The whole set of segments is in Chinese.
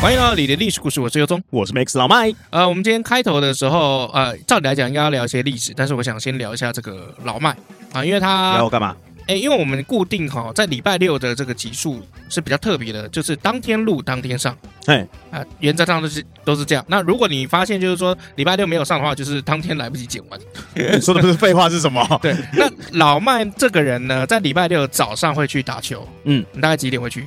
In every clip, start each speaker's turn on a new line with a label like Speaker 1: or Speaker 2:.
Speaker 1: 欢迎来到你的历史故事，我是尤忠。
Speaker 2: 我是 Max 老麦，
Speaker 1: 呃，我们今天开头的时候，呃，照理来讲应该要聊一些历史，但是我想先聊一下这个老麦啊，因为
Speaker 2: 要
Speaker 1: 他
Speaker 2: 我干嘛？
Speaker 1: 哎，因为我们固定哈、在礼拜六的这个集数是比较特别的，就是当天录当天上
Speaker 2: 嘿，
Speaker 1: 啊，原则上都是都是这样。那如果你发现就是说礼拜六没有上的话，就是当天来不及剪完。
Speaker 2: 你说的不是废话 是什么？
Speaker 1: 对，那老麦这个人呢，在礼拜六早上会去打球，
Speaker 2: 嗯，
Speaker 1: 你大概几点会去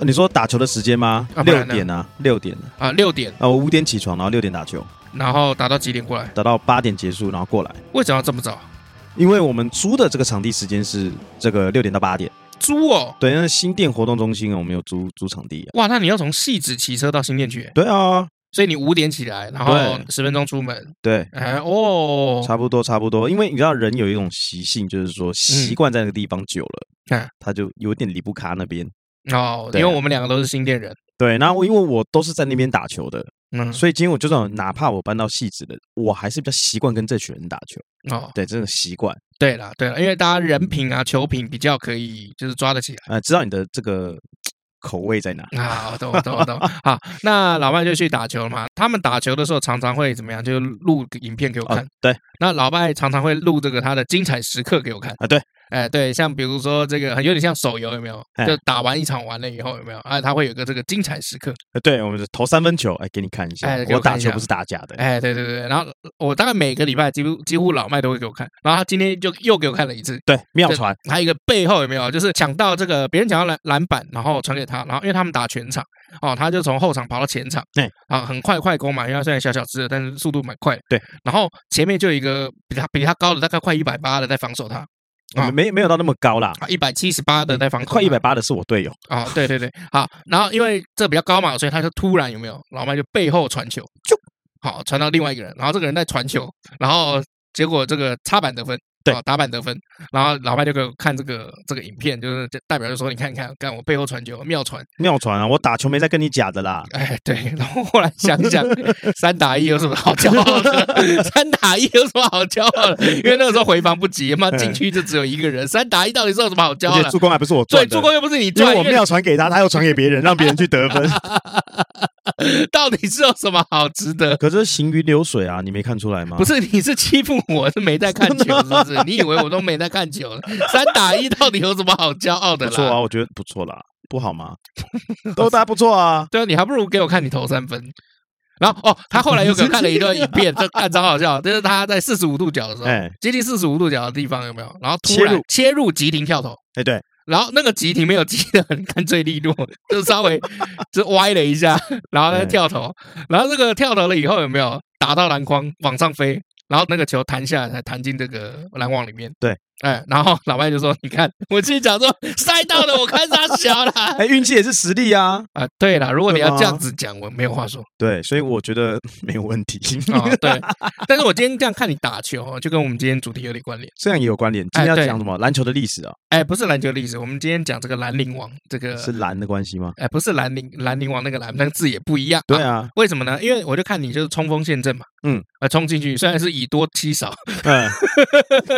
Speaker 2: 你说打球的时间吗
Speaker 1: 啊？不
Speaker 2: 六
Speaker 1: 然呢
Speaker 2: 点啊，六点
Speaker 1: 啊？六点，
Speaker 2: 啊，我五点起床，然后六点打球，
Speaker 1: 然后打到几点过来？
Speaker 2: 打到八点结束，然后过来。
Speaker 1: 为什么要这么早？
Speaker 2: 因为我们租的这个场地时间是这个六点到八点，
Speaker 1: 猪哦，
Speaker 2: 对，那新店活动中心我们有租租场地啊。
Speaker 1: 哇，那你要从戏子骑车到新店去耶。
Speaker 2: 对啊，
Speaker 1: 所以你五点起来，然后
Speaker 2: 对嗯
Speaker 1: 十分钟出门，
Speaker 2: 对，
Speaker 1: 哎哦，
Speaker 2: 差不多差不多。因为你知道人有一种习性，就是说习惯在那个地方久了，
Speaker 1: 嗯
Speaker 2: 他就有点离不开那边。
Speaker 1: 哦，因
Speaker 2: 对
Speaker 1: 为我们两个都是新店人，
Speaker 2: 对，然后我因为我都是在那边打球的，
Speaker 1: 嗯，
Speaker 2: 所以今天我就算哪怕我搬到戏子了，我还是比较习惯跟这群人打球。
Speaker 1: 哦，
Speaker 2: 对，这个习惯，
Speaker 1: 对了对了，因为大家人品啊、球品比较可以，就是抓得起来。
Speaker 2: 呃，知道你的这个口味在哪。
Speaker 1: 啊，我懂，我懂，我 懂。好，那老麦就去打球了嘛。他们打球的时候常常会怎么样？就录个影片给我
Speaker 2: 啊
Speaker 1: 看。，
Speaker 2: 对
Speaker 1: 那老麦常常会录这个他的精彩时刻给我看。
Speaker 2: 啊，对，
Speaker 1: 哎，对，像比如说这个，有点像手游，有没有？
Speaker 2: 哎
Speaker 1: 就打完一场完了以后，有没有？啊，他会有个这个精彩时刻。
Speaker 2: 呃对，我们的投三分球，哎，给你看一下
Speaker 1: 哎，给我
Speaker 2: 我打
Speaker 1: 看一
Speaker 2: 球
Speaker 1: 下
Speaker 2: 不是打假的。
Speaker 1: 哎，对对对，然后我大概每个礼拜几乎几乎老麦都会给我看，然后他今天就又给我看了一次。
Speaker 2: 对，妙
Speaker 1: 对
Speaker 2: 传，
Speaker 1: 还有一个背后有没有，就是抢到这个别人抢到篮篮板，然后传给他，然后因为他们打全场哦，他就从后场跑到前场，
Speaker 2: 对
Speaker 1: 啊，很快快攻嘛，因为他虽然小小只的，但是速度蛮快的。
Speaker 2: 对，
Speaker 1: 然后前面就有一个比他比他高的大概快一百八的在防守他，啊
Speaker 2: 没没没有到那么高啦，
Speaker 1: 啊，一百七十八的在防守他，
Speaker 2: 快一百八的是我队友。
Speaker 1: 啊，对对对，好，然后因为这比较高嘛，所以他就突然有没有老麦就背后传球，就好传到另外一个人，然后这个人在传球，然后结果这个插板得分，
Speaker 2: 对
Speaker 1: 啊打板得分，然后老麦就给我看这个这个影片，就是这代表就说你看你看，看我背后传球妙传，
Speaker 2: 妙传啊！我打球没在跟你假的啦，
Speaker 1: 哎对，然后后来想一 想三打一有什么好骄傲的？ 三打一有什么好骄傲的？因为那个时候回防不及嘛，禁区就只有一个人，三打一到底是有什么好骄傲
Speaker 2: 而
Speaker 1: 的
Speaker 2: 且？助攻还不是嗯我
Speaker 1: 对，
Speaker 2: 赚的
Speaker 1: 助，攻又不是你
Speaker 2: 因
Speaker 1: 赚，
Speaker 2: 为我
Speaker 1: 因为
Speaker 2: 妙传给他，他又传给别人，让别人去得 分。
Speaker 1: 到底是有什么好值得
Speaker 2: 可这行云流水啊，你没看出来吗？
Speaker 1: 不是，你是欺负我是没在看球，是不是？你以为我都没在看球？三打一到底有什么好骄傲的
Speaker 2: 不
Speaker 1: 啦？
Speaker 2: 错啊，我觉得不错啦，不 好吗？都打不错啊，
Speaker 1: 对啊，你还不如给我看你投三分。然后哦，他后来又给我看了一段影片，这看超好笑，就是他在四十五度角的时候，
Speaker 2: 哎
Speaker 1: 接近四十五度角的地方有没有？然后突然
Speaker 2: 切入
Speaker 1: 切入急停跳投，
Speaker 2: 哎对，
Speaker 1: 然后那个急停没有急的 很干脆利落，就稍微就歪了一下，然后再
Speaker 2: 哎
Speaker 1: 跳投，然后这个跳投了以后有没有打到篮筐往上飞，然后那个球弹下来才弹进这个篮网里面。
Speaker 2: 对，
Speaker 1: 哎，然后老外就说：“你看，我心里想说赛道的，我看他小 啦。
Speaker 2: 哎运气也是实力啊，”
Speaker 1: 啊，对啦，如果你要
Speaker 2: 对吗
Speaker 1: 这样子讲，我没有话说
Speaker 2: 对，所以我 觉得没有问题，
Speaker 1: 啊、对，但是我今天这样看你打球哦，就跟我们今天主题有点关联。
Speaker 2: 这样也有关联。今
Speaker 1: 哎
Speaker 2: 天要
Speaker 1: 对
Speaker 2: 讲什么？篮球的历史啊，
Speaker 1: 哎，不是篮球历史，我们今天讲这个兰陵王，这个
Speaker 2: 是蓝的关系吗？
Speaker 1: 哎，不是兰陵兰陵王那个兰，那个字也不一样。
Speaker 2: 对啊，
Speaker 1: 为什么呢？因为我就看你就是冲锋陷阵嘛，
Speaker 2: 嗯，
Speaker 1: 呃，冲进去虽然是以多欺少，
Speaker 2: 嗯，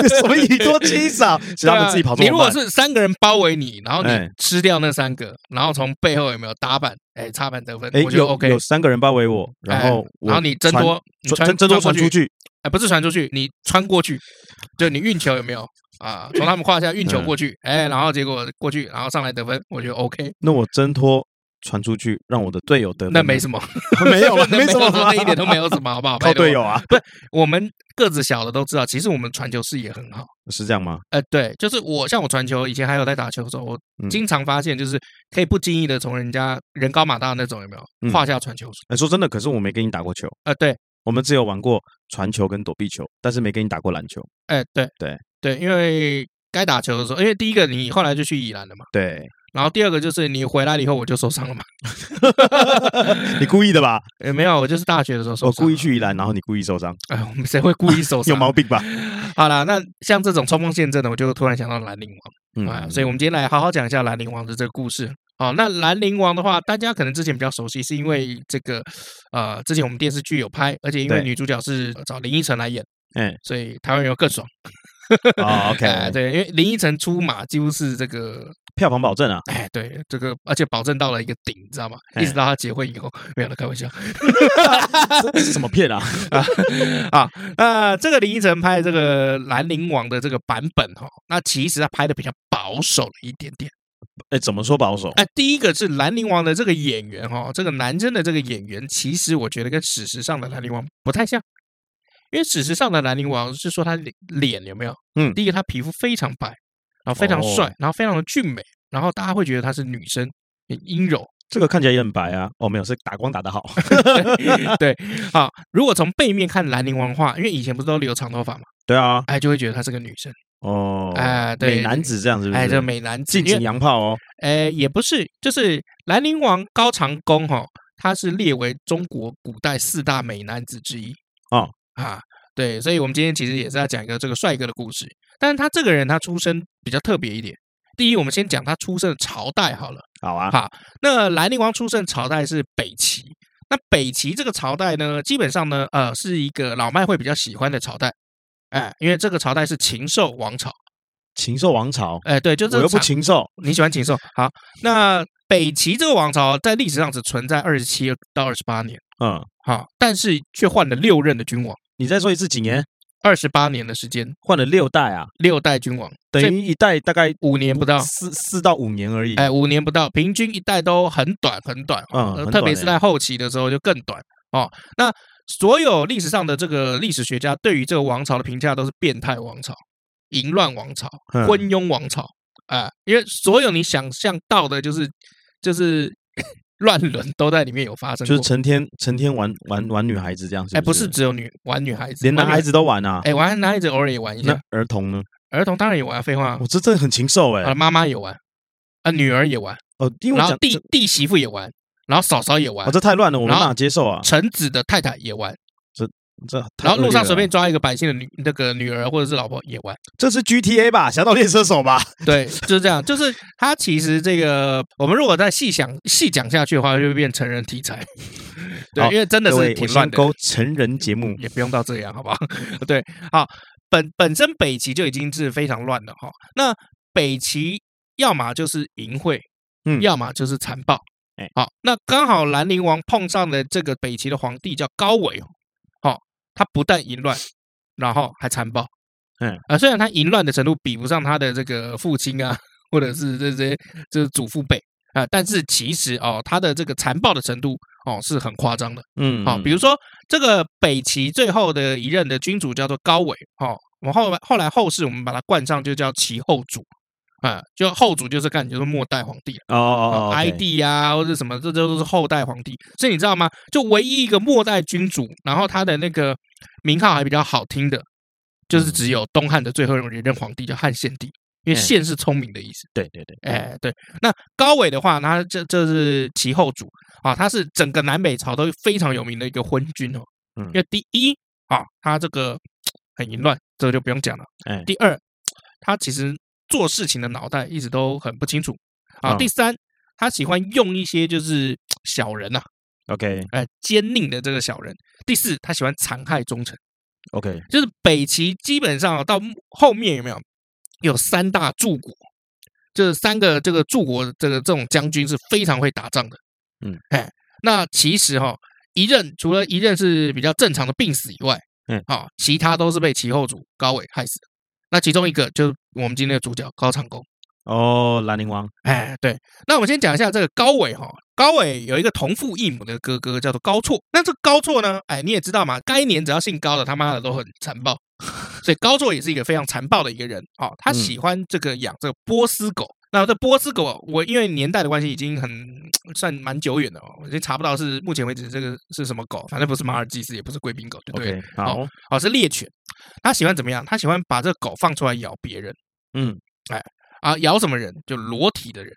Speaker 2: 什么以 多欺少，是
Speaker 1: 对
Speaker 2: 他们
Speaker 1: 啊
Speaker 2: 自己跑出
Speaker 1: 你
Speaker 2: 来
Speaker 1: 如果是三个人包围你，然后你
Speaker 2: 哎
Speaker 1: 吃掉那三个，然后从背后有没有打板，哎，插板得分，
Speaker 2: 哎，
Speaker 1: 我觉得
Speaker 2: 有
Speaker 1: OK
Speaker 2: 有。三个人包围我，然
Speaker 1: 哎
Speaker 2: 后我
Speaker 1: 然后你争
Speaker 2: 传
Speaker 1: 多，你
Speaker 2: 传
Speaker 1: 穿
Speaker 2: 争争多
Speaker 1: 穿
Speaker 2: 传
Speaker 1: 过
Speaker 2: 出
Speaker 1: 去，
Speaker 2: 去，
Speaker 1: 哎，不是传出去，你穿过去，就你运球有没有啊？从他们胯下运球
Speaker 2: 嗯
Speaker 1: 过去，哎，然后结果过去，然后上来得分，我觉得 OK，
Speaker 2: 那我挣脱传出去，让我的队友得分吗，
Speaker 1: 那没什么，
Speaker 2: 没有 了，
Speaker 1: 那
Speaker 2: 没什么
Speaker 1: 那一点都没
Speaker 2: 有，
Speaker 1: 有什么，好不好？
Speaker 2: 靠
Speaker 1: 拜托
Speaker 2: 队友，啊，
Speaker 1: 我们个子小的都知道，其实我们传球视野很好。
Speaker 2: 是这样吗？
Speaker 1: 呃，对，就是我像我传球，以前还有在打球的时候，我
Speaker 2: 嗯
Speaker 1: 经常发现就是可以不经意的从人家人高马大的那种有没有
Speaker 2: 嗯
Speaker 1: 胯下传球出？
Speaker 2: 哎，说真的，可是我没跟你打过球，
Speaker 1: 呃，对，
Speaker 2: 我们只有玩过传球跟躲避球，但是没跟你打过篮球。
Speaker 1: 哎，对，
Speaker 2: 对，
Speaker 1: 对，因为该打球的时候，因为第一个你后来就去宜兰了嘛，
Speaker 2: 对，
Speaker 1: 然后第二个就是你回来了以后我就受伤了嘛，
Speaker 2: 你故意的吧？
Speaker 1: 呃，没有，我就是大学的时候受
Speaker 2: 我
Speaker 1: 伤，
Speaker 2: 故意，去宜兰，然后你故意受伤，
Speaker 1: 哎，我们谁会故意受伤？
Speaker 2: 有毛病吧？
Speaker 1: 好啦，那像
Speaker 2: 嗯
Speaker 1: 啊这种冲锋陷阵的，我就突然想到兰陵王啊，所以我们今天来好好讲一下兰陵王的这个故事。好，那兰陵王的话，大家可能之前比较熟悉，是因为这个呃，之前我们电视剧有拍，而且因为
Speaker 2: 对
Speaker 1: 女主角是找林依晨来演，
Speaker 2: 哎，
Speaker 1: 所以台湾人更爽。
Speaker 2: 哦 OK
Speaker 1: 哎对，因为林依晨出马几乎是这个，
Speaker 2: 票房保证啊，
Speaker 1: 哎，对，这个而且保证到了一个顶，你知道吗？一直到她结婚以后，没有了，开玩笑。
Speaker 2: 这是什 么片啊？
Speaker 1: 啊，呃，这个林依晨拍的这个《兰陵王》的这个版本哈、哦，那其实他拍的比较保守了一点点。
Speaker 2: 哎，怎么说保守？
Speaker 1: 哎、第一个是《兰陵王》的这个演员哈、哦，这个男生的这个演员，其实我觉得跟史实上的兰陵王不太像，因为史实上的兰陵王是说他脸脸有没有？
Speaker 2: 嗯
Speaker 1: 第一个他皮肤非常白，然后非常帅，
Speaker 2: 哦
Speaker 1: 然后非常的俊美，然后大家会觉得她是女生，很阴柔。
Speaker 2: 这个看起来也很白啊。哦，没有，是打光打 得好。
Speaker 1: 对，好，啊如果从背面看兰陵王的话，因为以前不是都留长头发嘛，
Speaker 2: 对啊，
Speaker 1: 哎，就会觉得她是个女生。
Speaker 2: 哦，
Speaker 1: 哎对
Speaker 2: 美男子这样是不是？
Speaker 1: 哎，这个美男子，
Speaker 2: 近
Speaker 1: 因为
Speaker 2: 景洋炮哦。
Speaker 1: 呃，也不是，就是兰陵王高长恭哈、他是列为中国古代四大美男子之一
Speaker 2: 哦
Speaker 1: 啊，对，所以我们今天其实也是要讲一个这个帅哥的故事，但是他这个人他出身比较特别一点。第一，我们先讲他出生的朝代好了。
Speaker 2: 好啊，
Speaker 1: 好那兰陵王出生的朝代是北齐，那北齐这个朝代呢，基本上呢，呃，是一个老麦会比较喜欢的朝代，哎，因为这个朝代是禽兽王朝，
Speaker 2: 禽兽王朝，
Speaker 1: 哎，对，就这
Speaker 2: 我又不
Speaker 1: 朝
Speaker 2: 禽兽，
Speaker 1: 你喜欢禽兽。好，那北齐这个王朝在历史上只存在二十七到二十八年，
Speaker 2: 嗯，
Speaker 1: 好，但是却换了六任的君王，
Speaker 2: 你再说一次几年？
Speaker 1: 二十八年的时间，
Speaker 2: 换了六代啊，
Speaker 1: 六代君王，
Speaker 2: 等
Speaker 1: 所以
Speaker 2: 于一代大概
Speaker 1: 五年不到。
Speaker 2: 四四到五年而已。
Speaker 1: 哎，五年不到，平均一代都很短很短，
Speaker 2: 嗯
Speaker 1: 呃
Speaker 2: 很
Speaker 1: 特别
Speaker 2: 短
Speaker 1: 是
Speaker 2: 欸
Speaker 1: 在后期的时候就更短哦。那所有历史上的这个历史学家对于这个王朝的评价都是变态王朝、淫乱王朝、
Speaker 2: 嗯
Speaker 1: 昏庸王朝啊、因为所有你想象到的，就是就是 乱伦都在里面有发生
Speaker 2: 就是
Speaker 1: 过。
Speaker 2: 成天成天玩玩玩女孩子这样，
Speaker 1: 哎，不
Speaker 2: 是
Speaker 1: 是，只有女玩女孩子，
Speaker 2: 连男
Speaker 1: 玩女
Speaker 2: 孩，子都玩啊。
Speaker 1: 哎，玩男孩子偶尔也玩一
Speaker 2: 那
Speaker 1: 下，
Speaker 2: 儿童呢？
Speaker 1: 儿童当然也玩，啊废话
Speaker 2: 我，这真的很禽兽
Speaker 1: 啊，
Speaker 2: 哎。
Speaker 1: 妈妈也玩，啊，女儿也玩，
Speaker 2: 哦，因为
Speaker 1: 然后
Speaker 2: 我讲
Speaker 1: 弟
Speaker 2: 这，
Speaker 1: 弟媳妇也玩，然后嫂嫂也玩
Speaker 2: 哦，，这太乱了，我没
Speaker 1: 然后
Speaker 2: 办法接受啊。
Speaker 1: 臣子的太太也玩，
Speaker 2: 这太
Speaker 1: 然后路上
Speaker 2: 恶劣了
Speaker 1: 随便，抓一个百姓的女那个女儿或者是老婆也玩。
Speaker 2: 这是 GTA 吧？侠盗猎车手吧？
Speaker 1: 对，就是这样。就是他其实这个，我们如果再细想细讲下去的话，就会变成人题材。 对，
Speaker 2: 好
Speaker 1: 因为真的
Speaker 2: 各
Speaker 1: 是
Speaker 2: 位，
Speaker 1: 挺
Speaker 2: 哦我
Speaker 1: 乱
Speaker 2: 先
Speaker 1: 的，
Speaker 2: 勾成人节目，
Speaker 1: 也不用到这样，好不好？
Speaker 2: 嗯
Speaker 1: 对，好，本本身北齐就已经是非常乱了哈。那北齐要么就是淫秽，
Speaker 2: 嗯
Speaker 1: 要么就是残暴。
Speaker 2: 哎
Speaker 1: 好，那刚好兰陵王碰上了这个北齐的皇帝叫高纬哦，好，他不但淫乱，然后还残暴。
Speaker 2: 嗯，
Speaker 1: 啊，虽然他淫乱的程度比不上他的这个父亲啊，或者是这些就是祖父辈啊，但是其实哦，他的这个残暴的程度哦是很夸张的。
Speaker 2: 嗯，
Speaker 1: 好、比如说这个北齐最后的一任的君主叫做高纬，好、我们后来后来后世我们把它冠上就叫齐后主，啊、就后主就是干就是末代皇帝了，啊
Speaker 2: 哦哦哦
Speaker 1: 哀帝呀或者什么，这这都是后代皇帝。所以你知道吗？就唯一一个末代君主，然后他的那个名号还比较好听的，就是只有东汉的最后一任皇帝叫汉献帝，因为
Speaker 2: 嗯
Speaker 1: 献是聪明的意思。
Speaker 2: 对对对，
Speaker 1: 哎，对，那高纬的话，他这这是其后主啊，他是整个南北朝都非常有名的一个昏君哦。
Speaker 2: 嗯
Speaker 1: 因为第一啊，他这个很淫乱，这个就不用讲了。
Speaker 2: 哎，
Speaker 1: 第二，他其实做事情的脑袋一直都很不清楚啊。
Speaker 2: 嗯
Speaker 1: 第三，他喜欢用一些就是小人呐、啊，
Speaker 2: OK
Speaker 1: 呃，奸佞的这个小人。第四，他喜欢残害忠臣。
Speaker 2: OK，
Speaker 1: 就是北齐基本上啊到后面有没有有三大柱国，就是三个这个柱国这个这种将军是非常会打仗的。
Speaker 2: 嗯，
Speaker 1: 哎，那其实哈、一任除了一任是比较正常的病死以外，
Speaker 2: 嗯，
Speaker 1: 好、其他都是被齐后主高纬害死的。那其中一个就是我们今天的主角高长恭。
Speaker 2: 哦，兰陵王，
Speaker 1: 哎，对，那我们先讲一下这个高纬哈、高纬有一个同父异母的哥哥，叫做高绰。那这个高绰呢，哎，你也知道嘛，该年只要姓高的，他妈的都很残暴， 所以高绰也是一个非常残暴的一个人。哦，他
Speaker 2: 嗯
Speaker 1: 喜欢这个养这个波斯狗。那这波斯狗，我因为年代的关系，已经很算蛮久远了、哦，我已经查不到是目前为止这个是什么狗，反正不是马尔济斯，也不是贵宾狗，对不对
Speaker 2: OK，好，
Speaker 1: 哦，是猎犬。他喜欢怎么样？他喜欢把这个狗放出来咬别人
Speaker 2: 嗯，
Speaker 1: 啊，咬什么人？就裸体的人。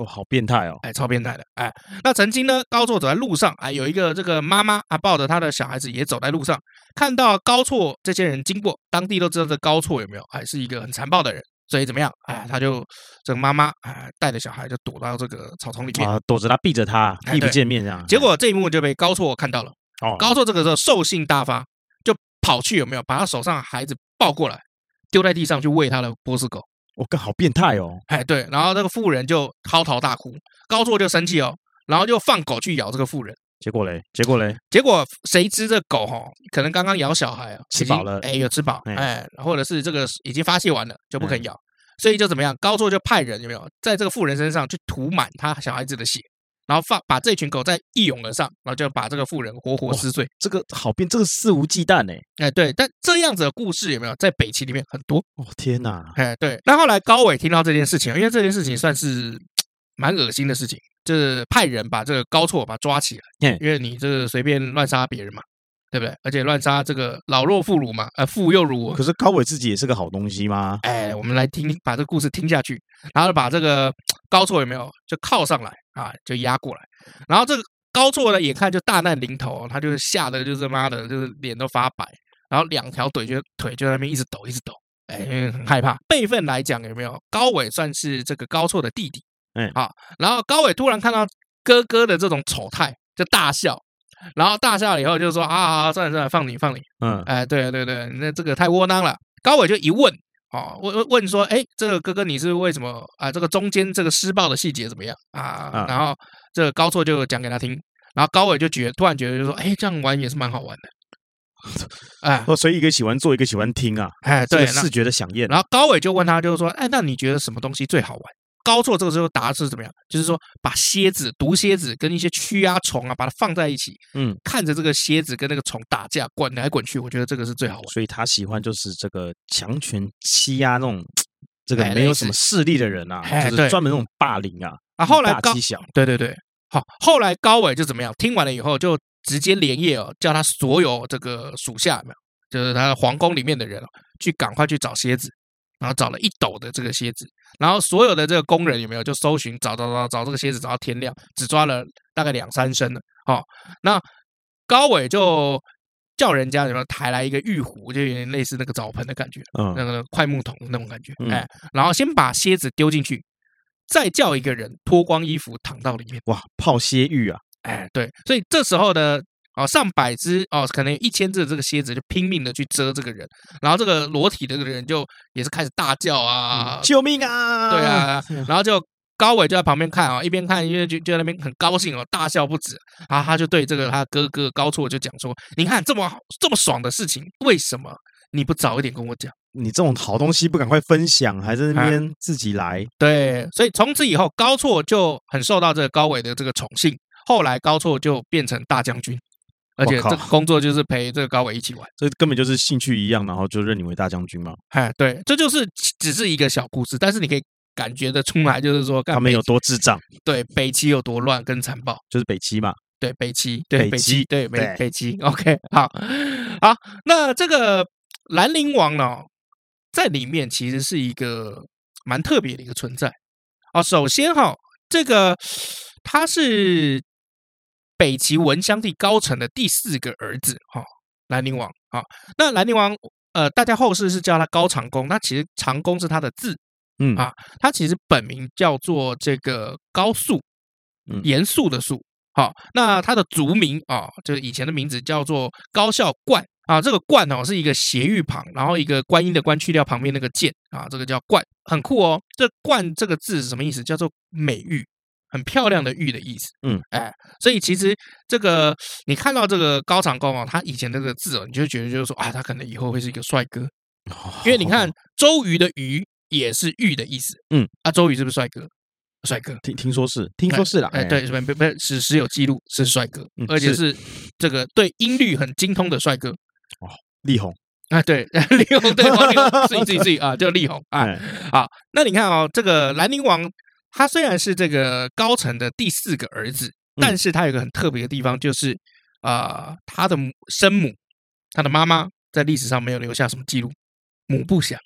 Speaker 2: 哦，好变态哦，
Speaker 1: 哎，超变态的，哎，那曾经呢，高措走在路上，哎，有一个这个妈妈啊，抱着她的小孩子也走在路上，看到高措这些人经过，当地都知道这高措有没有，哎，是一个很残暴的人，所以怎么样？哎，他就这个妈妈哎带着小孩就躲到这个草丛里面。
Speaker 2: 啊，躲着他，避着他，
Speaker 1: 哎
Speaker 2: 避不
Speaker 1: 对
Speaker 2: 见面这样。
Speaker 1: 结果这一幕就被高措看到了，
Speaker 2: 哦，
Speaker 1: 高措这个时候兽性大发，就跑去有没有把他手上的孩子抱过来，丢在地上去喂他的波斯狗。
Speaker 2: 我靠，好变态哦！
Speaker 1: 哎，对，然后那个妇人就嚎啕大哭，高措就生气哦，然后就放狗去咬这个妇人。
Speaker 2: 结果嘞，结果嘞，
Speaker 1: 结果谁知这狗哈、可能刚刚咬小孩啊，
Speaker 2: 吃
Speaker 1: 已经
Speaker 2: 饱了
Speaker 1: 哎，有吃饱，
Speaker 2: 哎
Speaker 1: 哎，或者是这个已经发泄完了就不肯
Speaker 2: 嗯
Speaker 1: 咬，所以就怎么样？高措就派人有没有在这个妇人身上去涂满他小孩子的血，然后放把这群狗再一涌而上，然后就把这个妇人活活
Speaker 2: 哇
Speaker 1: 撕碎。
Speaker 2: 这个好变，这个肆无忌惮哎！
Speaker 1: 哎，对，但这样子的故事有没有在北齐里面很多？
Speaker 2: 哦天哪，
Speaker 1: 哎，对。那后来高伟听到这件事情，因为这件事情算是蛮恶心的事情，就是派人把这个高措把他抓起来
Speaker 2: 嗯，
Speaker 1: 因为你这个随便乱杀别人嘛，对不对？而且乱杀这个老弱妇孺嘛，呃，妇幼孺。
Speaker 2: 可是高伟自己也是个好东西吗？
Speaker 1: 哎，我们来听把这个故事听下去，然后把这个高措有没有就靠上来啊，就压过来，然后这个高措呢眼看就大难临头，哦他就是吓得就是妈的，就是脸都发白，然后两条腿就腿就在那边一直抖一直抖，哎，因为很害怕。辈分来讲有没有？高伟算是这个高措的弟弟，
Speaker 2: 嗯
Speaker 1: 好，然后高伟突然看到哥哥的这种丑态，就大笑。然后大笑了以后就说啊，好好算了算了，放你放你，
Speaker 2: 嗯，
Speaker 1: 哎，对对对，那这个太窝囊了。高伟就一问，哦，问问问说，哎，这个哥哥你是为什么啊？这个中间这个施暴的细节怎么样啊
Speaker 2: 啊？
Speaker 1: 然后这个高措就讲给他听，然后高伟就觉突然觉得就说，哎，这样玩也是蛮好玩的。 哎
Speaker 2: 哦，所以一个喜欢做，一个喜欢听啊，
Speaker 1: 哎，
Speaker 2: 这
Speaker 1: 对，
Speaker 2: 个
Speaker 1: 那
Speaker 2: 视觉的响应。
Speaker 1: 然后高伟就问他，就是说，哎，那你觉得什么东西最好玩？高措这个时候答的是怎么样？就是说，把蝎子、毒蝎子跟一些蛆啊、虫啊，把它放在一起，
Speaker 2: 嗯，
Speaker 1: 看着这个蝎子跟那个虫打架，滚来滚去，啊我觉得这个是最好玩的。
Speaker 2: 所以他喜欢就是这个强权欺压那种这个
Speaker 1: 哎
Speaker 2: 没有
Speaker 1: 类
Speaker 2: 什
Speaker 1: 似
Speaker 2: 么势力的人啊
Speaker 1: 哎，
Speaker 2: 就
Speaker 1: 对
Speaker 2: 是专门那种霸凌啊，
Speaker 1: 啊，后来
Speaker 2: 以大
Speaker 1: 高
Speaker 2: 欺小，
Speaker 1: 对对对，好，后来高伟就怎么样？听完了以后，就直接连夜哦，叫他所有这个属下有没有，就是他的皇宫里面的人哦，去赶快去找蝎子，然后找了一斗的这个蝎子，然后所有的这个工人有没有就搜寻找找找找这个蝎子，找到天亮，只抓了大概两三升了。哦，那高伟就叫人家什么抬来一个玉壶，就有点类似那个澡盆的感觉。那
Speaker 2: 嗯，
Speaker 1: 个快木桶那种感觉，
Speaker 2: 嗯
Speaker 1: 哎，然后先把蝎子丢进去，再叫一个人脱光衣服躺到里面，
Speaker 2: 哇，泡蝎浴啊，
Speaker 1: 哎，对，所以这时候呢，哦，上百只哦，可能有一千只的这个蝎子就拼命的去蛰这个人，然后这个裸体的这个人就也是开始大叫啊，
Speaker 2: 救命啊！
Speaker 1: 对啊
Speaker 2: 嗯，
Speaker 1: 然后就高伟就在旁边看啊、一边看因为就就在那边很高兴哦，大笑不止。然后他就对这个他哥哥高措就讲说：“你看这么好这么爽的事情，为什么你不早一点跟我讲？”
Speaker 2: 你这种好东西不赶快分享，还在那
Speaker 1: 哎
Speaker 2: 边自己来，
Speaker 1: 对，所以从此以后，高措就很受到这个高伟的这个宠幸。后来高措就变成大将军，而且
Speaker 2: 我靠
Speaker 1: 这个工作就是陪这个高伟一起玩。
Speaker 2: 这根本就是兴趣一样，然后就认你为大将军嘛。
Speaker 1: 哎，对，这就是只是一个小故事，但是你可以感觉得出来，就是说干
Speaker 2: 他们
Speaker 1: 北
Speaker 2: 有多智障，
Speaker 1: 对北齐有多乱跟残暴。
Speaker 2: 就是北齐嘛。
Speaker 1: 对北齐，对
Speaker 2: 北
Speaker 1: 北
Speaker 2: 齐
Speaker 1: 齐，对北
Speaker 2: 对
Speaker 1: 北齐。OK，好，好，那这个兰陵王呢，在里面其实是一个蛮特别的一个存在哦。首先哈、这个他是北齐文襄帝高澄的第四个儿子哈、哦，兰陵王啊、哦那兰陵王呃，大家后世是叫他高长恭，那其实长恭是他的字，
Speaker 2: 嗯
Speaker 1: 啊他其实本名叫做这个高肃
Speaker 2: 嗯，
Speaker 1: 严肃的肃。好、那他的族名啊、就是以前的名字叫做高孝冠啊。这个冠哦是一个斜玉旁，然后一个观音的观去掉旁边那个剑啊，这个叫冠，很酷哦。这冠这个字是什么意思？叫做美玉，很漂亮的玉的意思。
Speaker 2: 嗯，
Speaker 1: 哎，所以其实这个你看到这个高长恭哦，他以前这个字哦，你就觉得就是说啊，他可能以后会是一个帅哥，因为你看周瑜的瑜也是玉的意思，
Speaker 2: 嗯，
Speaker 1: 啊，周瑜是不是帅哥？帅哥，
Speaker 2: 听听说是，听说是啦，
Speaker 1: 哎，对，，不不不，史实有记录是帅哥，
Speaker 2: 嗯
Speaker 1: 而且
Speaker 2: 是
Speaker 1: 是这个对音律很精通的帅哥。
Speaker 2: 力宏，
Speaker 1: 啊，对， 力宏对，王力宏自己自己自己啊，叫力宏啊。
Speaker 2: 哎，
Speaker 1: 那你看哦，这个兰陵王，他虽然是这个高层的第四个儿子，
Speaker 2: 嗯
Speaker 1: 但是他有一个很特别的地方，就是啊、他的母生母，他的妈妈在历史上没有留下什么记录，母不详。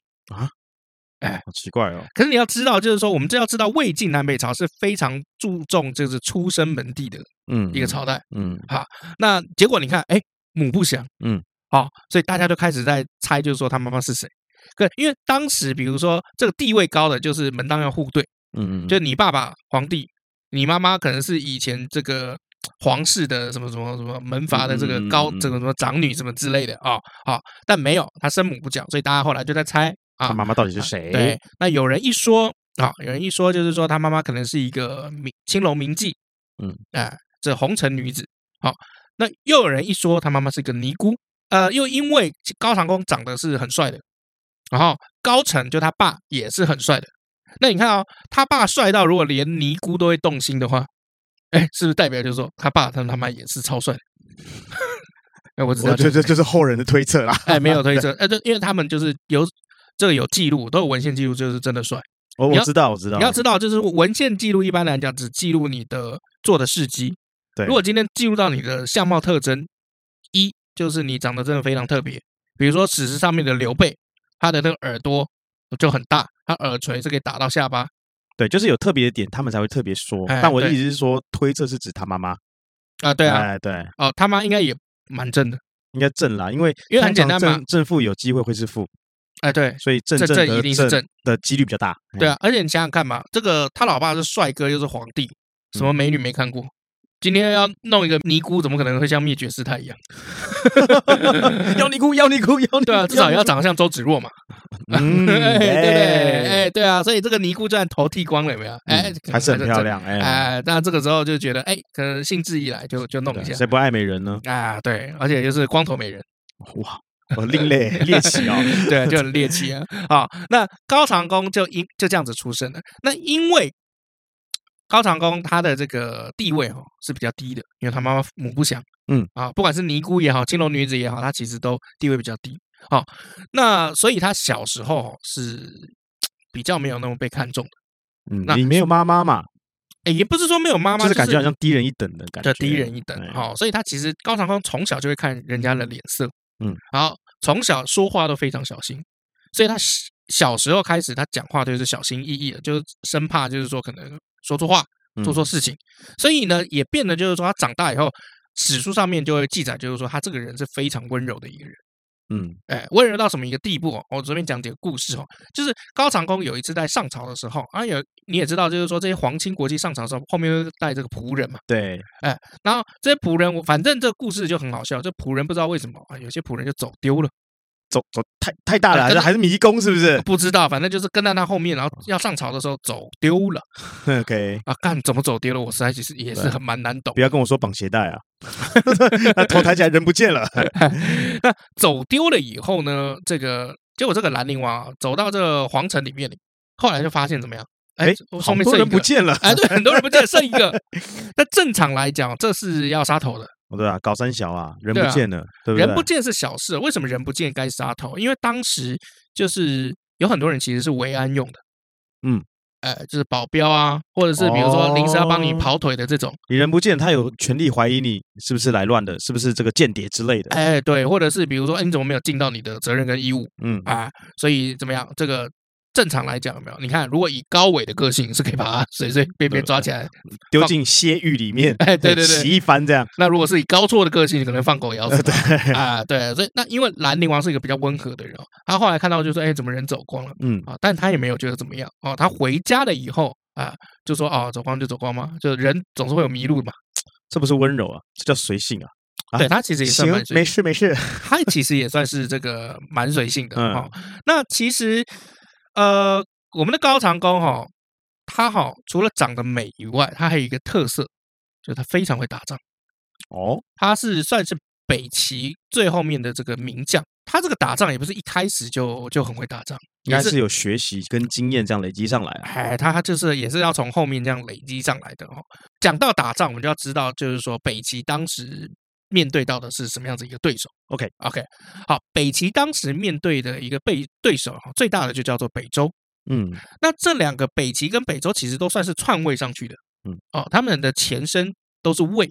Speaker 2: 好奇怪哦，
Speaker 1: 可是你要知道，就是说，我们这要知道，魏晋南北朝是非常注重就是出身门第的
Speaker 2: 嗯，
Speaker 1: 一个朝代。
Speaker 2: 嗯，
Speaker 1: 那结果你看，哎，母不详，
Speaker 2: 嗯，
Speaker 1: 好、所以大家就开始在猜，就是说他妈妈是谁。可因为当时比如说这个地位高的就是门当要户对，
Speaker 2: 嗯嗯，
Speaker 1: 就你爸爸皇帝，你妈妈可能是以前这个皇室的什么什么什么门阀的这个高
Speaker 2: 嗯嗯嗯嗯
Speaker 1: 这个什么长女什么之类的啊啊，但没有他生母不讲，所以大家后来就在猜
Speaker 2: 他
Speaker 1: 啊。
Speaker 2: 妈妈到底是谁？
Speaker 1: 对，，那有人一说啊，有人一说就是说他妈妈可能是一个名青楼名妓，
Speaker 2: 嗯，
Speaker 1: 哎，这红尘女子。好，那又有人一说他妈妈是个尼姑，呃，又因为高长恭长得是很帅的，然后高澄就他爸也是很帅的。那你看哦，他爸帅到如果连尼姑都会动心的话，哎，是不是代表就是说他爸他他妈也是超帅的？ 哎，我只知道
Speaker 3: 我觉得这就是后人的推测啦。
Speaker 1: 哎，没有推测，哎，这因为他们就是有这个有记录，都有文献记录，就是真的帅。
Speaker 2: 我
Speaker 1: 你
Speaker 2: 我
Speaker 1: 要
Speaker 2: 知道我知道，
Speaker 1: 你要知道，就是文献记录一般来讲只记录你的做的事迹。
Speaker 2: 对
Speaker 1: 如果今天记录到你的相貌特征，一就是你长得真的非常特别，比如说史实上面的刘备，他的那个耳朵就很大，他耳垂是可以打到下巴。
Speaker 2: 对，就是有特别的点，他们才会特别说。
Speaker 1: 哎
Speaker 2: 但我的
Speaker 1: 对
Speaker 2: 意思是说，推测是指他妈妈。
Speaker 1: 啊，对啊，
Speaker 2: 哎，对，
Speaker 1: 哦，他妈应该也蛮正的。
Speaker 2: 应该正啦，因为
Speaker 1: 因为很简
Speaker 2: 通常
Speaker 1: 单嘛
Speaker 2: 正正负有机会会是负，
Speaker 1: 哎，对，
Speaker 2: 所以正
Speaker 1: 这这
Speaker 2: 得
Speaker 1: 一定是正。
Speaker 2: 的几率比较大。
Speaker 1: 对
Speaker 2: 啊，
Speaker 1: 啊，而且你想想看嘛，这个他老爸是帅哥又是皇帝，
Speaker 2: 嗯
Speaker 1: 什么美女没看过？今天要弄一个尼姑，怎么可能会像灭绝师太一 样？
Speaker 2: 哎要你哭，要你哭，要你
Speaker 1: 对啊，至少也要长得像周芷若嘛。
Speaker 2: 嗯，
Speaker 1: 哎，对不对？
Speaker 2: 哎，
Speaker 1: 哎，对啊，所以这个尼姑就算头剃光了，有没有？哎
Speaker 2: 嗯，还是很漂。亮。哎，
Speaker 1: 哎，那这个时候就觉得，哎，可能兴致一来就就弄
Speaker 2: 对啊
Speaker 1: 一下
Speaker 2: 谁不爱美人呢？
Speaker 1: 啊，对，而且就是光头美人，
Speaker 2: 哇，我 另类猎奇哦。
Speaker 1: 对，就很 猎奇啊。啊，那高长恭就因就这样子出生了。那因为高长恭他的这个地位哦是比较低的，因为他妈妈母不详，
Speaker 2: 嗯
Speaker 1: 啊，不管是尼姑也好，青楼女子也好，他其实都地位比较低。哦，那所以他小时候哦是比较没有那么被看重的。
Speaker 2: 嗯
Speaker 1: 那，
Speaker 2: 你没有妈妈嘛，
Speaker 1: 诶也不是说没有妈妈，
Speaker 2: 就是感
Speaker 1: 是
Speaker 2: 觉好像低人一等的感觉。
Speaker 1: 对低人一等
Speaker 2: 哎。
Speaker 1: 哦，所以他其实高长恭从小就会看人家的脸色，
Speaker 2: 嗯，
Speaker 1: 然后从小说话都非常小心，所以他小小时候开始，他讲话就是小心翼翼的，就是生怕就是说可能说错话、
Speaker 2: 嗯
Speaker 1: 做错事情，所以呢，也变得就是说他长大以后，史书上面就会记载，就是说他这个人是非常温柔的一个人。
Speaker 2: 嗯
Speaker 1: 哎，温柔到什么一个地步哦？我随便讲几个故事哦，就是高长恭有一次在上朝的时候啊，有你也知道，就是说这些皇亲国戚上朝的时候，后面都是带这个仆人嘛。
Speaker 2: 对，
Speaker 1: 然后这些仆人，我反正这故事就很好笑，这仆人不知道为什么啊，有些仆人就走丢了，
Speaker 2: 走走太太大了，还
Speaker 1: 对
Speaker 2: 是
Speaker 1: 呃跟
Speaker 2: 还是迷宫是不是
Speaker 1: 不知道，反正就是跟在他后面，然后要上朝的时候走丢了
Speaker 2: ？OK，
Speaker 1: 啊，干怎么走丢了？我实在其实也是很蛮难懂
Speaker 2: 不。要跟我说绑鞋带啊， 那头抬起来人不见
Speaker 1: 哎
Speaker 2: 了。
Speaker 1: 那走丢了以后呢，这个结果这个兰陵王啊走到这个皇城里面里，后来就发现怎么样？哎
Speaker 2: 哎，
Speaker 1: 后
Speaker 2: 好
Speaker 1: 面
Speaker 2: 多
Speaker 1: 剩一
Speaker 2: 人不
Speaker 1: 个。
Speaker 2: 见了。
Speaker 1: 哎，对，很多人不见，剩一个。那正常来讲，这是要杀头的。
Speaker 2: 哦，对啊，搞三小啊，人
Speaker 1: 对
Speaker 2: 不
Speaker 1: 啊
Speaker 2: 见了，对不对？
Speaker 1: 人不见是小事，为什么人不见该杀头？因为当时就是有很多人其实是维安用的，
Speaker 2: 嗯，
Speaker 1: 呃，就是保镖啊，或者是比如说临时要帮你
Speaker 2: 哦
Speaker 1: 跑腿的这种，
Speaker 2: 你人不见，他有权利怀疑你是不是来乱的，是不是这个间谍之类的。
Speaker 1: 哎，对，或者是比如说，哎，你怎么没有尽到你的责任跟义务
Speaker 2: 嗯，
Speaker 1: 啊？所以怎么样？这个正常来讲有没有？你看，如果以高伟的个性是可以把他随随便便抓起来，
Speaker 2: 丢
Speaker 1: 放
Speaker 2: 进血狱里面，
Speaker 1: 哎，对对
Speaker 2: 洗
Speaker 1: 对。
Speaker 2: 一番这样。
Speaker 1: 那如果是以高错的个性，可能放狗咬死
Speaker 2: 呃，对，
Speaker 1: 啊，对，所以那因为兰陵王是一个比较温和的人哦，他后来看到就说，哎，怎么人走光了？
Speaker 2: 嗯，
Speaker 1: 啊，但他也没有觉得怎么样哦。他回家了以后啊，就说哦，走光就走光嘛，就人总是会有迷路嘛。
Speaker 2: 这不是温柔啊，这叫随性啊。啊
Speaker 1: 对他其实也算
Speaker 2: 行
Speaker 1: 蛮，随，
Speaker 2: 没事没事。
Speaker 1: 他其实也算是这个蛮随性的
Speaker 2: 嗯
Speaker 1: 哦。那其实呃，我们的高长恭哈、哦，他哈、除了长得美以外，他还有一个特色，就是他非常会打仗。
Speaker 2: 哦，
Speaker 1: 他是算是北齐最后面的这个名将，他这个打仗也不是一开始就就很会打仗，
Speaker 2: 应
Speaker 1: 也
Speaker 2: 该是有学习跟经验这样累积上来啊。
Speaker 1: 哎，他就是也是要从后面这样累积上来的哦。讲到打仗，我们就要知道，就是说北齐当时面对到的是什么样子一个对手。
Speaker 2: OK
Speaker 1: OK，好，北齐当时面对的一个被对手哦最大的就叫做北周。
Speaker 2: 嗯，
Speaker 1: 那这两个北齐跟北周其实都算是篡位上去的，
Speaker 2: 嗯，
Speaker 1: 哦，他们的前身都是魏，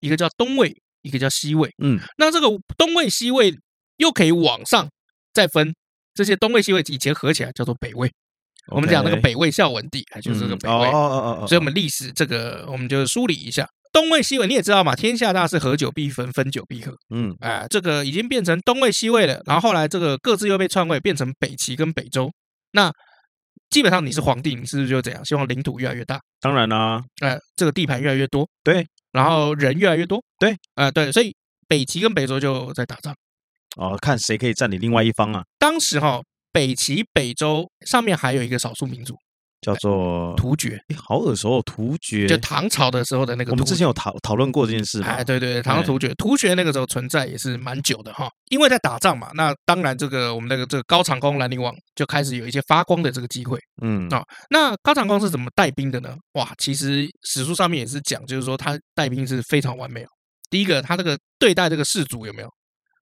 Speaker 1: 一个叫东魏，一个叫西魏。
Speaker 2: 嗯，
Speaker 1: 那这个东魏西魏又可以往上再分，这些东魏西魏以前合起来叫做北魏。我们讲那个
Speaker 2: OK，
Speaker 1: 北魏孝文帝，就是这个
Speaker 2: 嗯
Speaker 1: 北魏
Speaker 2: 哦哦哦哦哦，
Speaker 1: 所以我们历史这个我们就梳理一下东魏西魏你也知道嘛，天下大事，合久必分，分久必合。
Speaker 2: 嗯
Speaker 1: 哎，这个已经变成东魏西魏了，然后后来这个各自又被篡位，变成北齐跟北周。那基本上你是皇帝，你是不是就这样？希望领土越来越大，
Speaker 2: 当然啦、
Speaker 1: 哎，这个地盘越来越多，
Speaker 2: 对，
Speaker 1: 然后人越来越多，
Speaker 2: 对，
Speaker 1: 哎，对，所以北齐跟北周就在打仗。
Speaker 2: 哦，看谁可以占领另外一方啊，
Speaker 1: 当时哈、北齐、北周上面还有一个少数民族
Speaker 2: 叫做
Speaker 1: 哎突厥，
Speaker 2: 诶好耳熟哦，突厥。
Speaker 1: 就唐朝的时候的那个
Speaker 2: 我
Speaker 1: 突
Speaker 2: 们
Speaker 1: 厥
Speaker 2: 之前有讨讨论过这件事嘛
Speaker 1: 哎，，对对对，唐朝
Speaker 2: 哎
Speaker 1: 突厥，突厥那个时候存在也是蛮久的哈，因为在打仗嘛，那当然这个我们那个这个高长恭兰陵王就开始有一些发光的这个机会。
Speaker 2: 嗯
Speaker 1: 啊那高长恭是怎么带兵的呢？哇，其实史书上面也是讲，就是说他带兵是非常完美哦。第一个，他这个对待这个士族有没有，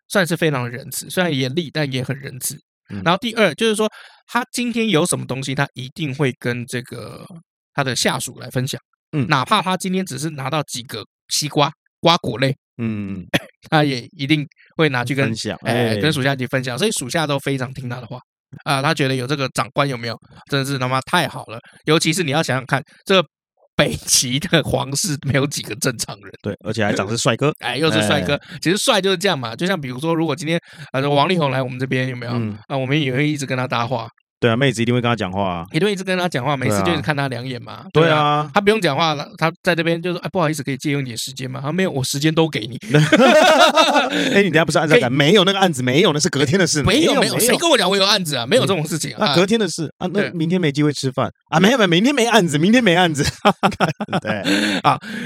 Speaker 1: 算是非常的仁慈，虽然严厉，但也很仁慈
Speaker 2: 嗯。
Speaker 1: 然后第二就是说，他今天有什么东西，他一定会跟这个他的下属来分享。
Speaker 2: 嗯
Speaker 1: 哪怕他今天只是拿到几个西瓜瓜果类，
Speaker 2: 嗯，
Speaker 1: 他也一定会拿去跟
Speaker 2: 分享
Speaker 1: 哎跟属下一起分享，所以属下都非常听他的话啊、他觉得有这个长官有没有，真是他妈太好了。尤其是你要想想看，这个北齐的皇室没有几个正常人。
Speaker 2: 对，而且还长是帅哥，
Speaker 1: 哎，又是帅
Speaker 2: 哎
Speaker 1: 哥，其实帅就是这样嘛。就像比如说，如果今天啊，王力宏来我们这边有没有
Speaker 2: 嗯
Speaker 1: 啊？我们也会一直跟他搭话，
Speaker 2: 对啊，妹子一定会跟他讲话啊，
Speaker 1: 也会一直跟他讲话，每次
Speaker 2: 对啊
Speaker 1: 就是看他两眼嘛。
Speaker 2: 对，啊，
Speaker 1: 他不用讲话了，他在这边就说：“哎，不好意思，可以借用一点时间吗？”他没有，我时间都给你。
Speaker 2: 哎，你等一下不是按照
Speaker 1: 可
Speaker 2: 赶，没有那个案子，没有，那是隔天的事，
Speaker 1: 没有没有，
Speaker 2: 没
Speaker 1: 谁跟我讲我有案子啊？没有这种事情啊
Speaker 2: 那。隔天的事啊，
Speaker 1: 对
Speaker 2: 那明天没机会吃饭啊，没有没有，明天没案子，明天没案子， 对，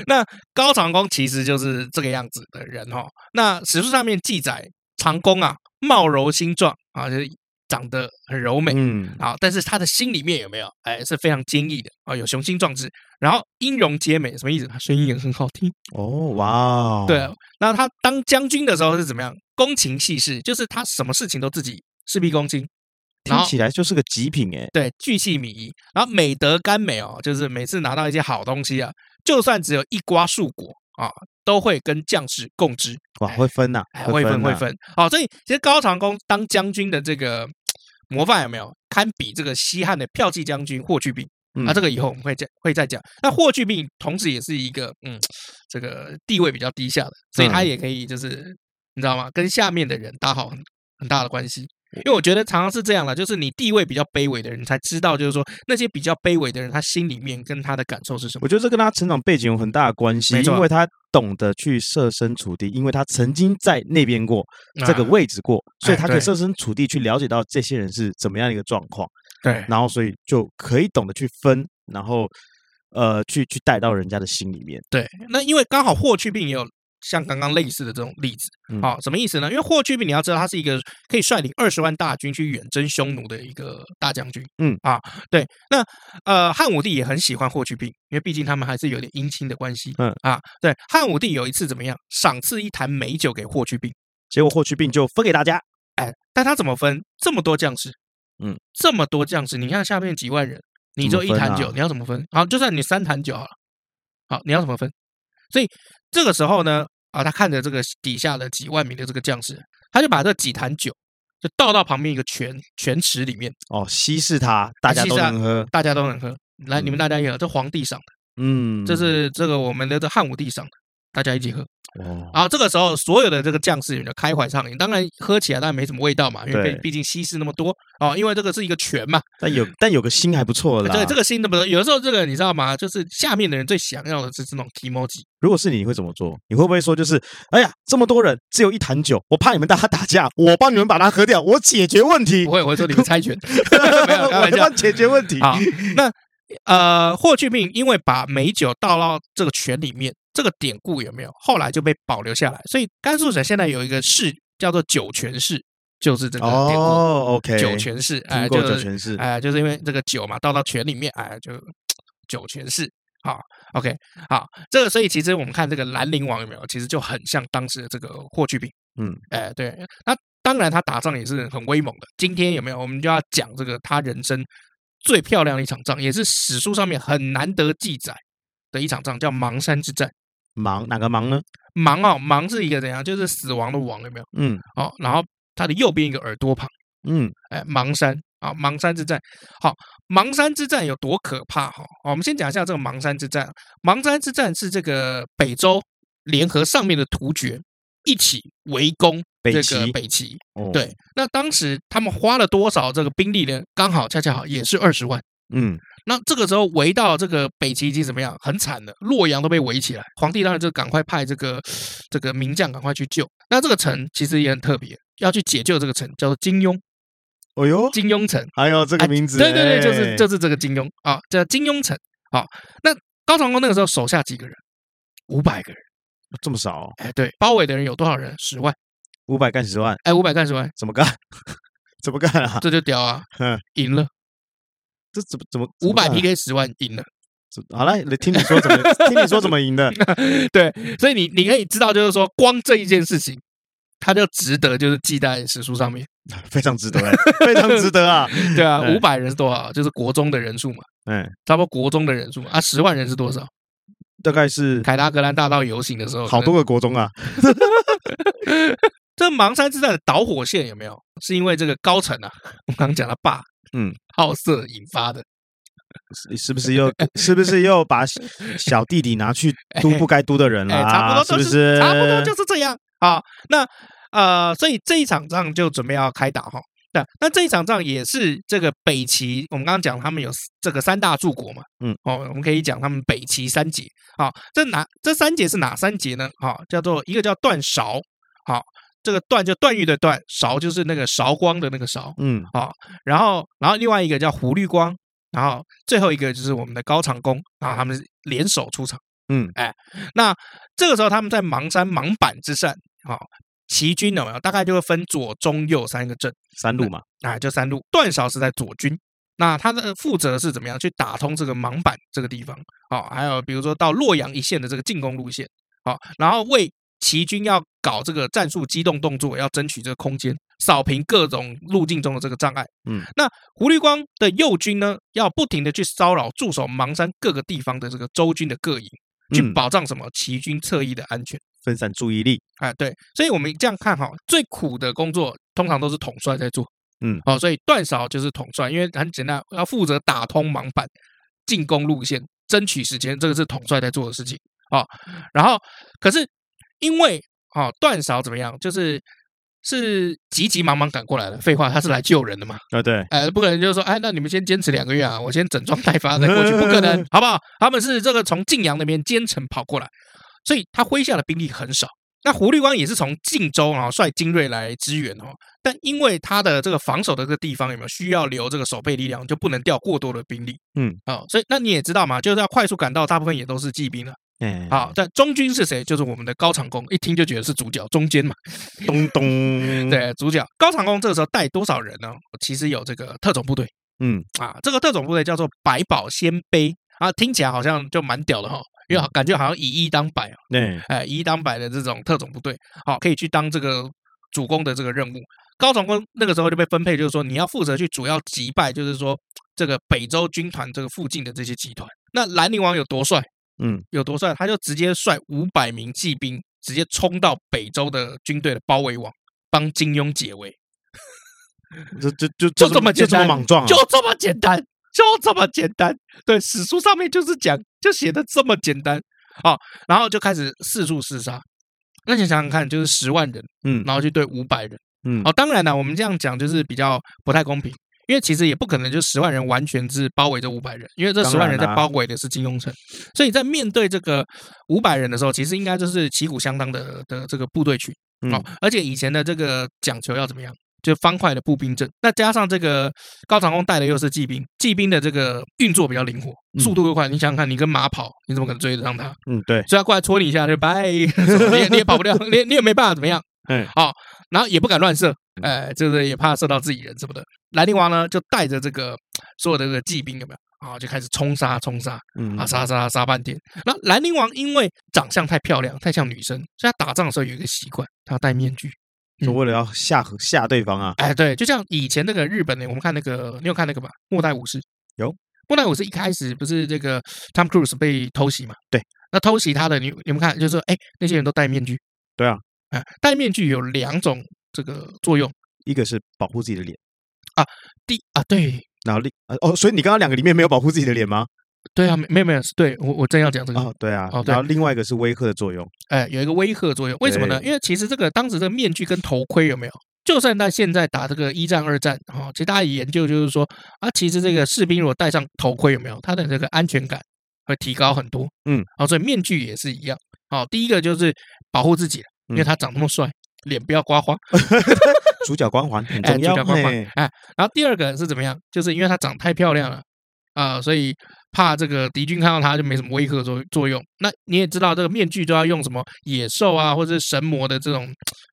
Speaker 1: 那高长恭其实就是这个样子的人哦。那史书上面记载，长恭啊，貌柔心壮啊，就是长得很柔美
Speaker 2: 嗯，
Speaker 1: 啊，但是他的心里面有没有？哎，是非常坚毅的啊，有雄心壮志。然后音容皆美，什么意思？他声音也很好听。
Speaker 2: 哦，哇哦，
Speaker 1: 对，啊那他当将军的时候是怎么样？躬勤细事，就是他什么事情都自己事必躬亲。然
Speaker 2: 听
Speaker 1: 后
Speaker 2: 起来就是个极品哎，
Speaker 1: 对，巨细靡遗。然后美德甘美哦，就是每次拿到一些好东西啊，就算只有一瓜树果啊，都会跟将士共之，
Speaker 2: 哇，会分呐
Speaker 1: 哎，会分
Speaker 2: 呐
Speaker 1: 会，分。好、所以其实高长恭当将军的这个模范有没有，堪比这个西汉的骠骑将军霍去病
Speaker 2: 嗯
Speaker 1: 啊？这个以后我们会讲，会再讲。那霍去病同时也是一个嗯，这个地位比较低下的，所以他
Speaker 2: 嗯
Speaker 1: 也可以就是你知道吗？跟下面的人打好很很大的关系。因为我觉得常常是这样啦，就是你地位比较卑微的人，你才知道，就是说那些比较卑微的人，他心里面跟他的感受是什么
Speaker 2: 我。觉得这跟他成长背景有很大的关系，
Speaker 1: 没错
Speaker 2: 因为他懂得去设身处地，因为他曾经在那边过这个
Speaker 1: 啊
Speaker 2: 位置过，所以
Speaker 1: 哎
Speaker 2: 他可以
Speaker 1: 对
Speaker 2: 设身处地去了解到这些人是怎么样一个状况，
Speaker 1: 对
Speaker 2: 然后所以就可以懂得去分，然后呃去去带到人家的心里面。
Speaker 1: 对，那因为刚好霍去病也有像刚刚类似的这种例子，
Speaker 2: 嗯
Speaker 1: 好、什么意思呢？因为霍去病你要知道，他是一个可以率领二十万大军去远征匈奴的一个大将军，
Speaker 2: 嗯
Speaker 1: 啊，对，那呃汉武帝也很喜欢霍去病，因为毕竟他们还是有点姻亲的关系，
Speaker 2: 嗯
Speaker 1: 啊，对，汉武帝有一次怎么样，赏赐一坛美酒给霍去病，
Speaker 2: 结果霍去病就分给大家，
Speaker 1: 但他怎么分这么多将士？
Speaker 2: 嗯，
Speaker 1: 这么多将士，你看下面几万人，你
Speaker 2: 怎
Speaker 1: 就
Speaker 2: 么
Speaker 1: 一
Speaker 2: 分
Speaker 1: 坛
Speaker 2: 啊
Speaker 1: 酒，你要怎么分？好，就算你三坛酒好了，好，你要怎么分？所以这个时候呢，啊，他看着这个底下的几万名的这个将士，他就把这几坛酒就倒到旁边一个泉泉池里面，
Speaker 2: 哦，稀释它，大家
Speaker 1: 哎稀
Speaker 2: 都
Speaker 1: 释它
Speaker 2: 能喝，
Speaker 1: 大家都能喝。来，你们
Speaker 2: 嗯
Speaker 1: 大家也喝，这皇帝赏的，
Speaker 2: 嗯，
Speaker 1: 这是这个我们的这汉武帝赏的，大家一起喝。
Speaker 2: 哦，
Speaker 1: 然后这个时候，所有的这个酱士就开怀畅饮，当然喝起来当然没什么味道嘛，因为
Speaker 2: 对
Speaker 1: 毕毕竟稀释那么多哦，因为这个是一个泉嘛，
Speaker 2: 但有但有个心还不错啦。
Speaker 1: 哎对，这个心的不是，有的时候这个你知道吗？就是下面的人最想要的是 这种 emoji，
Speaker 2: 如果是你，你会怎么做？你会不会说就是，哎呀，这么多人，只有一坛酒，我怕你们大家 打架，我帮你们把它喝掉，我解决问题
Speaker 1: 不，会，我 会说你们猜 拳，没有开
Speaker 2: 我
Speaker 1: 玩笑
Speaker 2: 帮。解决问题。
Speaker 1: 好，那呃，霍去病因为把美酒倒到这个泉里面，这个典故有没有？后来就被保留下来，所以甘肃省现在有一个市叫做酒泉市，就是这个典故。
Speaker 2: 哦，OK，
Speaker 1: 酒泉市，哎、
Speaker 2: 听
Speaker 1: 就
Speaker 2: 过
Speaker 1: 是
Speaker 2: 酒泉市，
Speaker 1: 哎、就是因为这个酒嘛，倒到泉里面，哎、就酒泉式。好，OK，好，这个所以其实我们看这个兰陵王有没有，其实就很像当时的这个霍去病。
Speaker 2: 嗯，
Speaker 1: 哎、对，那当然他打仗也是很威猛的。今天有没有，我们就要讲这个他人生最漂亮的一场仗，也是史书上面很难得记载的一场仗，叫邙山之战。
Speaker 2: 忙哪个忙呢？
Speaker 1: 邙哦，邙是一个怎样，就是死亡的亡有没有？
Speaker 2: 嗯
Speaker 1: 哦，然后它的右边一个耳朵旁，
Speaker 2: 嗯，
Speaker 1: 哎，邙山啊，邙山之战。好，邙山之战有多可怕哈？好我们先讲一下这个邙山之战。邙山之战是这个北周联合上面的突厥一起围攻
Speaker 2: 北
Speaker 1: 这个
Speaker 2: 齐
Speaker 1: 北齐。
Speaker 2: 哦，
Speaker 1: 对，那当时他们花了多少这个兵力呢？刚好恰恰好也是二十万。
Speaker 2: 嗯，
Speaker 1: 那这个时候围到这个北齐已经怎么样？很惨了，洛阳都被围起来。皇帝当然就赶快派这个这个名将赶快去救。那这个城其实也很特别，要去解救这个城叫做金庸，
Speaker 2: 哦哟，
Speaker 1: 金庸城。
Speaker 2: 还有这个名字，
Speaker 1: 哎对对对，就是
Speaker 2: 哎
Speaker 1: 就是这个金庸啊，叫金庸城。啊，那高长恭那个时候手下几个人？五百个人。
Speaker 2: 这么少，
Speaker 1: 哎，对，包围的人有多少人？十万。
Speaker 2: 五百干十万，
Speaker 1: 哎，五百干十万，
Speaker 2: 怎么干？ 怎么干啊？
Speaker 1: 这就屌 啊
Speaker 2: 嗯！
Speaker 1: 赢了
Speaker 2: 这怎么怎么
Speaker 1: 五百
Speaker 2: 怎么干
Speaker 1: PK 十万，赢了。
Speaker 2: 啊好了，来听你说怎 么听你说怎么赢的，
Speaker 1: 对，所以你你可以知道，就是说，光这一件事情，它就值得就是记在史书上面。
Speaker 2: 非常值得，哎非常值 得啊！
Speaker 1: 对 啊，
Speaker 2: 嗯
Speaker 1: 五百人是多少？就是国中的人数嘛，
Speaker 2: 嗯，
Speaker 1: 差不多国中的人数嘛。啊，十万人是 多少？
Speaker 2: 大概是
Speaker 1: 凯达格兰大道游行的时候，
Speaker 2: 好多个国中啊，
Speaker 1: 这邙山之战的导火线有没有？是因为这个高层啊，我们刚刚讲他爸，
Speaker 2: 嗯，
Speaker 1: 好色引发的。
Speaker 2: 是是不是又是不是又把小弟弟拿 去督不该督的人了
Speaker 1: 哎，差不多
Speaker 2: 啊？是
Speaker 1: 都
Speaker 2: 不是？
Speaker 1: 差不多就是这样啊。那呃，所以这一场仗就准备要开打哈。那那这一场仗也是这个北齐，我们刚刚讲他们有这个三大柱国嘛，
Speaker 2: 嗯，
Speaker 1: 哦，我们可以讲他们北齐三杰啊、这哪这三杰是哪三杰呢？啊、叫做一个叫段韶，好、这个段就段誉的段，韶就是那个韶光的那个韶，
Speaker 2: 嗯，
Speaker 1: 然后然后另外一个叫胡律光，然后最后一个就是我们的高长恭，然后他们是联手出场。
Speaker 2: 嗯，
Speaker 1: 哎，那这个时候他们在邙山邙板之战，好、齐军有没有？大概就会分左、中、右三个阵，
Speaker 2: 三路嘛，
Speaker 1: 啊，就三路。段韶是在左军，那他的负责是怎么样去打通这个邙板这个地方？好、还有比如说到洛阳一线的这个进攻路线，好、然后为齐军要搞这个战术机动动作，要争取这个空间，扫平各种路径中的这个障碍。
Speaker 2: 嗯，
Speaker 1: 那胡律光的右军呢，要不停的去骚扰驻守邙山各个地方的这个周军的各营，去
Speaker 2: 嗯
Speaker 1: 保障什么齐军侧翼的安全。
Speaker 2: 分散注意力，
Speaker 1: 啊，对，所以我们这样看哈，最苦的工作通常都是统帅在做，
Speaker 2: 嗯
Speaker 1: 哦，所以段韶就是统帅，因为很简单，要负责打通盲板、进攻路线、争取时间，这个是统帅在做的事情啊、哦。然后，可是因为啊、哦，段韶怎么样，就是是急急忙忙赶过来的，废话，他是来救人的嘛，
Speaker 2: 啊，对，
Speaker 1: 呃，不可能就是说，哎，那你们先坚持两个月啊，我先整装待发再过去，不可能，好不好？他们是这个从晋阳那边兼程跑过来，所以他麾下的兵力很少。那胡律光也是从晋州啊率精锐来支援哦，但因为他的这个防守的这个地方有没有需要留这个守备力量，就不能调过多的兵力。
Speaker 2: 嗯，
Speaker 1: 哦，所以那你也知道嘛，就是要快速赶到，大部分也都是骑兵了。
Speaker 2: 哎，
Speaker 1: 好，但中军是谁？就是我们的高长恭，一听就觉得是主角，中间嘛。
Speaker 2: 咚咚，，
Speaker 1: 对，主角高长恭这个时候带多少人呢？其实有这个特种部队。
Speaker 2: 嗯，
Speaker 1: 啊，这个特种部队叫做百宝鲜卑啊，听起来好像就蛮屌的哈，因为感觉好像以一当百哦，
Speaker 2: 对，
Speaker 1: 哎，以一当百的这种特种部队，好、可以去当这个主攻的这个任务。高长恭那个时候就被分配，就是说你要负责去主要击败，就是说这个北周军团这个附近的这些集团。那兰陵王有多帅？
Speaker 2: 嗯，
Speaker 1: 有多帅？他就直接率五百名骑兵直接冲到北周的军队的包围网，帮金庸解围。
Speaker 2: 就就就
Speaker 1: 就这么
Speaker 2: 就
Speaker 1: 简
Speaker 2: 这么
Speaker 1: 单，
Speaker 2: 莽撞啊，
Speaker 1: 就这么简单，就这么简单。对，史书上面就是讲，就写的这么简单哦，然后就开始四处厮杀。那你想想看，就是十万人，
Speaker 2: 嗯
Speaker 1: 然后去对五百人，
Speaker 2: 嗯
Speaker 1: 哦，当然了，我们这样讲就是比较不太公平，因为其实也不可能就十万人完全是包围这五百人，因为这
Speaker 2: 当
Speaker 1: 十万人在
Speaker 2: 然啦
Speaker 1: 包围的是金庸城，所以在面对这个五百人的时候，其实应该就是旗鼓相当的的这个部队群
Speaker 2: 嗯
Speaker 1: 哦，而且以前的这个讲求要怎么样？就方块的步兵阵，那加上这个高长恭带的又是骑兵，骑兵的这个运作比较灵活，
Speaker 2: 嗯
Speaker 1: 速度又快。你想想看，你跟马跑，你怎么可能追得上他？
Speaker 2: 嗯，对，
Speaker 1: 所以他过来戳你一下就拜， 你也你也跑不掉， 你也你也没办法怎么样。
Speaker 2: 嗯，
Speaker 1: 好，然后也不敢乱射，哎，就是也怕射到自己人什么的。兰陵王呢，就带着这个所有的这个骑兵有没有啊，就开始冲杀冲杀
Speaker 2: 嗯
Speaker 1: 啊，杀杀杀半天。那兰陵王因为长相太漂亮，太像女生，所以他打仗的时候有一个习惯，他要戴面具。
Speaker 2: 就为了要吓吓对方啊，
Speaker 1: 哎，对，就像以前那个日本的，我们看那个，你有看那个吧？《末代武士》
Speaker 2: 有
Speaker 1: 《末代武士》一开始不是这个 Tom Cruise 被偷袭嘛？
Speaker 2: 对，
Speaker 1: 那偷袭他的你你们看，就是说，哎，那些人都戴面具。
Speaker 2: 对啊，
Speaker 1: 哎，戴面具有两种这个作用。
Speaker 2: 一个是保护自己的脸，
Speaker 1: 第啊，对
Speaker 2: 然后另呃哦，所以你刚刚两个里面没有保护自己的脸吗？
Speaker 1: 对啊，没没有没有，对我我正要讲这个
Speaker 2: 哦，对啊
Speaker 1: 哦，对
Speaker 2: 然后另外一个是威吓的作用，
Speaker 1: 哎，有一个威吓作用。为什么呢？
Speaker 2: 对
Speaker 1: 因为其实这个当时这个面具跟头盔有没有？就算在现在打这个一战、二战啊、哦，其实大家也研究就是说啊，其实这个士兵如果戴上头盔有没有，他的这个安全感会提高很多。
Speaker 2: 嗯，
Speaker 1: 哦，所以面具也是一样。哦，第一个就是保护自己，因为
Speaker 2: 嗯
Speaker 1: 他长那么帅，脸不要刮花，
Speaker 2: 主角光环很
Speaker 1: 哎，
Speaker 2: 重
Speaker 1: 主
Speaker 2: 要
Speaker 1: 角光环
Speaker 2: 嘿，
Speaker 1: 哎。然后第二个是怎么样？就是因为他长太漂亮了啊、所以怕这个敌军看到他就没什么威吓作作用。那你也知道，这个面具都要用什么野兽啊，或者是神魔的这种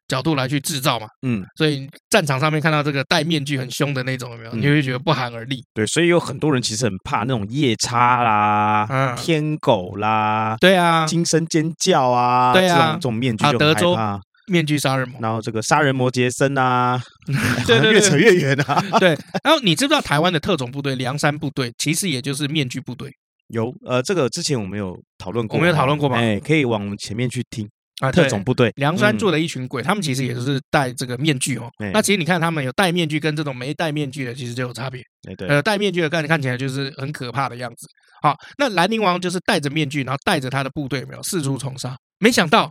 Speaker 1: 角度来去制造嘛。
Speaker 2: 嗯，
Speaker 1: 所以战场上面看到这个戴面具很凶的那种，有没有？
Speaker 2: 嗯
Speaker 1: 你会觉得不寒而栗。
Speaker 2: 对，所以有很多人其实很怕那种夜叉啦、
Speaker 1: 嗯
Speaker 2: 天狗啦、
Speaker 1: 对啊，
Speaker 2: 惊声尖叫啊，
Speaker 1: 对啊
Speaker 2: 这种这种面具
Speaker 1: 啊
Speaker 2: 就
Speaker 1: 德
Speaker 2: 很害
Speaker 1: 州
Speaker 2: 怕。
Speaker 1: 面具杀人魔。
Speaker 2: 然后这个杀人魔杰森啊，哎
Speaker 1: 对
Speaker 2: 好像
Speaker 1: 对
Speaker 2: 越
Speaker 1: 对
Speaker 2: 扯越远啊。
Speaker 1: 对，然后你知不知道台湾的特种部队梁山部队其实也就是面具部队
Speaker 2: 有呃，这个之前我们有讨论过，
Speaker 1: 我们有讨论过吗
Speaker 2: 哎，可以往我们前面去听。
Speaker 1: 啊？
Speaker 2: 特
Speaker 1: 对
Speaker 2: 种部队
Speaker 1: 梁山
Speaker 2: 嗯
Speaker 1: 做的一群鬼，他们其实也是戴这个面具哦
Speaker 2: 对。
Speaker 1: 那其实你看他们有戴面具跟这种没戴面具的，其实就有差别。
Speaker 2: 哎对，
Speaker 1: 呃，戴面具的看看起来就是很可怕的样子。好，那兰陵王就是戴着面具，然后带着他的部队有没有四处冲杀，没想到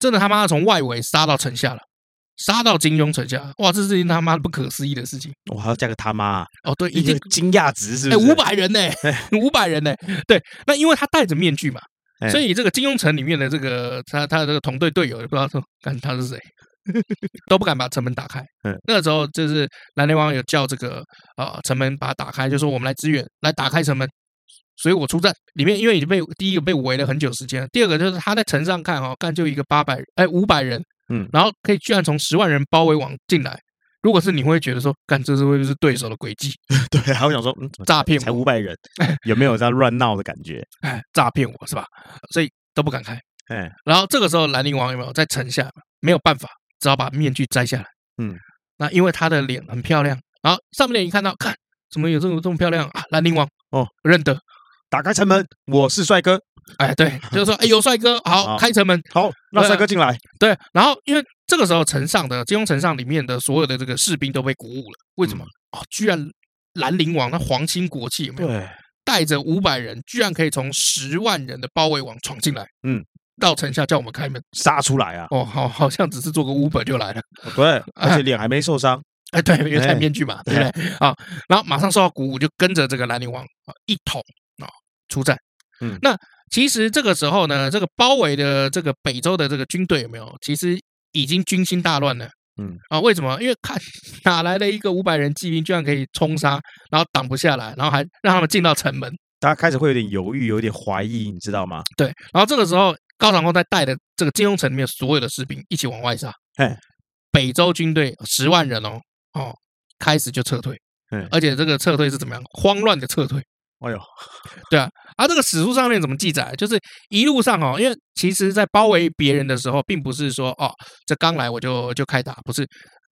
Speaker 1: 真的他妈的从外围杀到城下了，杀到金庸城下，哇，这是一件他妈不可思议的事情。
Speaker 2: 我还要加个他妈啊，
Speaker 1: 哦，对，已
Speaker 2: 一
Speaker 1: 经
Speaker 2: 个惊讶值是
Speaker 1: 哎，
Speaker 2: 不是？
Speaker 1: 五百人呢、 五百人呢、对，那因为他戴着面具嘛，
Speaker 2: 哎
Speaker 1: 所以这个金庸城里面的这个他他的这个同队队友也不知道说看他是谁， 都不敢把城门打开
Speaker 2: 嗯。
Speaker 1: 那个时候就是兰陵王有叫这个呃城门把它打开，就说我们来支援，来打开城门。所以我出战里面，因为已经被第一个被围了很久时间了，第二个就是他在城上看哦，看就一个八百哎五百人，
Speaker 2: 嗯
Speaker 1: 然后可以居然从十万人包围网进来。如果是你会觉得说，干这是会不会是对手的诡计，
Speaker 2: 对啊，我想说，嗯，怎么
Speaker 1: 诈骗
Speaker 2: 才
Speaker 1: 我
Speaker 2: 五百人，有没有在乱闹的感觉？
Speaker 1: 哎，诈骗我是吧？所以都不敢开。
Speaker 2: 哎，
Speaker 1: 然后这个时候，兰陵王有没有在城下？没有办法，只好把面具摘下来。
Speaker 2: 嗯，
Speaker 1: 那因为她的脸很漂亮，然后上面的人一看到，看怎么有这种这么漂亮啊？兰陵王
Speaker 2: 哦，
Speaker 1: 认得。
Speaker 2: 打开城门，我是帅哥，
Speaker 1: 哎， 对，就是说，哎，有帅哥，好，
Speaker 2: 好
Speaker 1: 开城门。
Speaker 2: 好，让帅哥进来。
Speaker 1: 对，啊然后因为这个时候，城上的金庸城上里面的所有的这个士兵都被鼓舞了。为什么？
Speaker 2: 嗯
Speaker 1: 哦，居然兰陵王那皇亲国戚有没有？
Speaker 2: 对，
Speaker 1: 带着五百人，居然可以从十万人的包围网闯进来。
Speaker 2: 嗯，
Speaker 1: 到城下叫我们开门。
Speaker 2: 杀出来啊！
Speaker 1: 哦，好，好像只是做个 Uber 就来了。
Speaker 2: 对， 而且脸还没受伤。
Speaker 1: 哎，对，因为戴
Speaker 2: 哎
Speaker 1: 面具嘛，对不对？啊，然后马上受到鼓舞，就跟着这个兰陵王啊一同啊出战。
Speaker 2: 嗯
Speaker 1: 那其实这个时候呢，这个包围的这个北周的这个军队有没有？其实已经军心大乱了。
Speaker 2: 嗯
Speaker 1: 啊，为什么？因为看哪来的一个五百人骑兵，居然可以冲杀，然后挡不下来，然后还让他们进到城门。
Speaker 2: 大家开始会有点犹豫，有点怀疑，你知道吗？
Speaker 1: 对，然后这个时候高长恭在带的这个金庸城里面所有的士兵一起往外杀
Speaker 2: 嘿，
Speaker 1: 北周军队十万人哦，哦，开始就撤退
Speaker 2: 嗯，
Speaker 1: 而且这个撤退是怎么样？慌乱的撤退。
Speaker 2: 哎呦，
Speaker 1: 而这个史书上面怎么记载？啊就是一路上哦，因为其实，在包围别人的时候，并不是说哦，这刚来我就就开打，不是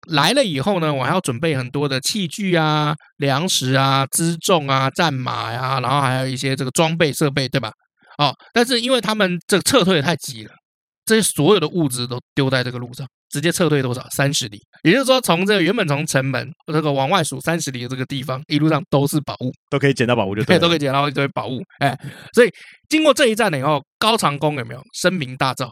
Speaker 1: 来了以后呢，我还要准备很多的器具啊、粮食啊、辎重啊、战马呀、然后还有一些这个装备设备，对吧？哦，但是因为他们这个撤退的太急了，这些所有的物资都丢在这个路上，直接撤退多少？三十里，也就是说，从这个原本从城门这个往外数三十里的这个地方，一路上都是宝物。
Speaker 2: 都可以捡到宝物就对
Speaker 1: 对，
Speaker 2: 了，
Speaker 1: 都可以捡到一堆宝物。哎，所以经过这一战了以后，高长恭有没有声名大 噪？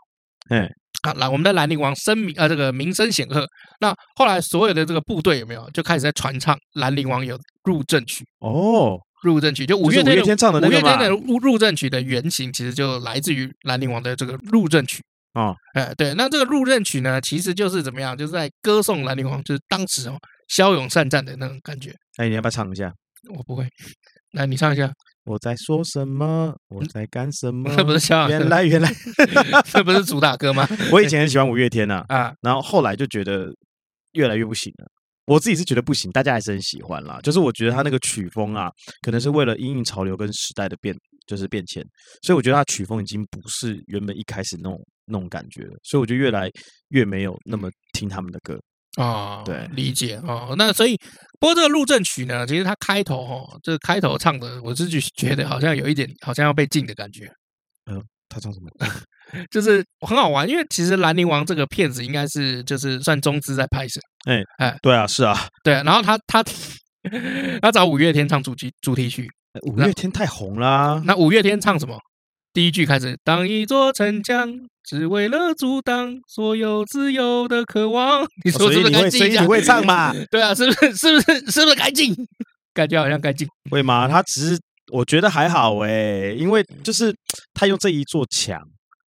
Speaker 2: 哎，
Speaker 1: 啊，来，我们的兰陵王声名呃，这个名声显赫。那后来所有的这个部队有没有就开始在传唱兰陵王有入阵曲？
Speaker 2: 哦，
Speaker 1: 入阵曲就五
Speaker 2: 就是
Speaker 1: 月天
Speaker 2: 五月天唱的那
Speaker 1: 五
Speaker 2: 个
Speaker 1: 月天
Speaker 2: 嘛
Speaker 1: 的入入阵曲的原型，其实就来自于兰陵王的这个入阵曲。
Speaker 2: 哦，
Speaker 1: 哎，对，那这个入阵曲呢，其实就是怎么样，就是在歌颂兰陵王，就是当时哦骁勇善战的那种感觉。
Speaker 2: 哎，你要不要唱一下？
Speaker 1: 我不会，来你唱一下，
Speaker 2: 我在说什么？我在干什么？
Speaker 1: 嗯 那不是骁勇善
Speaker 2: 嗯原
Speaker 1: 战，
Speaker 2: 来 原来，
Speaker 1: 这不是主打歌吗？
Speaker 2: 我以前很喜欢五月天呐、啊，
Speaker 1: 啊，
Speaker 2: 然后后来就觉得越来越不行了。我自己是觉得不行，大家还是很喜欢啦。就是我觉得他那个曲风啊，可能是为了因应潮流跟时代的变，就是变迁，所以我觉得他曲风已经不是原本一开始那种那种感觉了。所以我就越来越没有那么听他们的歌。
Speaker 1: 哦，
Speaker 2: 对
Speaker 1: 理解哦。那所以，不过这个入阵曲呢，其实它开头哦，这个开头唱的，我自己觉得好像有一点好像要被禁的感觉。
Speaker 2: 嗯，他唱什么？
Speaker 1: 就是很好玩，因为其实《兰陵王》这个片子应该是就是算中资在拍摄，
Speaker 2: 对啊，是啊，
Speaker 1: 对，然后他 他他找五月天唱主题主题曲，
Speaker 2: 哎五
Speaker 1: 那
Speaker 2: 月天太红啦，
Speaker 1: 那五月天唱什么？第一句开始，当一座城墙，只为了阻挡所有自由的渴望。你说
Speaker 2: 哦所
Speaker 1: 是
Speaker 2: 以
Speaker 1: 不是
Speaker 2: 你
Speaker 1: 该
Speaker 2: 会，
Speaker 1: 进
Speaker 2: 所
Speaker 1: 一
Speaker 2: 以
Speaker 1: 下
Speaker 2: 你？会唱嘛？
Speaker 1: 对啊，是不是？是不是？是不是该进？感觉好像该进。
Speaker 2: 会吗？他只是我觉得还好诶、因为就是他用这一座墙，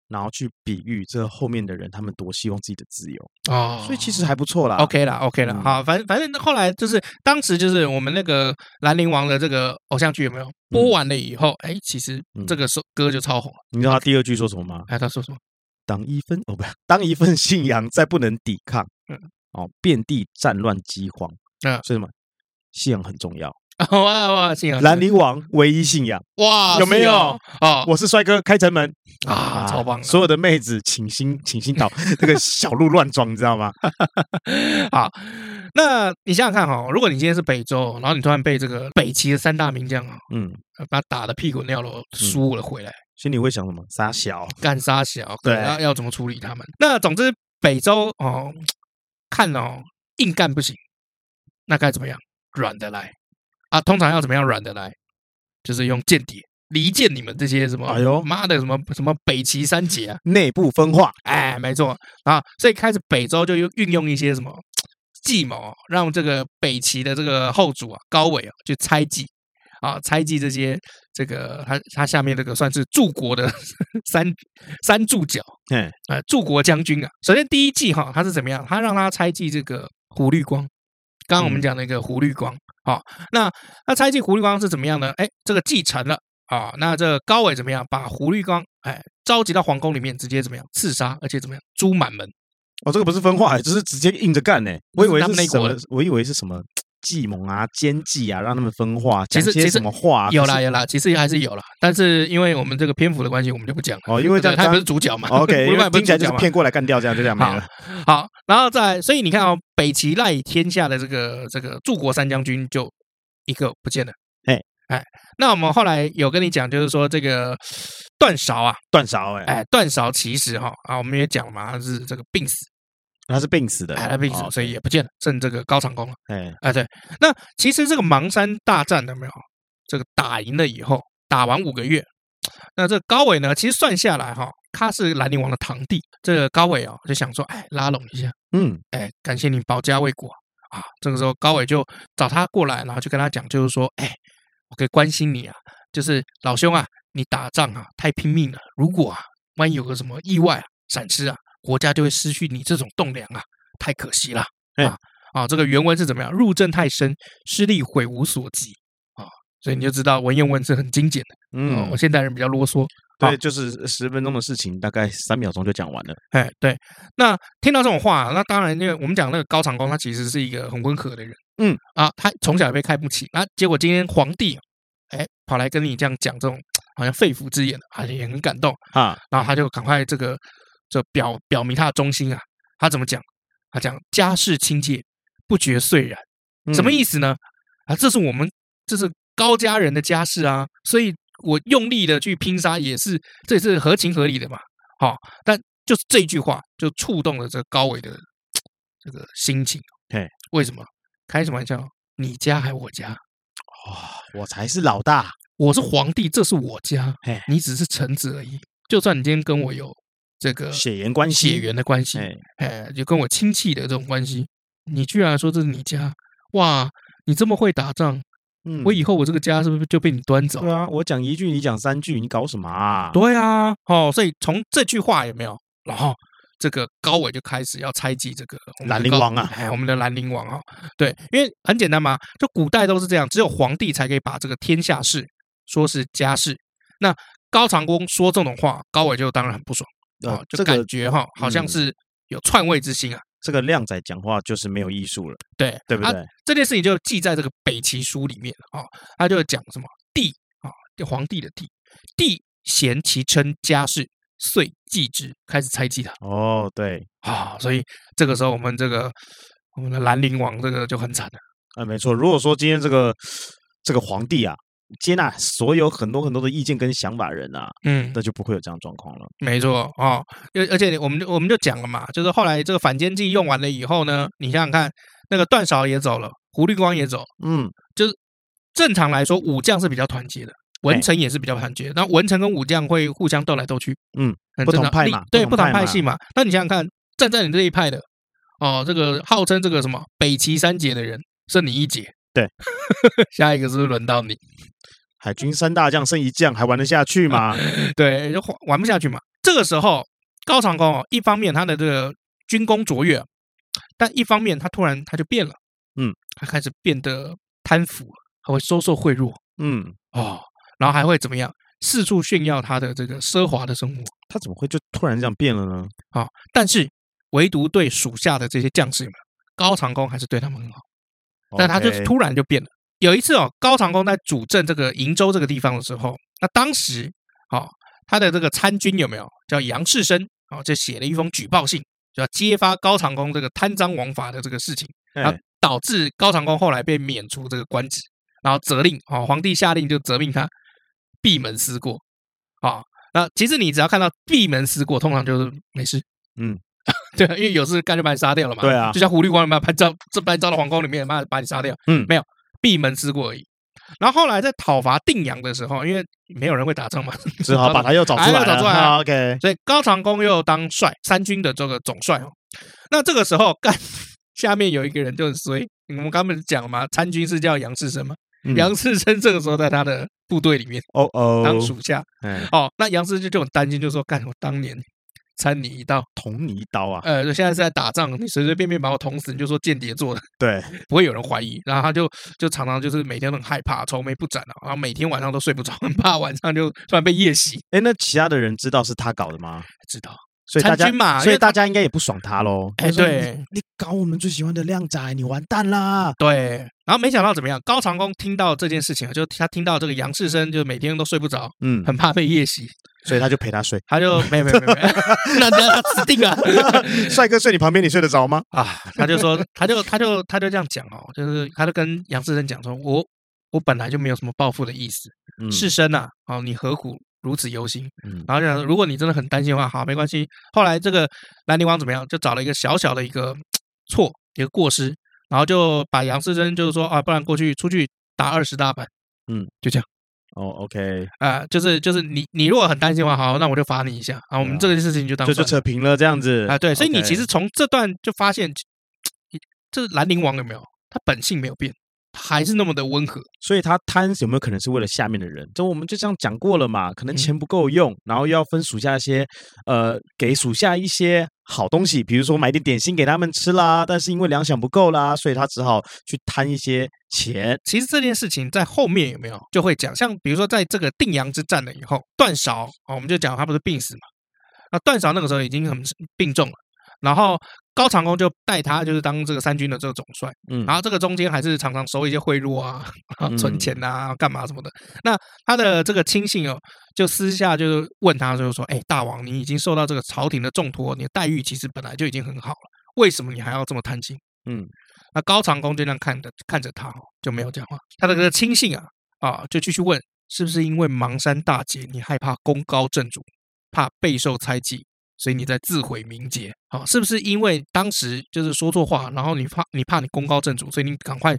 Speaker 2: 然后去比喻这后面的人，他们多希望自己的自由，
Speaker 1: 哦
Speaker 2: 所以其实还不错啦。
Speaker 1: OK 啦，OK 啦，
Speaker 2: 嗯
Speaker 1: 好，反正反正后来就是当时就是我们那个《兰陵王》的这个偶像剧有没有播完了以后，哎、其实
Speaker 2: 嗯
Speaker 1: 这个首歌就超红了。
Speaker 2: 你知道他第二句说什么吗？
Speaker 1: 哎，他说什么？
Speaker 2: 当一份哦不，当一份信仰再不能抵抗，
Speaker 1: 嗯
Speaker 2: 哦，遍地战乱饥荒，
Speaker 1: 嗯
Speaker 2: 所以什么？信仰很重要，
Speaker 1: 哇哇，信仰
Speaker 2: 兰陵王唯一信仰。
Speaker 1: 哇，
Speaker 2: 有没
Speaker 1: 是
Speaker 2: 有
Speaker 1: 哦？哦，
Speaker 2: 我是帅哥，开城门
Speaker 1: 啊超棒的
Speaker 2: 所有的妹子，请新请 新岛那个小鹿乱撞，你知道吗？
Speaker 1: 好，那你想想看哈、如果你今天是北周，然后你突然被这个北齐的三大名将啊，
Speaker 2: 嗯，
Speaker 1: 把他打的屁滚尿流，输了回来，
Speaker 2: 心里会想什么？傻小，
Speaker 1: 干杀小，
Speaker 2: 对
Speaker 1: 要要怎么处理他们？那总之北周哦，看哦，硬干不行，那该怎么样？软的来啊，通常要怎么样软的来？就是用间谍离间你们这些什么，
Speaker 2: 哎呦
Speaker 1: 妈的什么什么北齐三杰啊，
Speaker 2: 内部分化，
Speaker 1: 哎，没错啊，所以开始北周就用运用一些什么计谋，让这个北齐的这个后主啊高纬啊去猜忌啊，猜忌这些这个他他下面这个算是柱国的 三三柱角，
Speaker 2: 哎，
Speaker 1: 呃，柱国将军啊。首先第一计哈，他是怎么样？他让他猜忌这个胡律光，刚刚我们
Speaker 2: 嗯
Speaker 1: 讲那个胡律光，好，那那猜忌胡律光是怎么样呢？哎，这个继承了啊，那这高伟怎么样？把胡律光哎召集到皇宫里面，直接怎么样刺杀，而且怎么样诛满门？
Speaker 2: 哦，这个不是分化，这是直接硬着干呢。哎我以为
Speaker 1: 他
Speaker 2: 是
Speaker 1: 们那
Speaker 2: 什
Speaker 1: 国
Speaker 2: 么
Speaker 1: 的？
Speaker 2: 我以为是什么计谋啊、奸计啊，让他们分化，
Speaker 1: 其
Speaker 2: 讲
Speaker 1: 实
Speaker 2: 些
Speaker 1: 其实
Speaker 2: 什么话啊？
Speaker 1: 有
Speaker 2: 可
Speaker 1: 啦
Speaker 2: 是
Speaker 1: 有啦，其实还是有啦，但是因为我们这个篇幅的关系，我们就不讲了。
Speaker 2: 哦，因为这
Speaker 1: 对
Speaker 2: 样
Speaker 1: 他也不是
Speaker 2: 刚哦
Speaker 1: 主角嘛
Speaker 2: OK，
Speaker 1: 胡律
Speaker 2: 因
Speaker 1: 光
Speaker 2: 为
Speaker 1: 也不
Speaker 2: 听
Speaker 1: 是主
Speaker 2: 起来就
Speaker 1: 角
Speaker 2: 是
Speaker 1: 嘛。
Speaker 2: 骗过来干掉，这样就啊这样没了。
Speaker 1: 好，然后再所以你看哦，北齐赖以天下的这个这个柱国三将军就一个不见了。
Speaker 2: 哎
Speaker 1: 哎，那我们后来有跟你讲，就是说这个段韶啊，
Speaker 2: 段韶哎，
Speaker 1: 哎，段韶其实哈、啊，我们也讲了嘛，他是这个病死，
Speaker 2: 他是病死的，
Speaker 1: 哎，他病死，
Speaker 2: 哦
Speaker 1: 所以也不见了，剩这个高长恭了。
Speaker 2: 哎，
Speaker 1: 哎，对，那其实这个邙山大战有没有？这个打赢了以后，打完五个月，那这高伟呢，其实算下来哈、他是兰陵王的堂弟，这个高伟哦，就想说，哎，拉拢一下。
Speaker 2: 嗯，
Speaker 1: 哎，感谢你保家卫国啊！这个时候高伟就找他过来，然后就跟他讲，就是说，哎，我可以关心你啊，就是老兄啊，你打仗啊太拼命了，如果啊万一有个什么意外啊、闪失啊，国家就会失去你这种栋梁啊，太可惜了
Speaker 2: 哎
Speaker 1: 啊啊！这个原文是怎么样？入阵太深，失利悔无所及啊！所以你就知道文言文是很精简的，哦
Speaker 2: 嗯
Speaker 1: 我，现代人比较啰嗦，好
Speaker 2: 对，就是十分钟的事情，大概三秒钟就讲完了。
Speaker 1: 哎，对，那听到这种话，那当然，那个我们讲那个高长恭，他其实是一个很温和的人，
Speaker 2: 嗯
Speaker 1: 啊，他从小也被看不起，那、结果今天皇帝，哎，跑来跟你这样讲这种好像肺腑之言，啊，也很感动，
Speaker 2: 哈，
Speaker 1: 然后他就赶快这个就表表明他的忠心啊，他怎么讲？他讲家世亲切，不觉遂然，什么
Speaker 2: 思？
Speaker 1: 意思呢？啊，这是我们这是高家人的家事啊，所以我用力的去拼杀也是，这也是合情合理的嘛。好、但就是这句话就触动了这高伟的这个心情。
Speaker 2: 嘿，
Speaker 1: 为什么？开什么玩笑？你家还我家，
Speaker 2: 哇，我才是老大。
Speaker 1: 我是皇帝，这是我家
Speaker 2: 嘿，
Speaker 1: 你只是臣子而已。就算你今天跟我有这个
Speaker 2: 血缘关系
Speaker 1: 呃血缘的关系，
Speaker 2: 哎，
Speaker 1: 哎，就跟我亲戚的这种关系，你居然说这是你家，哇，你这么会打仗，
Speaker 2: 嗯
Speaker 1: 我以后我这个家是不是就被你端走？
Speaker 2: 对啊，我讲一句，你讲三句，你搞什么啊？
Speaker 1: 对啊，哦，所以从这句话有没有，然后这个高伟就开始要猜忌这个我们的
Speaker 2: 兰陵
Speaker 1: 高
Speaker 2: 王啊
Speaker 1: 哎，我们的兰陵王啊、对，因为很简单嘛，就古代都是这样，只有皇帝才可以把这个天下事说是家事。那高长恭说这种话，高伟就当然很不爽
Speaker 2: 呃
Speaker 1: 哦，就
Speaker 2: 这个
Speaker 1: 感觉哈、好像
Speaker 2: 嗯
Speaker 1: 是有篡位之心啊。
Speaker 2: 这个靓仔讲话就是没有艺术了，
Speaker 1: 对，
Speaker 2: 对不
Speaker 1: 啊
Speaker 2: 对？
Speaker 1: 这件事情就记在这个北齐书里面啊、哦，他就讲什么帝啊、就皇帝的帝，帝贤其称家事，遂忌之，开始猜忌他
Speaker 2: 哦，对，
Speaker 1: 啊、所以这个时候我们这个我们的兰陵王这个就很惨了，
Speaker 2: 啊，没错。如果说今天这个这个皇帝啊，接纳所有很多很多的意见跟想法人啊，
Speaker 1: 嗯，
Speaker 2: 那就不会有这样的状况了。
Speaker 1: 没错哦，而而且我们就我们就讲了嘛，就是后来这个反间计用完了以后呢，你想想看，那个段韶也走了，胡律光也走，
Speaker 2: 嗯，
Speaker 1: 正常来说武将是比较团结的，文
Speaker 2: 哎
Speaker 1: 臣也是比较团结，那文臣跟武将会互相斗来斗去，
Speaker 2: 嗯，
Speaker 1: 很
Speaker 2: 不
Speaker 1: 正常
Speaker 2: 同派
Speaker 1: 你
Speaker 2: 嘛
Speaker 1: 对，
Speaker 2: 不
Speaker 1: 不
Speaker 2: 同
Speaker 1: 同
Speaker 2: 派
Speaker 1: 派
Speaker 2: 嘛
Speaker 1: 系嘛。那你想想看，站在你这一派的，哦，这个号称这个什么北齐三杰的人，剩你一杰，
Speaker 2: 对，
Speaker 1: 下一个是不是轮到你？
Speaker 2: 海军三大将剩一将，还玩得下 去吗？
Speaker 1: 对，就玩玩不下去嘛。这个时候，高长恭哦，一方面他的这个军功卓越，但一方面他突然他就变了，
Speaker 2: 嗯，
Speaker 1: 他开始变得贪腐了，还会收受贿赂
Speaker 2: 嗯，
Speaker 1: 哦，然后还会怎么样？四处炫耀他的这个奢华的生活
Speaker 2: 他怎么会就突然这样变了呢？
Speaker 1: 啊、哦但是唯独对属下的这些将士们，高长恭还是对他们很好，但他就是
Speaker 2: ，OK
Speaker 1: 突然就变了。有一次哦，高长恭在主政这个瀛州这个地方的时候，那当时哦，他的这个参军有没有叫杨士生哦，就写了一封举报信，就要揭发高长恭这个贪赃枉法的这个事情，然后
Speaker 2: 哎
Speaker 1: 导致高长恭后来被免除这个官职，然后责令哦，皇帝下令就责令他闭门思过啊、哦。那其实你只要看到闭门思过，通常就是没事。
Speaker 2: 嗯，
Speaker 1: 对，啊因为有事干就把你杀掉了嘛。
Speaker 2: 对啊
Speaker 1: 就像狐狸光，把拍照，这把你招到皇宫里面，妈把你杀掉。
Speaker 2: 嗯
Speaker 1: 没有闭门思过而已。然后后来在讨伐定阳的时候，因为没有人会打仗嘛，
Speaker 2: 只好把他又找出
Speaker 1: 哎又
Speaker 2: 来了。
Speaker 1: 找出来了
Speaker 2: 啊 OK，
Speaker 1: 所以高长恭又当帅，三军的这个总帅哦。那这个时候，干 下面有一个人就很衰，嗯我们刚刚讲了嘛，参军是叫杨士生嘛，
Speaker 2: 嗯
Speaker 1: 杨士生这个时候在他的部队里面
Speaker 2: 哦哦，
Speaker 1: 当属下
Speaker 2: 哎，
Speaker 1: 哦，那杨士生就很担心，就说干我当年参你一道，
Speaker 2: 捅你一刀啊！
Speaker 1: 呃，现在是在打仗，你随随便便把我捅死，你就说间谍做的，
Speaker 2: 对，
Speaker 1: 不会有人怀疑。然后他就就常常就是每天都很害怕，愁眉不展啊，然后每天晚上都睡不着， 很怕晚上就突然被夜袭。
Speaker 2: 哎，那其他的人知道是他搞的吗？
Speaker 1: 知道，
Speaker 2: 所以大
Speaker 1: 参
Speaker 2: 家
Speaker 1: 军嘛因
Speaker 2: 所
Speaker 1: 为
Speaker 2: 以
Speaker 1: 他
Speaker 2: 大家应该也不爽他喽。
Speaker 1: 哎
Speaker 2: 就说
Speaker 1: 对
Speaker 2: 你你搞我们最喜欢的靓仔，你完蛋啦！
Speaker 1: 对。然后没想到怎么样，高长恭听到这件事情，就他听到这个杨士生就每天都睡不着，
Speaker 2: 嗯，
Speaker 1: 很怕被夜袭，
Speaker 2: 所以他就陪他睡。
Speaker 1: 他就没有没有没有，没有那那他死定了。
Speaker 2: 帅哥睡你旁边，你睡得着吗？
Speaker 1: 啊，他就说，他就他就他就这样讲哦，就是他就跟杨士生讲说，我我本来就没有什么报复的意思，
Speaker 2: 嗯
Speaker 1: 士生啊，哦，你何苦如此忧心？
Speaker 2: 嗯
Speaker 1: 然后就想说，如果你真的很担心的话，好，没关系。后来这个兰陵王怎么样，就找了一个小小的一个错，一个过失，然后就把杨士生就是说啊，不然过去出去打二十大板，
Speaker 2: 嗯，
Speaker 1: 就这样
Speaker 2: 哦，OK，
Speaker 1: 啊、就是就是你你如果很担心的话，好，那我就罚你一下啊，我们
Speaker 2: 对啊
Speaker 1: 这个事情就当
Speaker 2: 就就
Speaker 1: 算了
Speaker 2: 扯平了这样子
Speaker 1: 啊，对，所以你
Speaker 2: OK
Speaker 1: 其实从这段就发现，这兰陵王有没有他本性没有变，他还是那么的温和。
Speaker 2: 所以他贪有没有可能是为了下面的人？这我们就这样讲过了嘛，可能
Speaker 1: 嗯
Speaker 2: 钱不够用，然后又要分属下一些，呃，给属下一些好东西，比如说买点点心给他们吃啦。但是因为粮饷不够啦，所以他只好去贪一些钱。
Speaker 1: 其实这件事情在后面有没有就会讲，像比如说在这个定阳之战了以后，段韶哦，我们就讲他不是病死嘛，那段韶那个时候已经很病重了，然后高长恭就带他就是当这个三军的这个总帅，
Speaker 2: 嗯
Speaker 1: 然后这个中间还是常常收一些贿赂啊，然后存
Speaker 2: 嗯
Speaker 1: 钱啊，干嘛什么的。那他的这个亲信哦，就私下就问他，就是说，哎，大王，你已经受到这个朝廷的重托，你的待遇其实本来就已经很好了，为什么你还要这么贪心？
Speaker 2: 嗯，
Speaker 1: 那高长恭就这样看着看着他、哦，就没有讲话。他的这个亲信啊啊，就继续问，是不是因为邙山大捷，你害怕功高震主，怕备受猜忌，所以你在自毁名节？啊，是不是因为当时就是说错话，然后你怕你怕你功高震主，所以你赶快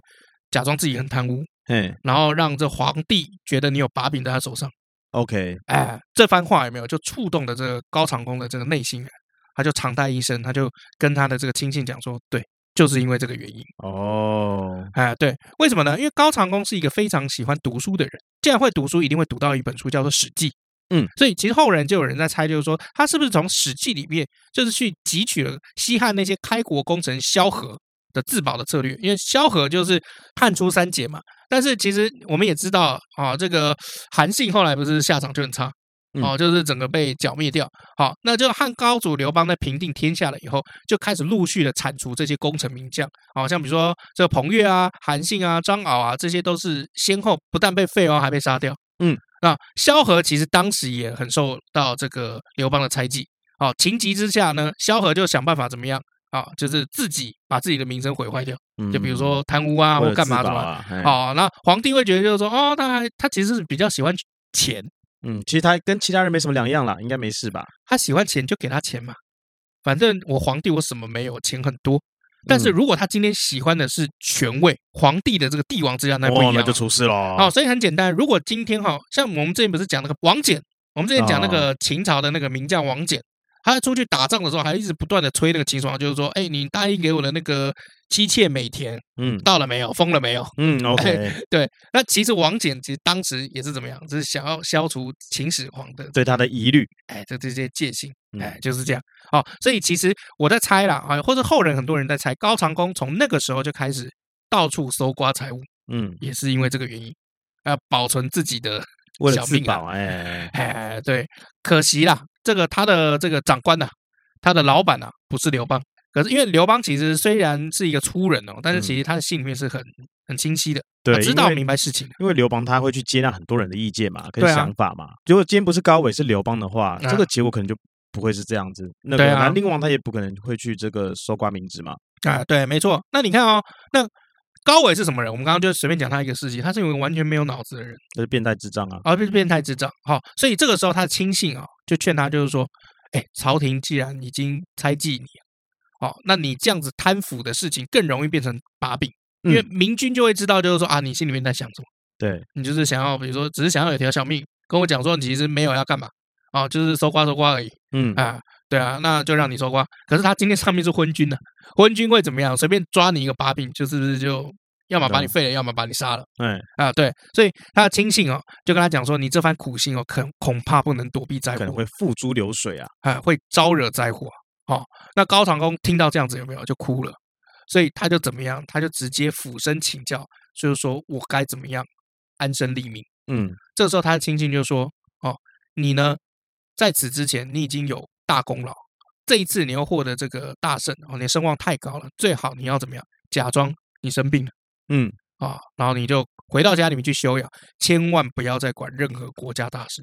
Speaker 1: 假装自己很贪污，
Speaker 2: 嘿
Speaker 1: 然后让这皇帝觉得你有把柄在他手上？
Speaker 2: ，OK，
Speaker 1: 哎，这番话有没有就触动了这个高长恭的这个内心啊？他就长叹一声，他就跟他的这个亲信讲说：“对，就是因为这个原因。”
Speaker 2: 哦，
Speaker 1: 哎，对，为什么呢？因为高长恭是一个非常喜欢读书的人，既然会读书，一定会读到一本书叫做《史记》。
Speaker 2: 嗯，
Speaker 1: 所以其实后人就有人在猜，就是说他是不是从《史记》里面就是去汲取了西汉那些开国功臣萧何的自保的策略？因为萧何就是汉初三杰嘛。但是其实我们也知道啊，这个韩信后来不是下场就很差。
Speaker 2: 嗯
Speaker 1: 哦，就是整个被剿灭掉。好，那就汉高祖刘邦在平定天下了以后，就开始陆续的铲除这些功臣名将。好、哦像比如说这个彭越啊、韩信啊、张敖啊，这些都是先后不但被废哦，还被杀掉。
Speaker 2: 嗯，
Speaker 1: 那萧何其实当时也很受到这个刘邦的猜忌。哦，情急之下呢，萧何就想办法怎么样啊，就是自己把自己的名声毁坏掉，
Speaker 2: 嗯
Speaker 1: 就比如说贪污啊或干嘛什么。
Speaker 2: 啊？嘿
Speaker 1: 哦，那皇帝会觉得就是说，哦，他还他其实是比较喜欢钱，
Speaker 2: 嗯，其实他跟其他人没什么两样啦，应该没事吧？
Speaker 1: 他喜欢钱就给他钱嘛，反正我皇帝我什么没有，钱很多。但是
Speaker 2: 嗯
Speaker 1: 如果他今天喜欢的是权位，皇帝的这个帝王之下，那不一
Speaker 2: 哦，
Speaker 1: 样
Speaker 2: 那
Speaker 1: 了。
Speaker 2: 就出事喽。
Speaker 1: 哦，所以很简单，如果今天哈、像我们之前不是讲那个王翦，我们之前讲那
Speaker 2: 啊
Speaker 1: 个秦朝的那个名将王翦，他出去打仗的时候还一直不断的催那个秦始皇，就是说，哎，你答应给我的那个妻妾美田
Speaker 2: 嗯
Speaker 1: 到了没有？封了没有？
Speaker 2: 嗯，OK，
Speaker 1: 对，那其实王翦其实当时也是怎么样，就是想要消除秦始皇的
Speaker 2: 对他的疑虑，
Speaker 1: 哎这这些戒心，
Speaker 2: 嗯
Speaker 1: 哎就是这样。哦，所以其实我在猜啦，啊，或者后人很多人在猜，高长恭从那个时候就开始到处搜刮财物，
Speaker 2: 嗯，
Speaker 1: 也是因为这个原因，要保存自己的
Speaker 2: 为
Speaker 1: 小
Speaker 2: 了自
Speaker 1: 命啊
Speaker 2: 保，哎，哎
Speaker 1: 哎，对，可惜啦，这个他的这个长官呐、他的老板呐、不是刘邦。可是因为刘邦其实虽然是一个粗人哦，但是其实他的心里面是很很清晰的，他
Speaker 2: 嗯对，
Speaker 1: 知
Speaker 2: 因
Speaker 1: 道
Speaker 2: 为
Speaker 1: 明白事情的。
Speaker 2: 因为刘邦他会去接纳很多人的意见嘛，跟
Speaker 1: 对啊
Speaker 2: 想法嘛。如果今天不是高伟是刘邦的话，
Speaker 1: 啊
Speaker 2: 这个结果可能就不会是这样子。那个
Speaker 1: 对啊
Speaker 2: 南陵王他也不可能会去这个搜刮民脂嘛。
Speaker 1: 啊，对，没错。那你看哦，那高伟是什么人？我们刚刚就随便讲他一个事情，他是一个完全没有脑子的人，
Speaker 2: 他是变态智障啊！
Speaker 1: 而不是变态智障。好、所以这个时候他的亲信啊、就劝他，就是说，哎，朝廷既然已经猜忌你了，哦，那你这样子贪腐的事情更容易变成把柄，因为
Speaker 2: 嗯
Speaker 1: 明君就会知道，就是说啊，你心里面在想什么，
Speaker 2: 对，
Speaker 1: 你就是想要，比如说只是想要有条小命，跟我讲说你其实没有要干嘛，哦，就是搜刮搜刮而已。
Speaker 2: 嗯，
Speaker 1: 啊，对啊，那就让你搜刮。可是他今天上面是昏君呢、昏君会怎么样？随便抓你一个把柄，就是不是就要么把你
Speaker 2: 啊
Speaker 1: 废了，要么把你杀了
Speaker 2: 哎，
Speaker 1: 啊？对，所以他的亲信哦，就跟他讲说，你这番苦心哦，恐恐怕不能躲避灾
Speaker 2: 可能
Speaker 1: 祸
Speaker 2: 会付诸流水啊。
Speaker 1: 啊，会招惹灾祸啊哦。那高长恭听到这样子有没有就哭了？所以他就怎么样？他就直接俯身请教，就是说我该怎么样安身立命。
Speaker 2: 嗯，
Speaker 1: 这时候他的亲信就说：“哦，你呢，在此之前你已经有大功劳，这一次你又获得这个大胜，哦，你的声望太高了，最好你要怎么样？假装你生病了，
Speaker 2: 嗯
Speaker 1: 啊、然后你就回到家里面去休养，千万不要再管任何国家大事。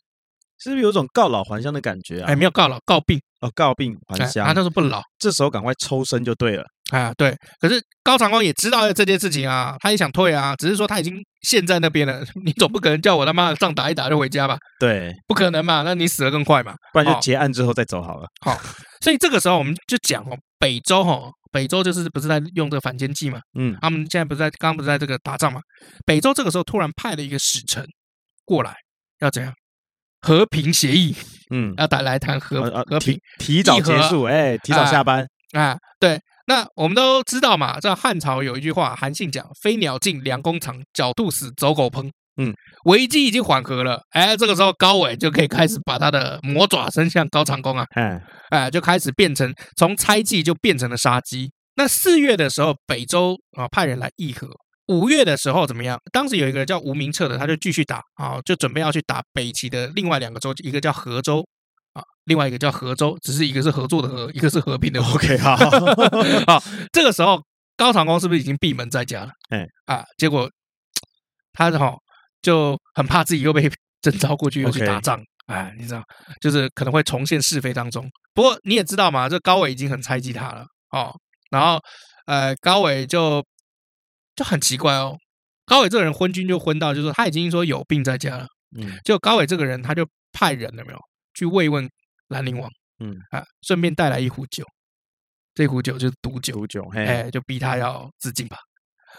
Speaker 2: 是不是有种告老还乡的感觉啊
Speaker 1: 哎，？没有告老，告病，
Speaker 2: 哦，告病还
Speaker 1: 哎，他
Speaker 2: 乡嗯
Speaker 1: 那，时候不老。”
Speaker 2: 这时候赶快抽身就对了。
Speaker 1: 啊，对，可是高长恭也知道这件事情啊，他也想退啊，只是说他已经陷在那边了， 你总不可能叫我他妈的仗打一打就回家吧？
Speaker 2: 对，
Speaker 1: 不可能嘛，那你死得更快嘛。
Speaker 2: 不然
Speaker 1: 哦
Speaker 2: 就结案之后再走好了。
Speaker 1: 所以这个时候我们就讲哦，北周哦，北周就是不是在用这个反间计嘛？
Speaker 2: 嗯
Speaker 1: 他们现在不是在刚刚不是在这个打仗嘛？北周这个时候突然派了一个使臣过来，要怎样和平协议？
Speaker 2: 嗯，
Speaker 1: 要打来谈和
Speaker 2: 呃呃
Speaker 1: 和平
Speaker 2: 提提早
Speaker 1: 议和
Speaker 2: 结束，哎，提早
Speaker 1: 啊
Speaker 2: 下班。
Speaker 1: 啊？对，那我们都知道嘛，这汉朝有一句话，韩信讲“飞鸟尽，良弓藏；狡兔死，走狗烹”。
Speaker 2: 嗯，
Speaker 1: 危机已经缓和了，哎，这个时候高纬就可以开始把他的魔爪伸向高长恭啊。
Speaker 2: 哎，
Speaker 1: 哎，就开始变成从猜忌就变成了杀机。那四月的时候，北周啊派人来议和。五月的时候怎么样？当时有一个叫吴明彻的，他就继续打啊，就准备要去打北齐的另外两个州，一个叫河州啊，另外一个叫河州，只是一个是合作的和，一个是和平的和。
Speaker 2: OK，好，
Speaker 1: 哦 好，这个时候高长恭是不是已经闭门在家了？
Speaker 2: 哎
Speaker 1: 啊，结果他哈就很怕自己又被征召过去又去
Speaker 2: OK
Speaker 1: 打仗，哎，你知道，就是可能会重现是非当中。不过你也知道嘛，这高伟已经很猜忌他了哦，然后呃，高伟就就很奇怪哦，高伟这个人昏君就昏到，就是他已经说有病在家了，
Speaker 2: 嗯
Speaker 1: 就高伟这个人他就派人了没有去慰问兰陵王，
Speaker 2: 嗯
Speaker 1: 啊，顺便带来一壶酒，这壶酒就是毒酒，
Speaker 2: 毒酒，嘿，
Speaker 1: 哎，就逼他要自尽吧。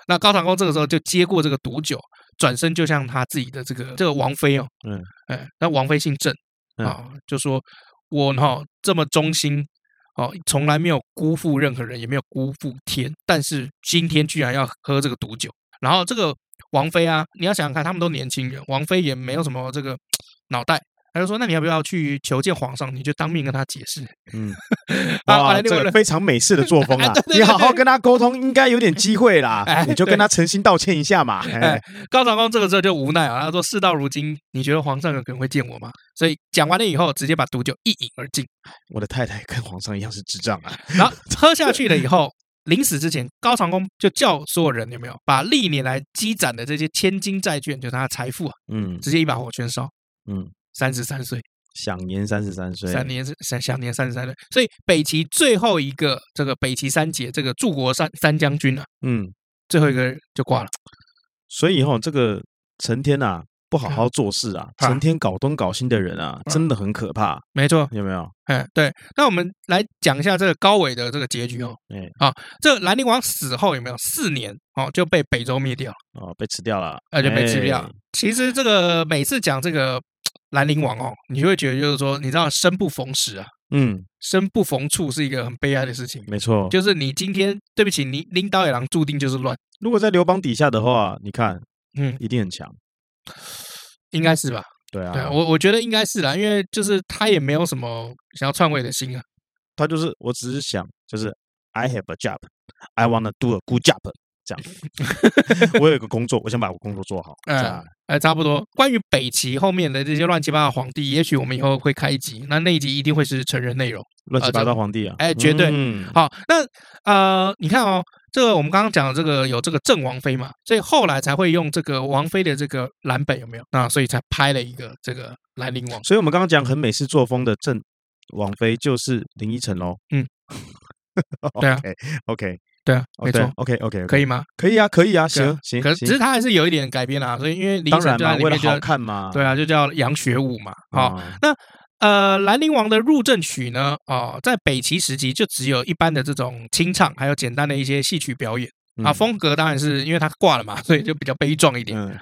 Speaker 1: 那高长恭这个时候就接过这个毒酒，转身就向他自己的这个这个王妃哦，
Speaker 2: 嗯，
Speaker 1: 哎，那王妃姓郑
Speaker 2: 嗯
Speaker 1: 啊、就说我哈、这么忠心哦，从来没有辜负任何人，也没有辜负天，但是今天居然要喝这个毒酒，然后这个王妃啊，你要想想看，他们都年轻人，王妃也没有什么这个脑袋。他就说：“那你要不要去求见皇上？你就当面跟他解释。
Speaker 2: 嗯，
Speaker 1: 啊后
Speaker 2: 哇，
Speaker 1: 来另
Speaker 2: 这
Speaker 1: 外
Speaker 2: 个
Speaker 1: 呢
Speaker 2: 非常美式的作风
Speaker 1: 哎
Speaker 2: 啊
Speaker 1: 对！对
Speaker 2: 你好好
Speaker 1: 对
Speaker 2: 跟他沟通，应该有点机会啦
Speaker 1: 哎，
Speaker 2: 你就
Speaker 1: 对
Speaker 2: 跟他诚心道歉一下嘛。
Speaker 1: 哎
Speaker 2: 哎，
Speaker 1: 高长恭这个时候就无奈啊，他说：“事到如今，你觉得皇上有可能会见我吗？”所以讲完了以后，直接把毒酒一饮而尽。
Speaker 2: 我的太太跟皇上一样是智障 啊！
Speaker 1: 然后喝下去了以后，临死之前，高长恭就叫所有人有没有把历年来积攒的这些千金债券，就是他的财富啊，
Speaker 2: 嗯
Speaker 1: 直接一把火全烧。
Speaker 2: 嗯，
Speaker 1: 三十三岁，
Speaker 2: 享年三十三岁，
Speaker 1: 三年是三享年三十三岁，所以北齐最后一个这个北齐三杰，这个柱国三三将军啊，
Speaker 2: 嗯，
Speaker 1: 最后一个就挂了。
Speaker 2: 所以哈、这个成天啊，不好好做事啊，
Speaker 1: 啊
Speaker 2: 成天搞东搞西的人啊，
Speaker 1: 啊
Speaker 2: 真的很可怕，
Speaker 1: 没错，
Speaker 2: 有没有？
Speaker 1: 哎，对。那我们来讲一下这个高纬的这个结局哦。
Speaker 2: 哎
Speaker 1: 啊，这个兰陵王死后有没有四年哦就被北周灭掉了，呃
Speaker 2: 哦，被吃掉了，
Speaker 1: 那就被吃掉
Speaker 2: 哎
Speaker 1: 了。其实这个每次讲这个兰陵王哦，你就会觉得就是说，你知道生不逢时啊，
Speaker 2: 嗯，
Speaker 1: 生不逢处是一个很悲哀的事情。
Speaker 2: 没错。
Speaker 1: 就是你今天对不起，你领导野狼注定就是乱，
Speaker 2: 如果在刘邦底下的话，你看
Speaker 1: 嗯，
Speaker 2: 一定很强，
Speaker 1: 应该是吧？
Speaker 2: 对
Speaker 1: 对
Speaker 2: 啊，
Speaker 1: 我我觉得应该是啦，因为就是他也没有什么想要篡位的心啊。
Speaker 2: 他就是，我只是想，就是 I have a job, I wanna do a good job，这样。我有一个工作，我想把我工作做好。这
Speaker 1: 嗯
Speaker 2: 样
Speaker 1: 哎，差不多。关于北齐后面的这些乱七八糟的皇帝，也许我们以后会开一集，那那一集一定会是成人内容。
Speaker 2: 乱七
Speaker 1: 呃
Speaker 2: 八
Speaker 1: 这
Speaker 2: 糟皇帝啊！
Speaker 1: 哎绝对
Speaker 2: 嗯
Speaker 1: 好，那呃，你看哦，这个我们刚刚讲的这个有这个郑王妃嘛，所以后来才会用这个王妃的这个蓝本有没有？那所以才拍了一个这个兰陵王。
Speaker 2: 所以我们刚刚讲很美式作风的郑王妃就是林依晨喽。
Speaker 1: 嗯，对啊
Speaker 2: OK，
Speaker 1: 对啊，没错，
Speaker 2: ，OK OK，
Speaker 1: 可以吗？
Speaker 2: 可以啊，可以啊，
Speaker 1: 对啊
Speaker 2: 哦行行
Speaker 1: 可是只
Speaker 2: 行
Speaker 1: 是，他还是有一点改编啦、所以因为林依
Speaker 2: 当
Speaker 1: 晨
Speaker 2: 然
Speaker 1: 就
Speaker 2: 嘛，
Speaker 1: 在里
Speaker 2: 为了
Speaker 1: 面就
Speaker 2: 好看嘛，
Speaker 1: 对啊，就叫杨学武嘛。好、
Speaker 2: 啊，
Speaker 1: 呃，兰陵王的入阵曲呢，哦，在北齐时期就只有一般的这种清唱，还有简单的一些戏曲表演啊。
Speaker 2: 嗯
Speaker 1: 风格当然是因为他挂了嘛，所以就比较悲壮一点。
Speaker 2: 嗯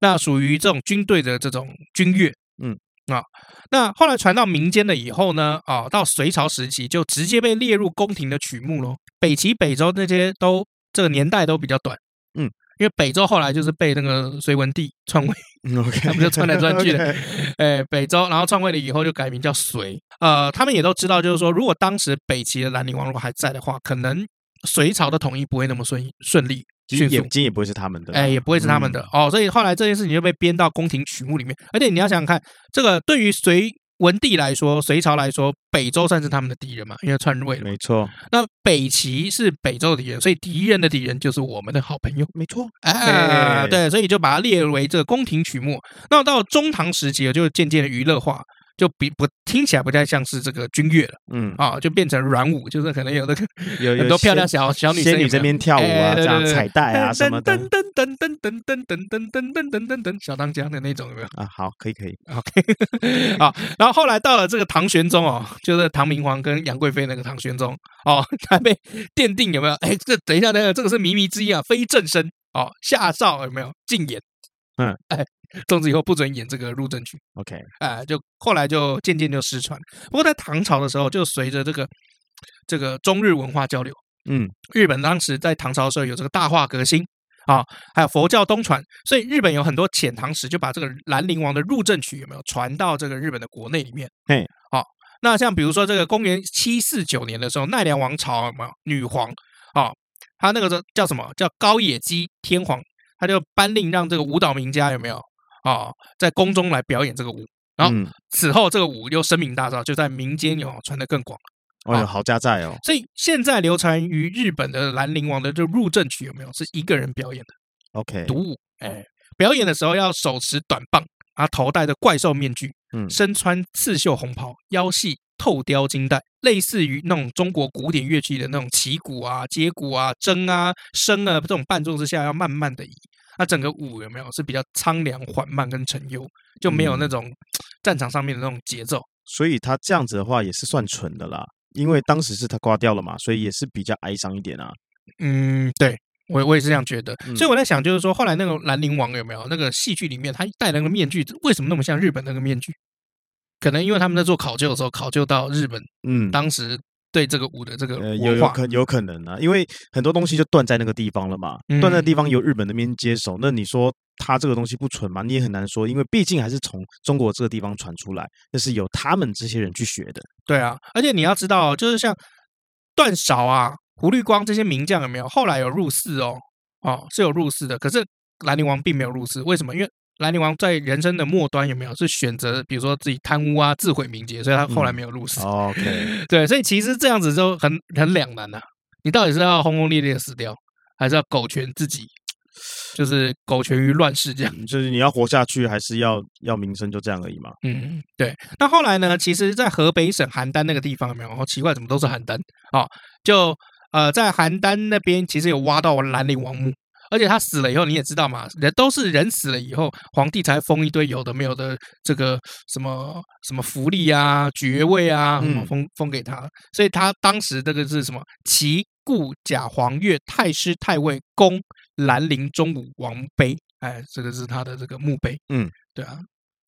Speaker 1: 那属于这种军队的这种军乐，
Speaker 2: 嗯
Speaker 1: 啊。那后来传到民间了以后呢，啊，到隋朝时期就直接被列入宫廷的曲目喽。北齐、北周那些都这个年代都比较短，
Speaker 2: 嗯，
Speaker 1: 因为北周后来就是被那个隋文帝篡位。
Speaker 2: 嗯，OK，
Speaker 1: 他们就穿来穿去的
Speaker 2: OK，
Speaker 1: 哎，北周，然后篡位了以后就改名叫隋。呃，他们也都知道，就是说，如果当时北齐的兰陵王如果还在的话，可能隋朝的统一不会那么顺顺利。
Speaker 2: 其实
Speaker 1: 迅速
Speaker 2: 眼睛也不会是他们的，
Speaker 1: 哎，也不会是他们的、哦，所以后来这件事情就被编到宫廷曲目里面。而且你要想想看，这个对于隋文帝来说，隋朝来说，北周算是他们的敌人嘛，因为篡位了嘛。
Speaker 2: 没 错，
Speaker 1: 那北齐是北周的敌人，所以敌人的敌人就是我们的好朋友。
Speaker 2: 没错，
Speaker 1: 啊，
Speaker 2: 嘿
Speaker 1: 对，所以就把它列为这个宫廷曲目。那到中唐时期，就渐渐的娱乐化，就比不听起来不太像是这个军乐了
Speaker 2: 嗯，
Speaker 1: 啊，就变成软舞，就是可能有那个
Speaker 2: 有有
Speaker 1: 很多漂亮
Speaker 2: 仙
Speaker 1: 小小女
Speaker 2: 仙
Speaker 1: 生
Speaker 2: 女这边跳舞
Speaker 1: 哎
Speaker 2: 啊，这样彩带啊什么的
Speaker 1: 噔噔噔噔噔噔噔噔噔噔噔噔噔，小当家的那种有没有
Speaker 2: 啊，好，可以可以，
Speaker 1: ？OK，啊， 然后后来到了这个唐玄宗哦，就是唐明皇跟杨贵妃那个唐玄宗哦， 他被奠定有没有？哎，这等一下，等一下，这个是靡靡之音啊，非正身哦，下诏有没有禁演？
Speaker 2: 嗯，
Speaker 1: 哎，从此以后不准演这个入阵曲，
Speaker 2: OK，
Speaker 1: 哎，就后来就渐渐就失传。不过在唐朝的时候，就随着这个这个中日文化交流，
Speaker 2: 嗯，
Speaker 1: 日本当时在唐朝的时候有这个大化革新啊，还有佛教东传，所以日本有很多遣唐使就把这个兰陵王的入阵曲有没有传到这个日本的国内里面？
Speaker 2: 嘿，
Speaker 1: 好、那像比如说这个公元七四九年的时候，奈良王朝有没有女皇啊？她那个叫叫什么叫高野姬天皇，她就颁令让这个舞蹈名家有没有啊，在宫中来表演这个舞。然后
Speaker 2: 嗯
Speaker 1: 此后，这个舞又声名大噪，就在民间有传得更广。
Speaker 2: 哎
Speaker 1: 好
Speaker 2: 呦，好家在哦，
Speaker 1: 所以现在流传于日本的《兰陵王》的这入阵曲有没有是一个人表演的
Speaker 2: OK，
Speaker 1: 独舞？哎，表演的时候要手持短棒，然后头戴着怪兽面具，
Speaker 2: 嗯
Speaker 1: 身穿刺绣红袍，腰系透貂金带，类似于那种中国古典乐器的那种旗鼓啊、接鼓啊、筝啊、笙啊这种伴奏之下，要慢慢的移。那整个舞有没有是比较苍凉、缓慢跟沉优，就没有那种战场上面的那种节奏。
Speaker 2: 所以他这样子的话也是算蠢的啦，因为当时是他挂掉了嘛，所以也是比较哀伤一点啊。
Speaker 1: 嗯，对我我也是这样觉得，
Speaker 2: 嗯
Speaker 1: 所以我在想，就是说后来那个兰陵王有没有那个戏剧里面他戴那个面具，为什么那么像日本那个面具？可能因为他们在做考究的时候，考究到日本
Speaker 2: 嗯，
Speaker 1: 当时对这个舞的这个
Speaker 2: 呃，有
Speaker 1: 文
Speaker 2: 有
Speaker 1: 化，
Speaker 2: 可有可能啊，因为很多东西就断在那个地方了嘛，
Speaker 1: 嗯
Speaker 2: 断在地方由日本那边接手，那你说他这个东西不蠢嘛？你也很难说，因为毕竟还是从中国这个地方传出来，那是由他们这些人去学的。
Speaker 1: 对啊，而且你要知道哦，就是像段韶啊、胡律光这些名将有没有？后来有入仕哦，哦是有入仕的，可是兰陵王并没有入仕，为什么？因为兰陵王在人生的末端有没有是选择，比如说自己贪污啊、自毁名节，所以他后来
Speaker 2: 嗯
Speaker 1: 没有入仕。
Speaker 2: OK，
Speaker 1: 对，所以其实这样子啊就很很两难呐、你到底是要轰轰烈烈地死掉，还是要苟全自己就是苟全于乱世这样。
Speaker 2: 嗯就是你要活下去，还是要要名声，就这样而已嘛。
Speaker 1: 嗯，对。那后来呢？其实，在河北省邯郸那个地方，有没有？哦，奇怪，怎么都是邯郸啊、哦？就呃，在邯郸那边，其实有挖到兰陵王墓，而且他死了以后，你也知道嘛，人都是人死了以后，皇帝才封一堆有的没有的这个什么什么福利啊、爵位啊，什么
Speaker 2: 嗯
Speaker 1: 封封给他。所以他当时这个是什么？齐故贾黄岳太师太尉公兰陵中武王碑，哎，这个是他的这个墓碑。
Speaker 2: 嗯，
Speaker 1: 对啊，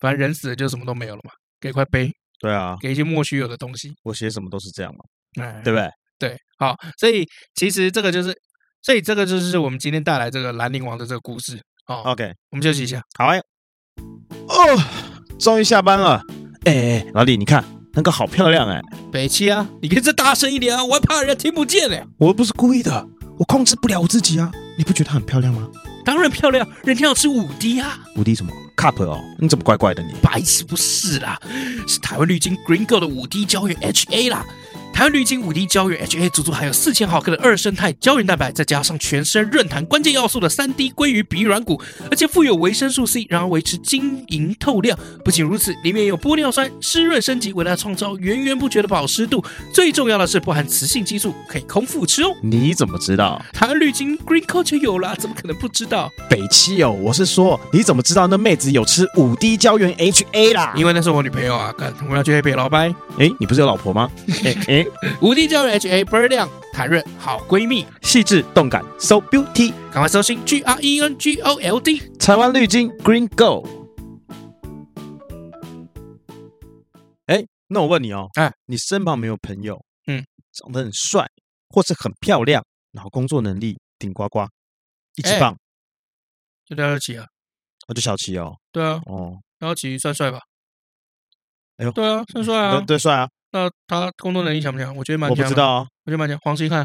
Speaker 1: 反正人死了就什么都没有了嘛，给块碑，
Speaker 2: 对啊，
Speaker 1: 给一些莫须有的东西，
Speaker 2: 我写什么都是这样嘛，
Speaker 1: 哎，
Speaker 2: 对不对？
Speaker 1: 对，好，所以其实这个就是，所以这个就是我们今天带来这个兰陵王的这个故事。好，
Speaker 2: OK，
Speaker 1: 我们休息一下。
Speaker 2: 好哎、哦，终于下班了。哎、哎，老李，你看那个好漂亮哎、
Speaker 1: 北七啊，你可以再大声一点啊，我还怕人家听不见呢、
Speaker 2: 我又不是故意的，我控制不了我自己啊。你不觉得她很漂亮吗？
Speaker 1: 当然漂亮，人家要吃五滴啊，
Speaker 2: 五 D 什么 cup 哦？你怎么怪怪的你？
Speaker 1: 白痴不是啦，是台湾绿金 Green Gold 的五滴胶原 HA 啦。台湾绿金五滴胶原 HA 足足含有四千毫克的二生态胶原蛋白，再加上全身润弹关键要素的三 D 鲑鱼鼻软骨，而且富有维生素 C，然而维持晶莹透亮。不仅如此，里面有玻尿酸，湿润升级，为它创造源源不绝的保湿度。最重要的是，不含雌性激素，可以空腹吃哦。
Speaker 2: 你怎么知道？
Speaker 1: 台湾绿金 Green Gold 就有啦，怎么可能不知道？
Speaker 2: 北七哦，我是说，你怎么知道那妹子有吃五 D 胶原 HA 啦？
Speaker 1: 因为那是我女朋友啊，干，我要去黑北老白。
Speaker 2: 哎，你不是有老婆 吗？哎哎，
Speaker 1: 无敌胶原 HA 倍儿亮，弹润好闺蜜，
Speaker 2: 细致动感，so beauty，
Speaker 1: 赶快搜寻 G R E N G O L D。
Speaker 2: 台湾绿金 Green Go。哎，那我问你哦，
Speaker 1: 哎，
Speaker 2: 你身旁没有朋友，
Speaker 1: 嗯，
Speaker 2: 长得很帅，或是很漂亮，然后工作能力顶呱呱，一级
Speaker 1: 哎
Speaker 2: 棒，
Speaker 1: 就廖耀奇啊，
Speaker 2: 我就小齐哦，
Speaker 1: 对啊，
Speaker 2: 哦，
Speaker 1: 廖耀奇算帅吧？
Speaker 2: 哎呦
Speaker 1: 对啊，算帅
Speaker 2: 对
Speaker 1: 啊。
Speaker 2: 对，帅啊，
Speaker 1: 那他工作能力强不强？我觉得蛮
Speaker 2: 我不
Speaker 1: 强。
Speaker 2: 知，道啊，
Speaker 1: 我觉得蛮强。黄星汉，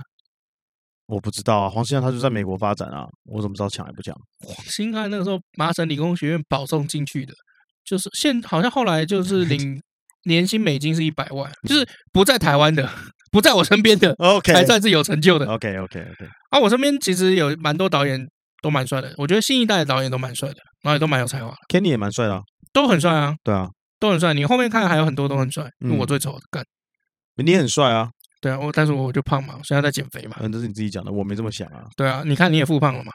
Speaker 2: 我不知道啊，黄信阳他就在美国发展啊，我怎么知道强还不强？
Speaker 1: 黄星汉那个时候麻省理工学院保送进去的，就是现好像后来就是 领年薪美金是一百万，就是不在台湾的， 不在我身边的
Speaker 2: OK
Speaker 1: 才算是有成就的。
Speaker 2: OK OK OK，
Speaker 1: 啊，我身边其实有蛮多导演都蛮帅的，我觉得新一代的导演都蛮帅的，然后也都蛮有才华的，
Speaker 2: Kenny 也蛮帅的啊，
Speaker 1: 都很帅啊。
Speaker 2: 对啊，
Speaker 1: 都很帅。你后面看还有很多都很帅，因为
Speaker 2: 嗯
Speaker 1: 我最丑的干。
Speaker 2: 你也很帅啊，
Speaker 1: 对啊，我但是我就胖嘛，我现在在减肥嘛。
Speaker 2: 嗯，这是你自己讲的，我没这么想啊，
Speaker 1: 对啊，你看你也复胖了嘛？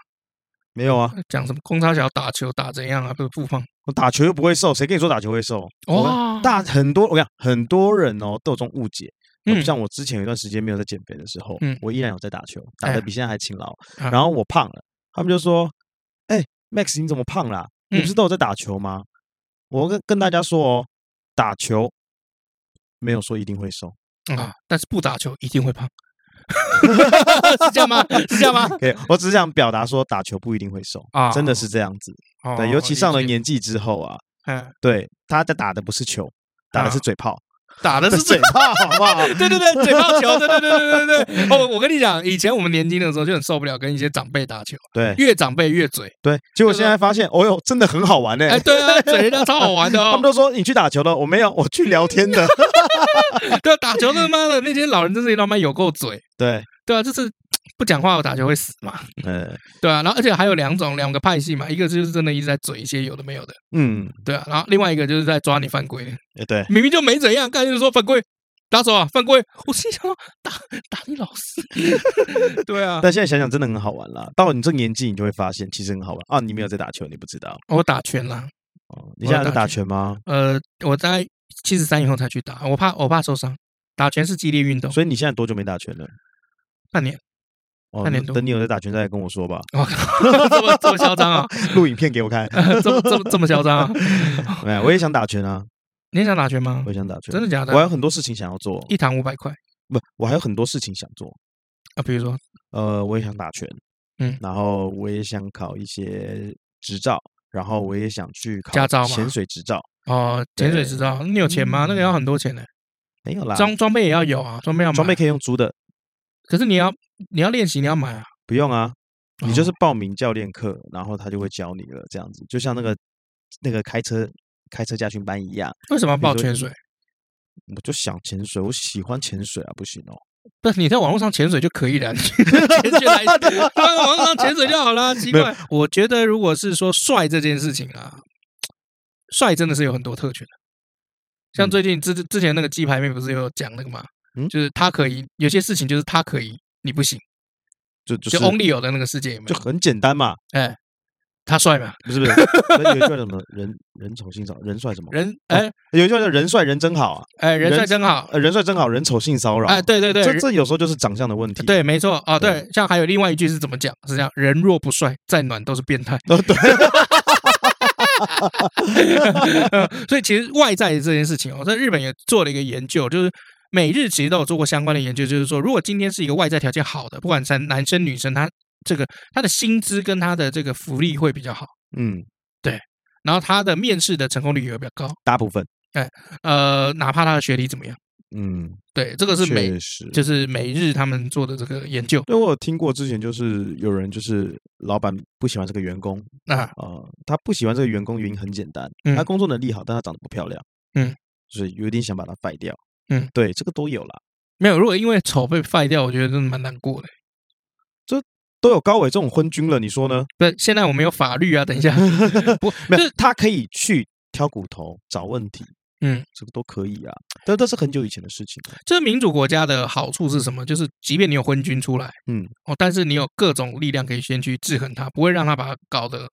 Speaker 2: 没有啊，
Speaker 1: 讲什么空差小打球打怎样啊？不是复胖
Speaker 2: 我打球又不会瘦，谁跟你说打球会瘦？
Speaker 1: 哦
Speaker 2: 我们
Speaker 1: 哇
Speaker 2: 哦大很多，我跟你讲，很多人哦都有这种误解。呃
Speaker 1: 嗯
Speaker 2: 像我之前有一段时间没有在减肥的时候，
Speaker 1: 嗯
Speaker 2: 我依然有在打球，
Speaker 1: 哎
Speaker 2: 打
Speaker 1: 呀
Speaker 2: 的比现在还勤劳。
Speaker 1: 啊
Speaker 2: 然后我胖了，他们就说：“哎、m a x 你怎么胖啦、你
Speaker 1: 嗯
Speaker 2: 不是都有在打球吗？”我跟跟大家说哦，打球没有说一定会瘦。
Speaker 1: 啊！但是不打球一定会 胖，是这样吗？是这样吗？
Speaker 2: OK，我只是想表达说，打球不一定会瘦，
Speaker 1: 啊
Speaker 2: 真的是这样子。
Speaker 1: 哦
Speaker 2: 对，尤其上了，
Speaker 1: 理解
Speaker 2: 年纪之后啊，
Speaker 1: 哎，
Speaker 2: 对，他在打的不是球，打的是
Speaker 1: 啊
Speaker 2: 嘴炮，
Speaker 1: 打的是嘴。
Speaker 2: 嘴炮，好不好？
Speaker 1: 对对对，嘴炮球，对对对对对对对。哦，我跟你讲，以前我们年轻的时候就很受不了跟一些长辈打球，
Speaker 2: 对
Speaker 1: 越长辈越嘴。
Speaker 2: 对，结果
Speaker 1: 对
Speaker 2: 现
Speaker 1: 吧
Speaker 2: 在发现，哦哟，真的很好玩呢、
Speaker 1: 哎，对啊，嘴人家超好玩的
Speaker 2: 他
Speaker 1: 哦
Speaker 2: 们。都说你去打球了，我没有，我去聊 天的。
Speaker 1: 对啊，打球他妈的那些老人真是他妈有够嘴。
Speaker 2: 对，
Speaker 1: 对啊，就是不讲话我打球会死嘛。
Speaker 2: 呃，
Speaker 1: 对啊，然后而且还有两种两个派系嘛，一个就是真的一直在嘴一些有的没有的，
Speaker 2: 嗯，
Speaker 1: 对啊，然后另外一个就是在抓你犯规，
Speaker 2: 哎，对，
Speaker 1: 明明就没怎样，干脆就说犯规，打手啊，犯规，我心想说打打你老师， 对啊，
Speaker 2: 但现在想想真的很好玩啦。到你这个年纪，你就会发现其实很好玩啊。你没有在打球，你不知道
Speaker 1: 我打拳啦，
Speaker 2: 哦。你现在在打拳吗？
Speaker 1: 呃，我在七十三以后才去打，我怕我怕受伤，打拳是激烈运动，
Speaker 2: 所以你现在多久没打拳了？
Speaker 1: 半年，
Speaker 2: 哦
Speaker 1: 半年，多
Speaker 2: 等你有在打拳再来跟我说 吧，
Speaker 1: 我靠，这么这么嚣张啊，
Speaker 2: 录影片给我看。
Speaker 1: 这么这么这么嚣张啊，
Speaker 2: 哎呀，我也想打拳啊，
Speaker 1: 你也想打拳吗
Speaker 2: 我？也想打拳，
Speaker 1: 真的假
Speaker 2: 我还
Speaker 1: 的？
Speaker 2: 有很多事情想要做，
Speaker 1: 一堂五百块
Speaker 2: 不，我还有很多事情想做。
Speaker 1: 啊，比如说，
Speaker 2: 呃，我也想打拳，
Speaker 1: 嗯
Speaker 2: 然后我也想考一些执照，然后我也想去考
Speaker 1: 驾照嘛
Speaker 2: 潜水执照。
Speaker 1: 哦，潜水知道，你有钱吗？那个要很多钱呢、
Speaker 2: 没有啦，
Speaker 1: 装装备也要有嗯啊啊，装备要买
Speaker 2: 装备，可以用租的，
Speaker 1: 可是你要你要练习，你要买啊。
Speaker 2: 不用啊，你
Speaker 1: 哦
Speaker 2: 就是报名教练课，然后他就会教你了，这样子，就像那个那个开车开车家训班一样。
Speaker 1: 为什么要
Speaker 2: 比如
Speaker 1: 报
Speaker 2: 说
Speaker 1: 潜水？
Speaker 2: 我就想潜水，我喜欢潜水啊，不行哦，
Speaker 1: 不是你在网络上潜水就可以了， 你潜水来，啊网络上潜水就好啦。奇怪，我觉得如果是说帅这件事情啊，帅真的是有很多特权的。像
Speaker 2: 嗯
Speaker 1: 最近之之前那个鸡排妹不是有讲那个嘛，
Speaker 2: 嗯
Speaker 1: 就是他可以有些事情就是他可以，你不行，
Speaker 2: 就就
Speaker 1: 就是 Only 有的那个世界有没
Speaker 2: 就
Speaker 1: 有？
Speaker 2: 很简单嘛，
Speaker 1: 哎，他帅嘛，
Speaker 2: 不是不是？那有一句话叫 什么？人人丑性骚，人帅什么？
Speaker 1: 人哎
Speaker 2: 有一句话叫人帅人真好啊，
Speaker 1: 哎人帅
Speaker 2: 人
Speaker 1: 真好，
Speaker 2: 呃，人帅真好，人丑性骚扰。啊
Speaker 1: 哎对对对，
Speaker 2: 这这有时候就是长相的问题。
Speaker 1: 对，没错啊，
Speaker 2: 对
Speaker 1: 对，像还有另外一句是怎么讲？是这样：人若不帅，再暖都是变态。
Speaker 2: 哦，对，
Speaker 1: 呃所以其实外在的这件事情哦，在日本也做了一个研究，就是美日其实都有做过相关的研究，就是说，如果今天是一个外在条件好的，不管是男生女生，他这个他的薪资跟他的这个福利会比较好，
Speaker 2: 嗯，
Speaker 1: 然后他的面试的成功率也会比较高。
Speaker 2: 大部分，
Speaker 1: 呃，哪怕他的学历怎么样，
Speaker 2: 嗯，
Speaker 1: 对，这个是美
Speaker 2: 确实，
Speaker 1: 就是美日他们做的这个研究
Speaker 2: 对我有听过之前就是有人就是老板不喜欢这个员工
Speaker 1: 啊，
Speaker 2: 啊、呃他不喜欢这个员工原因很简单，
Speaker 1: 嗯
Speaker 2: 他工作能力好，但他长得不漂亮，
Speaker 1: 嗯，
Speaker 2: 就是有点想把他废掉，
Speaker 1: 嗯，
Speaker 2: 对，这个都有啦，
Speaker 1: 没有，如果因为丑被废掉，我觉得真的蛮难过的。
Speaker 2: 都有高伟这种昏君了，你说呢？
Speaker 1: 不，现在我们有法律啊，等 一下，不，
Speaker 2: 没
Speaker 1: 就
Speaker 2: 有，他可以去挑骨头找问题，
Speaker 1: 嗯，
Speaker 2: 这个都可以啊，但这是很久以前的事情了，
Speaker 1: 这民主国家的好处是什么？就是即便你有昏君出来，
Speaker 2: 嗯，
Speaker 1: 哦，但是你有各种力量可以先去制衡他，不会让他把他搞得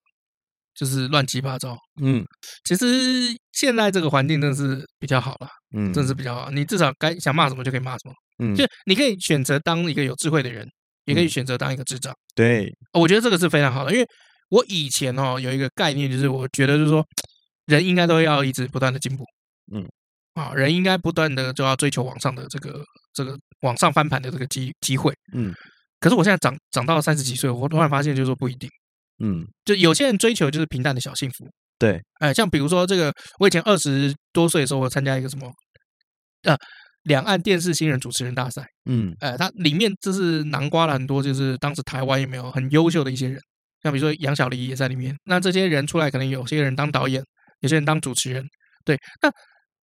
Speaker 1: 就是乱七八糟。
Speaker 2: 嗯
Speaker 1: 其实现在这个环境真的是比较好了，
Speaker 2: 嗯，
Speaker 1: 真的是比较好。你至少该想骂什么就可以骂什么，
Speaker 2: 嗯
Speaker 1: 就，你可以选择当一个有智慧的人，也可以选择当一个智障。
Speaker 2: 对，
Speaker 1: 哦我觉得这个是非常好的，因为我以前哦有一个概念，就是我觉得就是说，人应该都要一直不断的进步，
Speaker 2: 嗯，
Speaker 1: 啊，人应该不断的就要追求往上的这个这个往上翻盘的这个机机会，
Speaker 2: 嗯。
Speaker 1: 可是我现在长长到三十几岁，我突然发现就是说不一定，
Speaker 2: 嗯
Speaker 1: 就有些人追求就是平淡的小幸福，
Speaker 2: 对，
Speaker 1: 哎，像比如说这个，我以前二十多岁的时候，我参加一个什么，呃，两岸电视新人主持人大赛，
Speaker 2: 嗯
Speaker 1: 呃，它里面就是囊括了很多，就是当时台湾有没有很优秀的一些人，像比如说杨小黎也在里面。那这些人出来，可能有些人当导演，有些人当主持人。对，那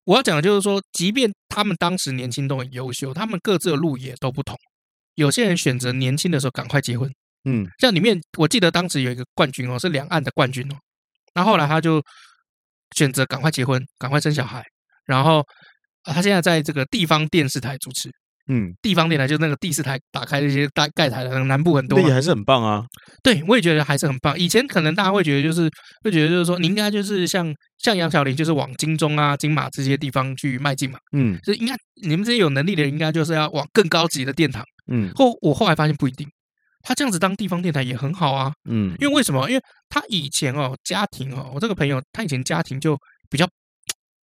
Speaker 1: 我要讲的就是说，即便他们当时年轻都很优秀，他们各自的路也都不同。有些人选择年轻的时候赶快结婚，
Speaker 2: 嗯
Speaker 1: 像里面我记得当时有一个冠军哦，是两岸的冠军哦。那后来他就选择赶快结婚，赶快生小孩，然后呃他现在在这个地方电视台主持。
Speaker 2: 嗯，
Speaker 1: 地方电台，就是那个第四台打开那些大盖台的，那个南部很多
Speaker 2: 那
Speaker 1: 嘛
Speaker 2: 也。还是很棒啊，
Speaker 1: 对，我也觉得还是很棒。以前可能大家会觉得，就是会觉得就是说，你应该就是像像杨小林，就是往金钟啊、金马这些地方去迈进嘛。
Speaker 2: 嗯
Speaker 1: 就是应该你们这些有能力的人，应该就是要往更高级的殿堂。
Speaker 2: 嗯
Speaker 1: 后我后来发现不一定，他这样子当地方电台也很好啊。
Speaker 2: 嗯，
Speaker 1: 因为为什么？因为他以前哦，家庭哦，我这个朋友他以前家庭就比较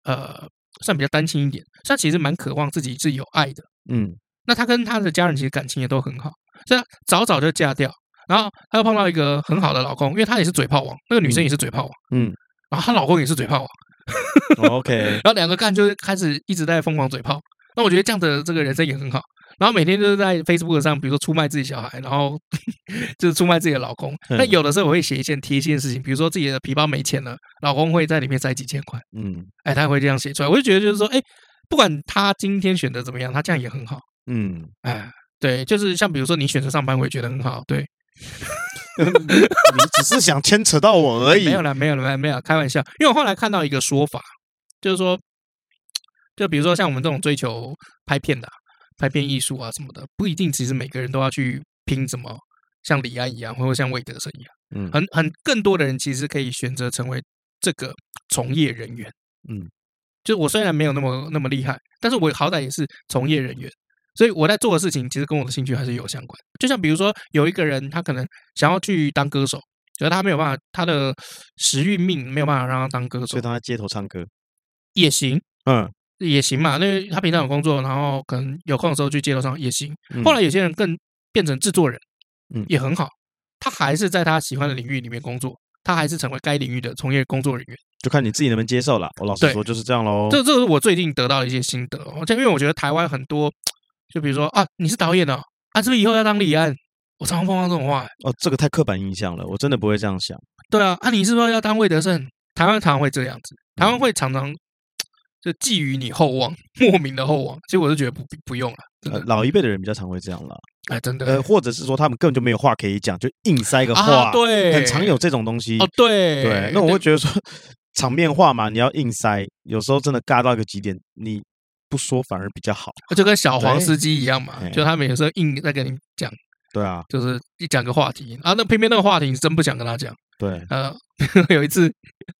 Speaker 1: 呃，算比较单亲一点，所以他其实蛮渴望自己是有爱的。
Speaker 2: 嗯
Speaker 1: 那他跟他的家人其实感情也都很好，所以他早早就嫁掉，然后他又碰到一个很好的老公，因为他也是嘴炮王，那个女生也是嘴炮王，
Speaker 2: 嗯
Speaker 1: 然后她老公也是嘴炮王，哦
Speaker 2: ，OK，
Speaker 1: 然后两个干就是开始一直在疯狂嘴炮。那我觉得这样的这个人生也很好，然后每天就是在 Facebook 上，比如说出卖自己小孩，然后 就是出卖自己的老公。那
Speaker 2: 嗯
Speaker 1: 有的时候我会写一件贴心的事情，比如说自己的皮包没钱了，老公会在里面塞几千块，
Speaker 2: 嗯
Speaker 1: 哎，他会这样写出来。我就觉得就是说，哎，不管他今天选择怎么样，他这样也很好。
Speaker 2: 嗯，
Speaker 1: 哎，对，就是像比如说你选择上班，我也觉得很好。对，
Speaker 2: 你
Speaker 3: 只是想牵扯到我而已
Speaker 1: 没。有啦，没有啦，没有啦，开玩笑。因为我后来看到一个说法，就是说，就比如说像我们这种追求拍片的啊、拍片艺术啊什么的，不一定其实每个人都要去拼什么，像李安一样，或者像魏德森一样，
Speaker 2: 嗯
Speaker 1: 很很更多的人其实可以选择成为这个从业人员。
Speaker 2: 嗯，
Speaker 1: 就我虽然没有那么那么厉害，但是我好歹也是从业人员。所以我在做的事情其实跟我的兴趣还是有相关。就像比如说，有一个人他可能想要去当歌手，可是他没有办法，他的时运命没有办法让他当歌手
Speaker 2: 所以，他在街头唱歌，
Speaker 1: 也行
Speaker 2: 嗯，
Speaker 1: 也行嘛。因为他平常有工作，然后可能有空的时候去街头上也行。
Speaker 2: 嗯
Speaker 1: 后来有些人更变成制作人，
Speaker 2: 嗯
Speaker 1: 也很好。他还是在他喜欢的领域里面工作，他还是成为该领域的从业工作人员。
Speaker 2: 就看你自己能不能接受了。我老实
Speaker 1: 对
Speaker 2: 说就是这样喽。
Speaker 1: 这这是我最近得到的一些心得哦，就因为我觉得台湾很多，就比如说啊，你是导演哦，啊，是不是以后要当李安？我常常碰到这种话、欸
Speaker 2: 哦，这个太刻板印象了，我真的不会这样想。嗯
Speaker 1: 对啊，啊，你是不是要当魏德胜？台湾常常会这样子，台湾会常常就寄予你厚望，莫名的厚望。其实我是觉得不不用了，真
Speaker 2: 呃
Speaker 1: 的，
Speaker 2: 老一辈的人比较常会这样啦，
Speaker 1: 哎，真的
Speaker 2: 呃，或者是说他们根本就没有话可以讲，就硬塞个话
Speaker 1: 啊，，对，
Speaker 2: 很常有这种东西。
Speaker 1: 哦，对
Speaker 2: 对，那我会觉得说场面话嘛，你要硬塞，有时候真的尬到一个极点，你不说反而比较好。
Speaker 1: 就跟小黄
Speaker 2: 对
Speaker 1: 司机一样嘛
Speaker 2: 哎，
Speaker 1: 就他们有时候硬在跟你讲，
Speaker 2: 对啊，
Speaker 1: 就是一讲个话题啊，那偏偏那个话题你真不想跟他讲。
Speaker 2: 对，
Speaker 1: 呃，有一次，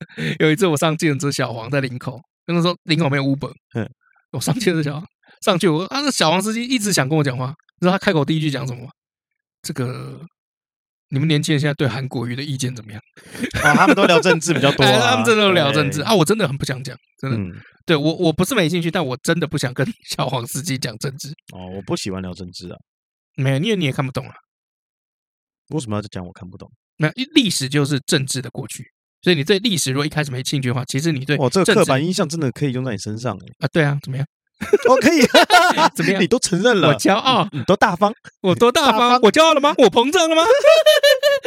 Speaker 1: 有一次我上计程车，小黄在林口，跟他说林口没有 Uber，
Speaker 2: 嗯
Speaker 1: 我上计程车小黄上去，我说啊，那小黄司机一直想跟我讲话，你知道他开口第一句讲什么吗？这个你们年轻人现在对韩国瑜的意见怎么样？
Speaker 2: 啊，他们都聊政治比较多
Speaker 1: 哎，
Speaker 2: 啊，
Speaker 1: 他们真的都聊政治
Speaker 2: 对，
Speaker 1: 啊，我真的很不想讲，真的，
Speaker 2: 嗯，
Speaker 1: 对我我不是没兴趣，但我真的不想跟 小黄司机讲政治，
Speaker 2: 哦，我不喜欢聊政治啊，
Speaker 1: 没有，因为你也看不懂啊，
Speaker 2: 为什么要讲我看不懂？
Speaker 1: 没有，因为历史就是政治的过去。所以你对历史如果一开始没兴趣的话，其实你对
Speaker 2: 哇，这个
Speaker 1: 政
Speaker 2: 刻
Speaker 1: 治
Speaker 2: 板印象真的可以用在你身上哎，
Speaker 1: 啊，对啊，怎么 样？
Speaker 2: 哦，可以，
Speaker 1: 怎么样
Speaker 2: 你都承认
Speaker 1: 啊我
Speaker 2: 了，
Speaker 1: 骄傲，
Speaker 2: 你都大方，
Speaker 1: 我多大
Speaker 2: 大
Speaker 1: 方
Speaker 2: 方？
Speaker 1: 我骄傲了吗？我膨胀了吗？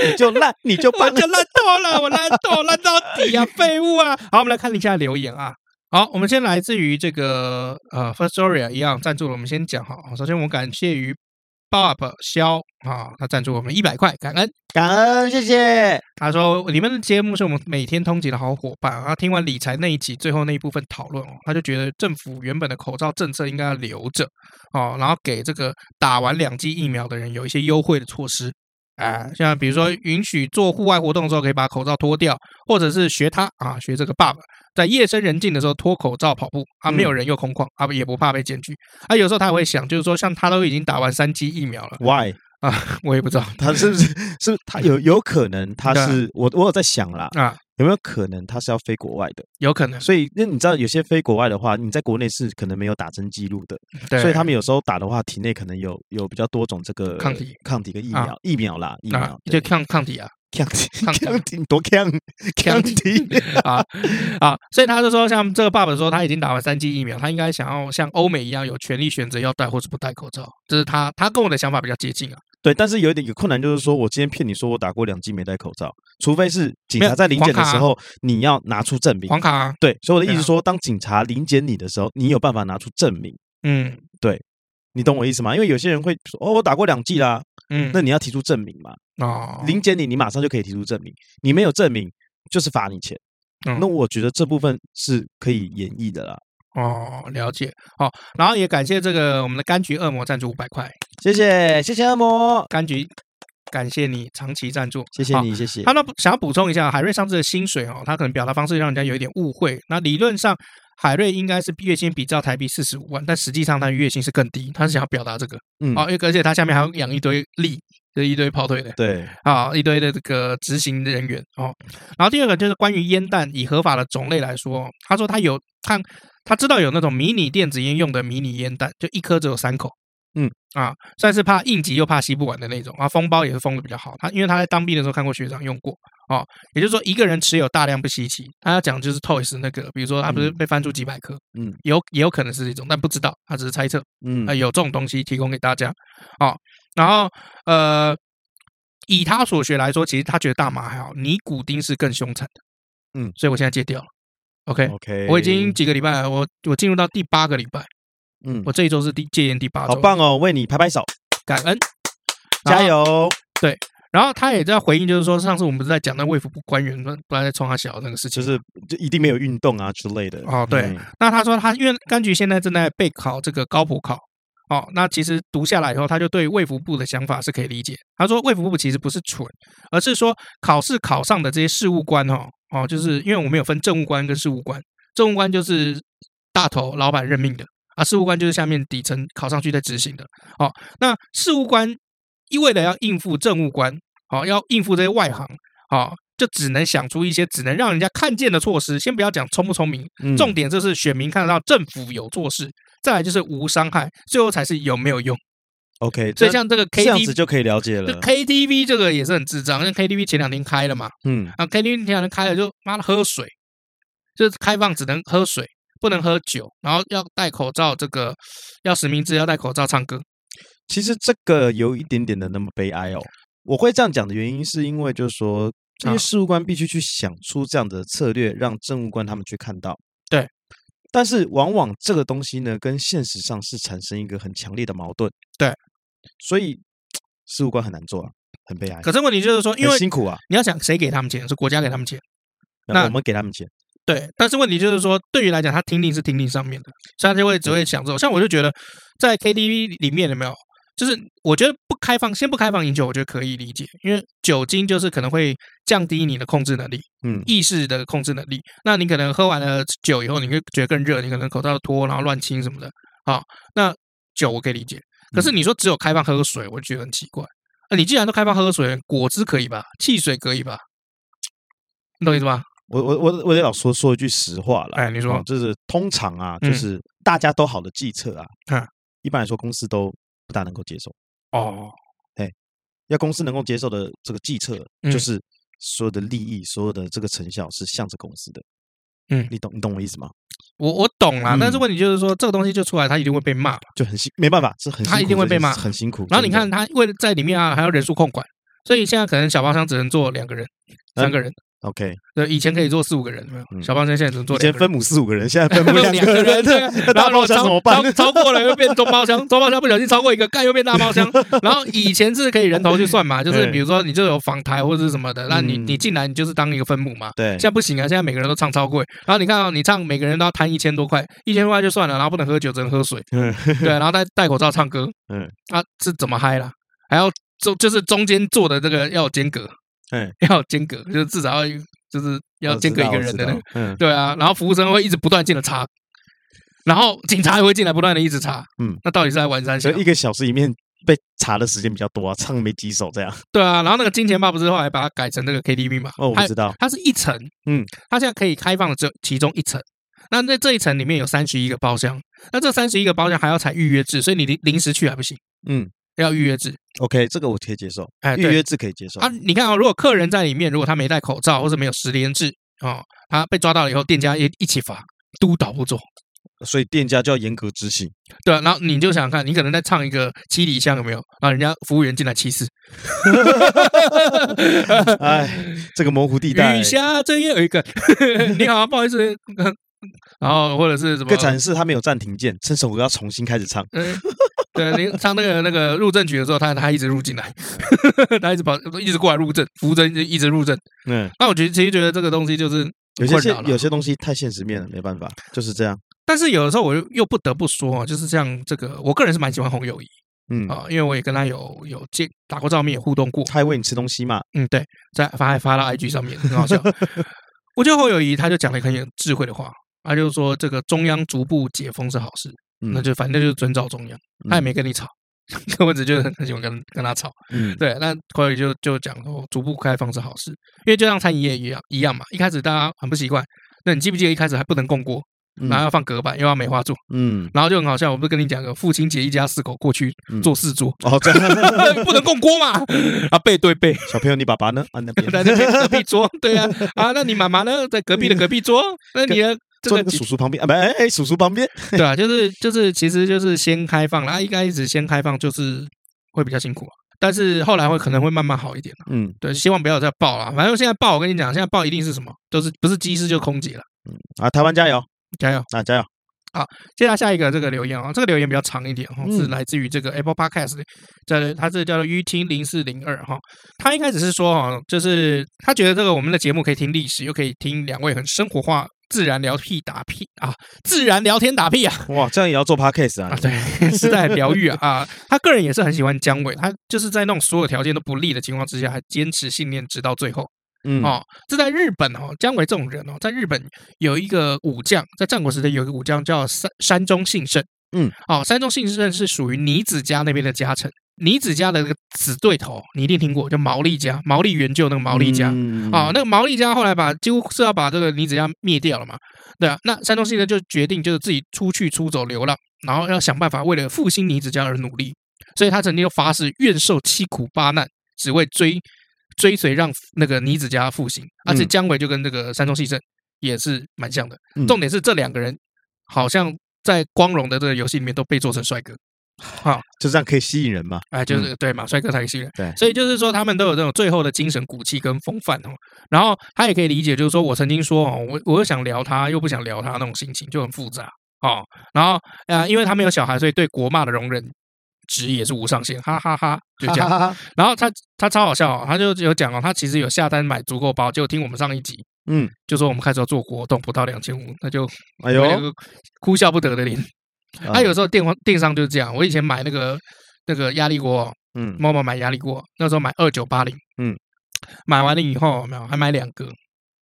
Speaker 2: 你就烂，你就
Speaker 1: 我
Speaker 2: 棒，
Speaker 1: 就烂透了，我烂透烂到底啊，废物啊！好，我们来看一下留言啊。好，我们先来自于这个呃 First Story 啊一样赞助了，我们先讲哈。首先，我们感谢于 Bob 肖啊，他赞助我们一百块，感恩。
Speaker 2: 感恩，谢谢。
Speaker 1: 他说：“你们的节目是我们每天通缉的好伙伴啊。”他听完理财那一集最后那一部分讨论哦，他就觉得政府原本的口罩政策应该要留着哦，然后给这个打完两剂疫苗的人有一些优惠的措施啊，像比如说允许做户外活动的时候可以把口罩脱掉，或者是学他啊，学这个爸爸在夜深人静的时候脱口罩跑步啊，
Speaker 2: 嗯
Speaker 1: 没有人又空旷啊，也不怕被检举啊。有时候他还会想，就是说像他都已经打完三剂疫苗了，
Speaker 2: Why？
Speaker 1: 我也不知道
Speaker 2: 他是不是是不是他有有可能他
Speaker 1: 对啊
Speaker 2: 是我我有在想啦，
Speaker 1: 啊，
Speaker 2: 有没有可能他是要飞国外的？
Speaker 1: 有可能
Speaker 2: 所以那你知道有些飞国外的话，你在国内是可能没有打针记录的，
Speaker 1: 对，
Speaker 2: 所以他们有时候打的话，体内可能有有比较多种这个
Speaker 1: 抗体
Speaker 2: 抗体跟疫
Speaker 1: 啊
Speaker 2: 苗疫苗啦疫
Speaker 1: 啊
Speaker 2: 苗，
Speaker 1: 就
Speaker 2: 对
Speaker 1: 抗抗体啊。
Speaker 2: 抗体
Speaker 1: 抗体
Speaker 2: 抗体多抗
Speaker 1: 抗
Speaker 2: 抗
Speaker 1: 体
Speaker 2: 体，
Speaker 1: 啊啊，所以他就说，像这个爸爸说，他已经打完三剂疫苗，他应该想要像欧美一样有权利选择要戴或是不戴口罩，这是他他跟我的想法比较接近啊。
Speaker 2: 对，但是有一点有困难，就是说我今天骗你说我打过两剂没戴口罩，除非是警
Speaker 1: 没有
Speaker 2: 察在临检的
Speaker 1: 黄卡啊
Speaker 2: 时候，你要拿出证明。
Speaker 1: 黄卡啊、
Speaker 2: 对，所以我的
Speaker 1: 对
Speaker 2: 意思
Speaker 1: 啊
Speaker 2: 说，当警察临检你的时候，你有办法拿出证明。
Speaker 1: 嗯
Speaker 2: 你懂我意思吗？因为有些人会说哦，我打过两剂啦，
Speaker 1: 嗯，
Speaker 2: 那你要提出证明嘛。
Speaker 1: 哦，
Speaker 2: 临检你，你马上就可以提出证明，你没有证明就是罚你钱。
Speaker 1: 嗯
Speaker 2: 那我觉得这部分是可以演绎的啦，
Speaker 1: 哦，了解哦，然后也感谢这个我们的柑橘恶魔赞助五百块，
Speaker 2: 谢谢，谢谢恶魔，
Speaker 1: 柑橘感谢你长期赞助，
Speaker 2: 谢谢
Speaker 1: 好
Speaker 2: 你，谢谢
Speaker 1: 他。那想要补充一下，海瑞上次的薪水哦，他可能表达方式让人家有一点误会。那理论上，海瑞应该是月薪比照台币四十五万，但实际上他的月薪是更低。他是想要表达这个，
Speaker 2: 嗯
Speaker 1: 哦，因为而且他下面还要养一堆力，就是一堆跑腿的
Speaker 2: 对，
Speaker 1: 啊、一堆的这个执行人员哦。然后第二个就是关于烟弹以合法的种类来说，他说他有看他知道有那种迷你电子烟用的迷你烟弹，就一颗只有三口。
Speaker 2: 嗯
Speaker 1: 啊，算是怕应急又怕吸不完的那种啊，封包也是封的比较好。他因为他在当兵的时候看过学长用过哦，也就是说一个人持有大量不稀奇。他要讲就是 Toys 那个，比如说他不是
Speaker 2: 嗯
Speaker 1: 被翻出几百颗，
Speaker 2: 嗯，
Speaker 1: 有也有可能是一种，但不知道，他只是猜测。
Speaker 2: 嗯
Speaker 1: 呃，有这种东西提供给大家哦。然后呃，以他所学来说，其实他觉得大麻还好，尼古丁是更凶残的。
Speaker 2: 嗯
Speaker 1: 所以我现在戒掉了。OK，
Speaker 2: ，OK，
Speaker 1: 我已经几个礼拜了，我我进入到第八个礼拜，
Speaker 2: 嗯
Speaker 1: 我，这一周是第戒烟第八周，
Speaker 2: 好棒哦，为你拍拍手，
Speaker 1: 感恩，然
Speaker 2: 加
Speaker 1: 后！
Speaker 2: 油。嗯
Speaker 1: 然后他也在回应，就是说上次我们不是在讲那卫福部官员不不然在冲他小的那个事情
Speaker 2: 就
Speaker 1: 吗，
Speaker 2: 是就一定没有运动啊之类的
Speaker 1: 哦对
Speaker 2: 嗯
Speaker 1: 那他说他因为柑橘现在正在备考这个高普考，哦，那其实读下来以后，他就对卫福部的想法是可以理解。他说卫福部其实不是蠢，而是说考试考上的这些事务官哦哦，就是因为我们有分政务官跟事务官，政务官就是大头老板任命的啊，事务官就是下面底层考上去再执行的。哦，那事务官一为了要应付政务官，哦，要应付这些外行，哦。就只能想出一些只能让人家看见的措施，先不要讲聪不聪明，
Speaker 2: 嗯
Speaker 1: 重点就是选民看得到政府有做事，再来就是无伤害，最后才是有没有用。
Speaker 2: OK，
Speaker 1: 所以
Speaker 2: 这
Speaker 1: 像这个
Speaker 2: 这样子
Speaker 1: KTV，
Speaker 2: 就可以了解
Speaker 1: 就
Speaker 2: 了。
Speaker 1: KTV 这个也是很智障，因为 KTV 前两天开了嘛，
Speaker 2: 嗯，
Speaker 1: 啊 KTV 前两天开了就妈的喝水，就是开放只能喝水，不能喝酒，然后要戴口罩，这个要实名制，要戴口罩唱歌。
Speaker 2: 其实这个有一点点的那么悲哀哦。我会这样讲的原因，是因为就是说，这
Speaker 1: 啊
Speaker 2: 些事务官必须去想出这样的策略，让政务官他们去看到。
Speaker 1: 对，
Speaker 2: 但是往往这个东西呢，跟现实上是产生一个很强烈的矛盾。
Speaker 1: 对，
Speaker 2: 所以事务官很难做啊，很悲哀，
Speaker 1: 可是问题就是说，因为
Speaker 2: 很辛苦啊。
Speaker 1: 你要想谁给他们钱，是国家给他们钱，那
Speaker 2: 那我们给他们钱，
Speaker 1: 对。但是问题就是说，对于来讲，他听力是听力上面的，所以他就会只会享受。像我就觉得，在 KTV 里面有没有，就是我觉得不开放，先不开放饮酒，我觉得可以理解，因为酒精就是可能会降低你的控制能力。
Speaker 2: 嗯，
Speaker 1: 意识的控制能力。那你可能喝完了酒以后，你会觉得更热，你可能口罩脱，然后乱亲什么的。好，那酒我可以理解，可是你说只有开放喝水，我就觉得很奇怪。那你既然都开放喝水，果汁可以吧？汽水可以吧？你懂意思吧？
Speaker 2: 我我我我得老说说一句实话了，
Speaker 1: 哎你说
Speaker 2: 哦就是通常啊，
Speaker 1: 嗯
Speaker 2: 就是大家都好的计策啊，
Speaker 1: 嗯
Speaker 2: 一般来说公司都不大能够接受。
Speaker 1: 哦，
Speaker 2: 要公司能够接受的这个计策，
Speaker 1: 嗯
Speaker 2: 就是所有的利益、所有的这个成效是向着公司的。
Speaker 1: 嗯
Speaker 2: 你懂你懂我意思吗？
Speaker 1: 我我懂啦，
Speaker 2: 嗯
Speaker 1: 但是问题就是说，这个东西就出来，他一定会被骂嘛。
Speaker 2: 就很辛，没办法，这很
Speaker 1: 他
Speaker 2: 辛
Speaker 1: 一定
Speaker 2: 苦
Speaker 1: 会
Speaker 2: 这
Speaker 1: 被
Speaker 2: 件
Speaker 1: 骂
Speaker 2: 事很辛苦。
Speaker 1: 然后你
Speaker 2: 真的
Speaker 1: 看，，他为了在里面啊，还要人数控管，所以现在可能小包厢只能坐两个人、三个人。
Speaker 2: OK，
Speaker 1: 对，以前可以坐四五个人，有没有
Speaker 2: 嗯
Speaker 1: 小包厢现在只能坐
Speaker 2: 以
Speaker 1: 两
Speaker 2: 前
Speaker 1: 个人。
Speaker 2: 分母四五个人， 现在分母
Speaker 1: 分
Speaker 2: 两个人，
Speaker 1: 对啊
Speaker 2: 那
Speaker 1: 然后
Speaker 2: 大
Speaker 1: 如
Speaker 2: 包
Speaker 1: 果
Speaker 2: 厢
Speaker 1: 超
Speaker 2: 怎么办？
Speaker 1: 超超过了又变中包厢，中包厢不小心超过一个，盖又变大包厢。然后以前是可以人头去算嘛，就是
Speaker 2: 对
Speaker 1: 比如说你就有访台或者是什么的，那你
Speaker 2: 嗯
Speaker 1: 你进来你就是当一个分母嘛。
Speaker 2: 对
Speaker 1: 现，在不行啊，现在每个人都唱超贵，然后你看哦，你唱每个人都要摊一千多块，一千多块就算了，然后不能喝酒，只能喝水，
Speaker 2: 嗯
Speaker 1: 对，然后戴戴口罩唱歌，
Speaker 2: 嗯，
Speaker 1: 啊，这怎么嗨啦？还要中就是中间坐的这个要有间隔，
Speaker 2: 嗯，
Speaker 1: 要有间隔，就是至少要有就是要
Speaker 2: 我
Speaker 1: 间
Speaker 2: 知
Speaker 1: 隔一
Speaker 2: 道
Speaker 1: 个
Speaker 2: 我
Speaker 1: 人
Speaker 2: 知
Speaker 1: 的那
Speaker 2: 道
Speaker 1: 个。
Speaker 2: 嗯，
Speaker 1: 对啊，然后服务生会一直不断进来查，然后警察也会进来不断的一直查，
Speaker 2: 嗯，
Speaker 1: 那到底是在玩三小
Speaker 2: 所？以一个小时里面被查的时间比较多啊，唱没几首这样。
Speaker 1: 对啊，然后那个金钱豹不是后来把它改成那个 KTV 嘛？
Speaker 2: 哦，我
Speaker 1: 它
Speaker 2: 不知道，
Speaker 1: 它是一层，
Speaker 2: 嗯，
Speaker 1: 它现在可以开放的只有其中一层。那在这一层里面有三十一个包厢，那这三十一个包厢还要采预约制，所以你临临时去还不行，
Speaker 2: 嗯
Speaker 1: 要预约制。
Speaker 2: ，OK，这个我可以接受，
Speaker 1: 哎，
Speaker 2: 预
Speaker 1: 对
Speaker 2: 约制可以接受
Speaker 1: 啊，你看啊、如果客人在里面，如果他没戴口罩或是没有十连制哦，他被抓到了以后，店家也一起罚，督导不做。
Speaker 2: 所以店家就要严格执 行。
Speaker 1: 对啊，然后你就想想看，你可能在唱一个七里香有没有？然后人家服务员进来七 四，
Speaker 2: 哎，这个模糊地带
Speaker 1: 雨，下这也有一个， 你好，啊不好意思，呃然后哦或者是什么
Speaker 2: 更？惨的是他没有暂停键，这首歌要重新开始唱。
Speaker 1: 嗯，对，你唱那个那个入证曲的时候，他他一直入进来， 他一直跑，一直过来入证，服务生一直一直入证。
Speaker 2: 嗯，
Speaker 1: 那我觉得其实觉得这个东西就是
Speaker 2: 有些
Speaker 1: 困
Speaker 2: 现
Speaker 1: 扰了
Speaker 2: 有些东西太现实面了，没办法，就是这样。
Speaker 1: 但是有的时候我又又不得不说啊，就是像这个，我个人是蛮喜欢洪友谊
Speaker 2: 嗯，
Speaker 1: 啊，因为我也跟他有有见打过照面，也互动过。
Speaker 2: 他还喂你吃东西嘛？
Speaker 1: 嗯，对，在发还发到 IG 上面，很好笑。我觉得侯友谊他就讲了一个很有智慧的话，他就说这个中央逐步解封是好事，
Speaker 2: 嗯
Speaker 1: 那就反正就是遵照中央，他也没跟你吵。 我只觉得很很喜欢跟跟他吵，
Speaker 2: 嗯，
Speaker 1: 对，那侯友谊就就讲说逐步开放是好事，因为就像餐饮业一样一样嘛，一开始大家很不习惯，那你记不记得一开始还不能供锅，
Speaker 2: 嗯
Speaker 1: 然后要放隔板，又要梅花座，
Speaker 2: 嗯，
Speaker 1: 然后就很好笑，我不是跟你讲个父亲节一家四口过去
Speaker 2: 嗯
Speaker 1: 做四桌，
Speaker 2: 哦，这样，
Speaker 1: 不能供锅嘛，啊背对背，
Speaker 2: 小朋友，你爸爸呢？啊，那 边
Speaker 1: 在那边隔壁桌， 对啊，啊，那你妈妈呢，在隔壁的隔壁桌，那你的这
Speaker 2: 坐那
Speaker 1: 个
Speaker 2: 个
Speaker 1: 几
Speaker 2: 叔叔旁边啊，不，哎哎，叔 叔旁边。
Speaker 1: 对啊，就是就是，其实就是先开放啦，一开始先开放就是会比较辛苦啊，但是后来会可能会慢慢好一点啊
Speaker 2: 嗯
Speaker 1: 对，希望不要再爆啦。反正现在爆，我跟你讲，现在爆一定是什么，都是不是机师就空姐了，
Speaker 2: 啊，台湾加油
Speaker 1: 加油！
Speaker 2: 啊，加油！
Speaker 1: 接下来下一个这个留言啊、这个留言比较长一点哈、哦，
Speaker 2: 嗯
Speaker 1: 是来自于这个 Apple Podcast，的这它这叫做 U 听零四零二哈，他一开始是说哈、就是他觉得这个我们的节目可以听历史，又可以听两位很生活化、自然聊屁打屁啊，自然聊天打屁啊，
Speaker 2: 哇，这样也要做 podcast
Speaker 1: 啊
Speaker 2: 啊？
Speaker 1: 对， 是在疗愈啊啊，他个人也是很喜欢姜伟，他就是在那种所有条件都不利的情况之下，还坚持信念直到最后。
Speaker 2: 嗯，
Speaker 1: 哦，这在日本哦，姜维这种人哦，在日本有一个武将，在战国时代有一个武将叫山山中信胜，
Speaker 2: 嗯，
Speaker 1: 哦，山中信胜是属于尼子家那边的家臣，尼子家的那个子对头，你一定听过，叫毛利家，毛利援救那个毛利家。
Speaker 2: 嗯
Speaker 1: 哦，，那个毛利家后来把几乎是要把这个尼子家灭掉了嘛，对啊，那山中信胜就决定就是自己出去出走流浪，然后要想办法为了复兴尼子家而努力，所以他曾经就发誓愿受七苦八难，只为追追随让那个尼子家复兴。而且
Speaker 2: 嗯
Speaker 1: 姜维就跟这个山中信胜也是蛮像的，
Speaker 2: 嗯
Speaker 1: 重点是这两个人好像在光荣的这个游戏里面都被做成帅哥，好，
Speaker 2: 就这样可以吸引人嘛。
Speaker 1: 哎，就是对马帅哥才是人，
Speaker 2: 嗯对
Speaker 1: 所以就是说他们都有这种最后的精神骨气跟风范哦。然后他也可以理解，就是说我曾经说哦，我我又想聊他，又不想聊他那种心情就很复杂哦。然后呃，因为他没有小孩，所以对国骂的容忍值也是无上限，哈哈哈就这样。
Speaker 2: 样，
Speaker 1: 然后他他超好笑、哦，他就有讲哦，他其实有下单买足够包，就听我们上一集
Speaker 2: 嗯，
Speaker 1: 就说我们开始要做活动，不到两千五，那就
Speaker 2: 哎
Speaker 1: 有点
Speaker 2: 呦，
Speaker 1: 哭笑不得的脸。
Speaker 2: 啊
Speaker 1: 他有时候电话电商就是这样，我以前买那个那个压力锅哦、
Speaker 2: 嗯
Speaker 1: 某某买压力锅，那时候买二九八零，
Speaker 2: 嗯，
Speaker 1: 买完了以后有没有还买两个，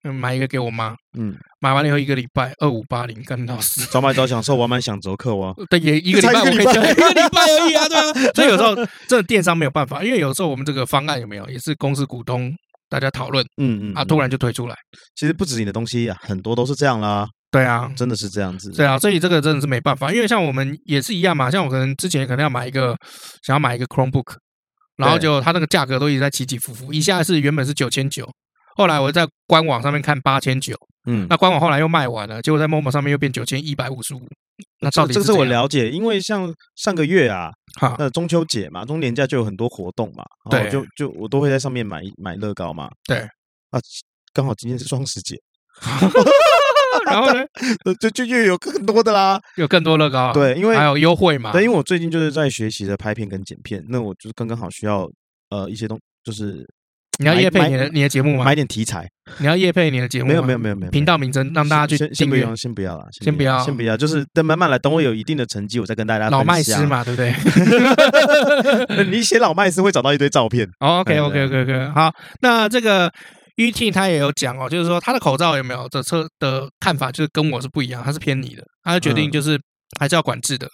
Speaker 1: 嗯买一个给我妈，
Speaker 2: 嗯，
Speaker 1: 买完了以后一个礼拜二五八零，干到死，
Speaker 2: 早买早享受，晚买享折扣啊。
Speaker 1: 对，也一个礼
Speaker 3: 才
Speaker 1: 拜我可
Speaker 3: 一
Speaker 1: 以
Speaker 3: 个
Speaker 1: 讲一
Speaker 3: 礼
Speaker 1: 个礼拜而已啊，对啊，所以有时候真的电商没有办法，因为有时候我们这个方案有没有也是公司股东大家讨论
Speaker 2: 嗯嗯
Speaker 1: 啊，
Speaker 2: 嗯
Speaker 1: 突然就推出来，
Speaker 2: 其实不止你的东西啊，很多都是这样啦，
Speaker 1: 对啊。
Speaker 2: 真的是这样子。
Speaker 1: 对啊，所以这个真的是没办法，因为像我们也是一样嘛，像我可能之前可能要买一个，想要买一个 Chromebook，然后
Speaker 2: 对
Speaker 1: 就它那个价格都一直在起起伏伏，一下是原本是九千九，后来我在官网上面看八千九，
Speaker 2: 嗯，
Speaker 1: 那官网后来又卖完了，结果在 Momo 上面又变九千一百五十五，那
Speaker 2: 这
Speaker 1: 到底
Speaker 2: 这
Speaker 1: 是
Speaker 2: 是我
Speaker 1: 怎样
Speaker 2: 了解，因为像上个月啊，
Speaker 1: 哈
Speaker 2: 那中秋节嘛，中年假就有很多活动嘛，然后
Speaker 1: 对
Speaker 2: 就就我都会在上面买买乐高嘛。
Speaker 1: 对
Speaker 2: 啊，刚好今天是双十节，
Speaker 1: 然后呢，
Speaker 2: 呃就就就有更多的啦。
Speaker 1: 有更多乐高啊，
Speaker 2: 对因为
Speaker 1: 还有优惠嘛，
Speaker 2: 对，因为我最近就是在学习的拍片跟剪片，那我就是刚刚好需要呃一些东，就是
Speaker 1: 你要
Speaker 2: 买
Speaker 1: 业配你的
Speaker 2: 买
Speaker 1: 你的节目吗
Speaker 2: 买？点题材。
Speaker 1: 你要业配你的节目吗？
Speaker 2: 没有没有没有没有
Speaker 1: 频道名称让大家去
Speaker 2: 先先先
Speaker 1: 订
Speaker 2: 不
Speaker 1: 阅
Speaker 2: 要，先不要啦，
Speaker 1: 先不要
Speaker 2: 先不要，就是等慢慢来，等我有一定的成绩，我再跟大家
Speaker 1: 老麦
Speaker 2: 分
Speaker 1: 斯
Speaker 2: 享。
Speaker 1: 嘛，对不对？
Speaker 2: 你写老麦斯会找到一堆照 片。
Speaker 1: 哦 OK
Speaker 2: 对
Speaker 1: OK
Speaker 2: 对
Speaker 1: OK OK，好，那这个 UT 他也有讲哦，就是说他的口罩有没有的车的看法，就是跟我是不一样，他是偏你的，他决定
Speaker 2: 嗯
Speaker 1: 就是还是要管制的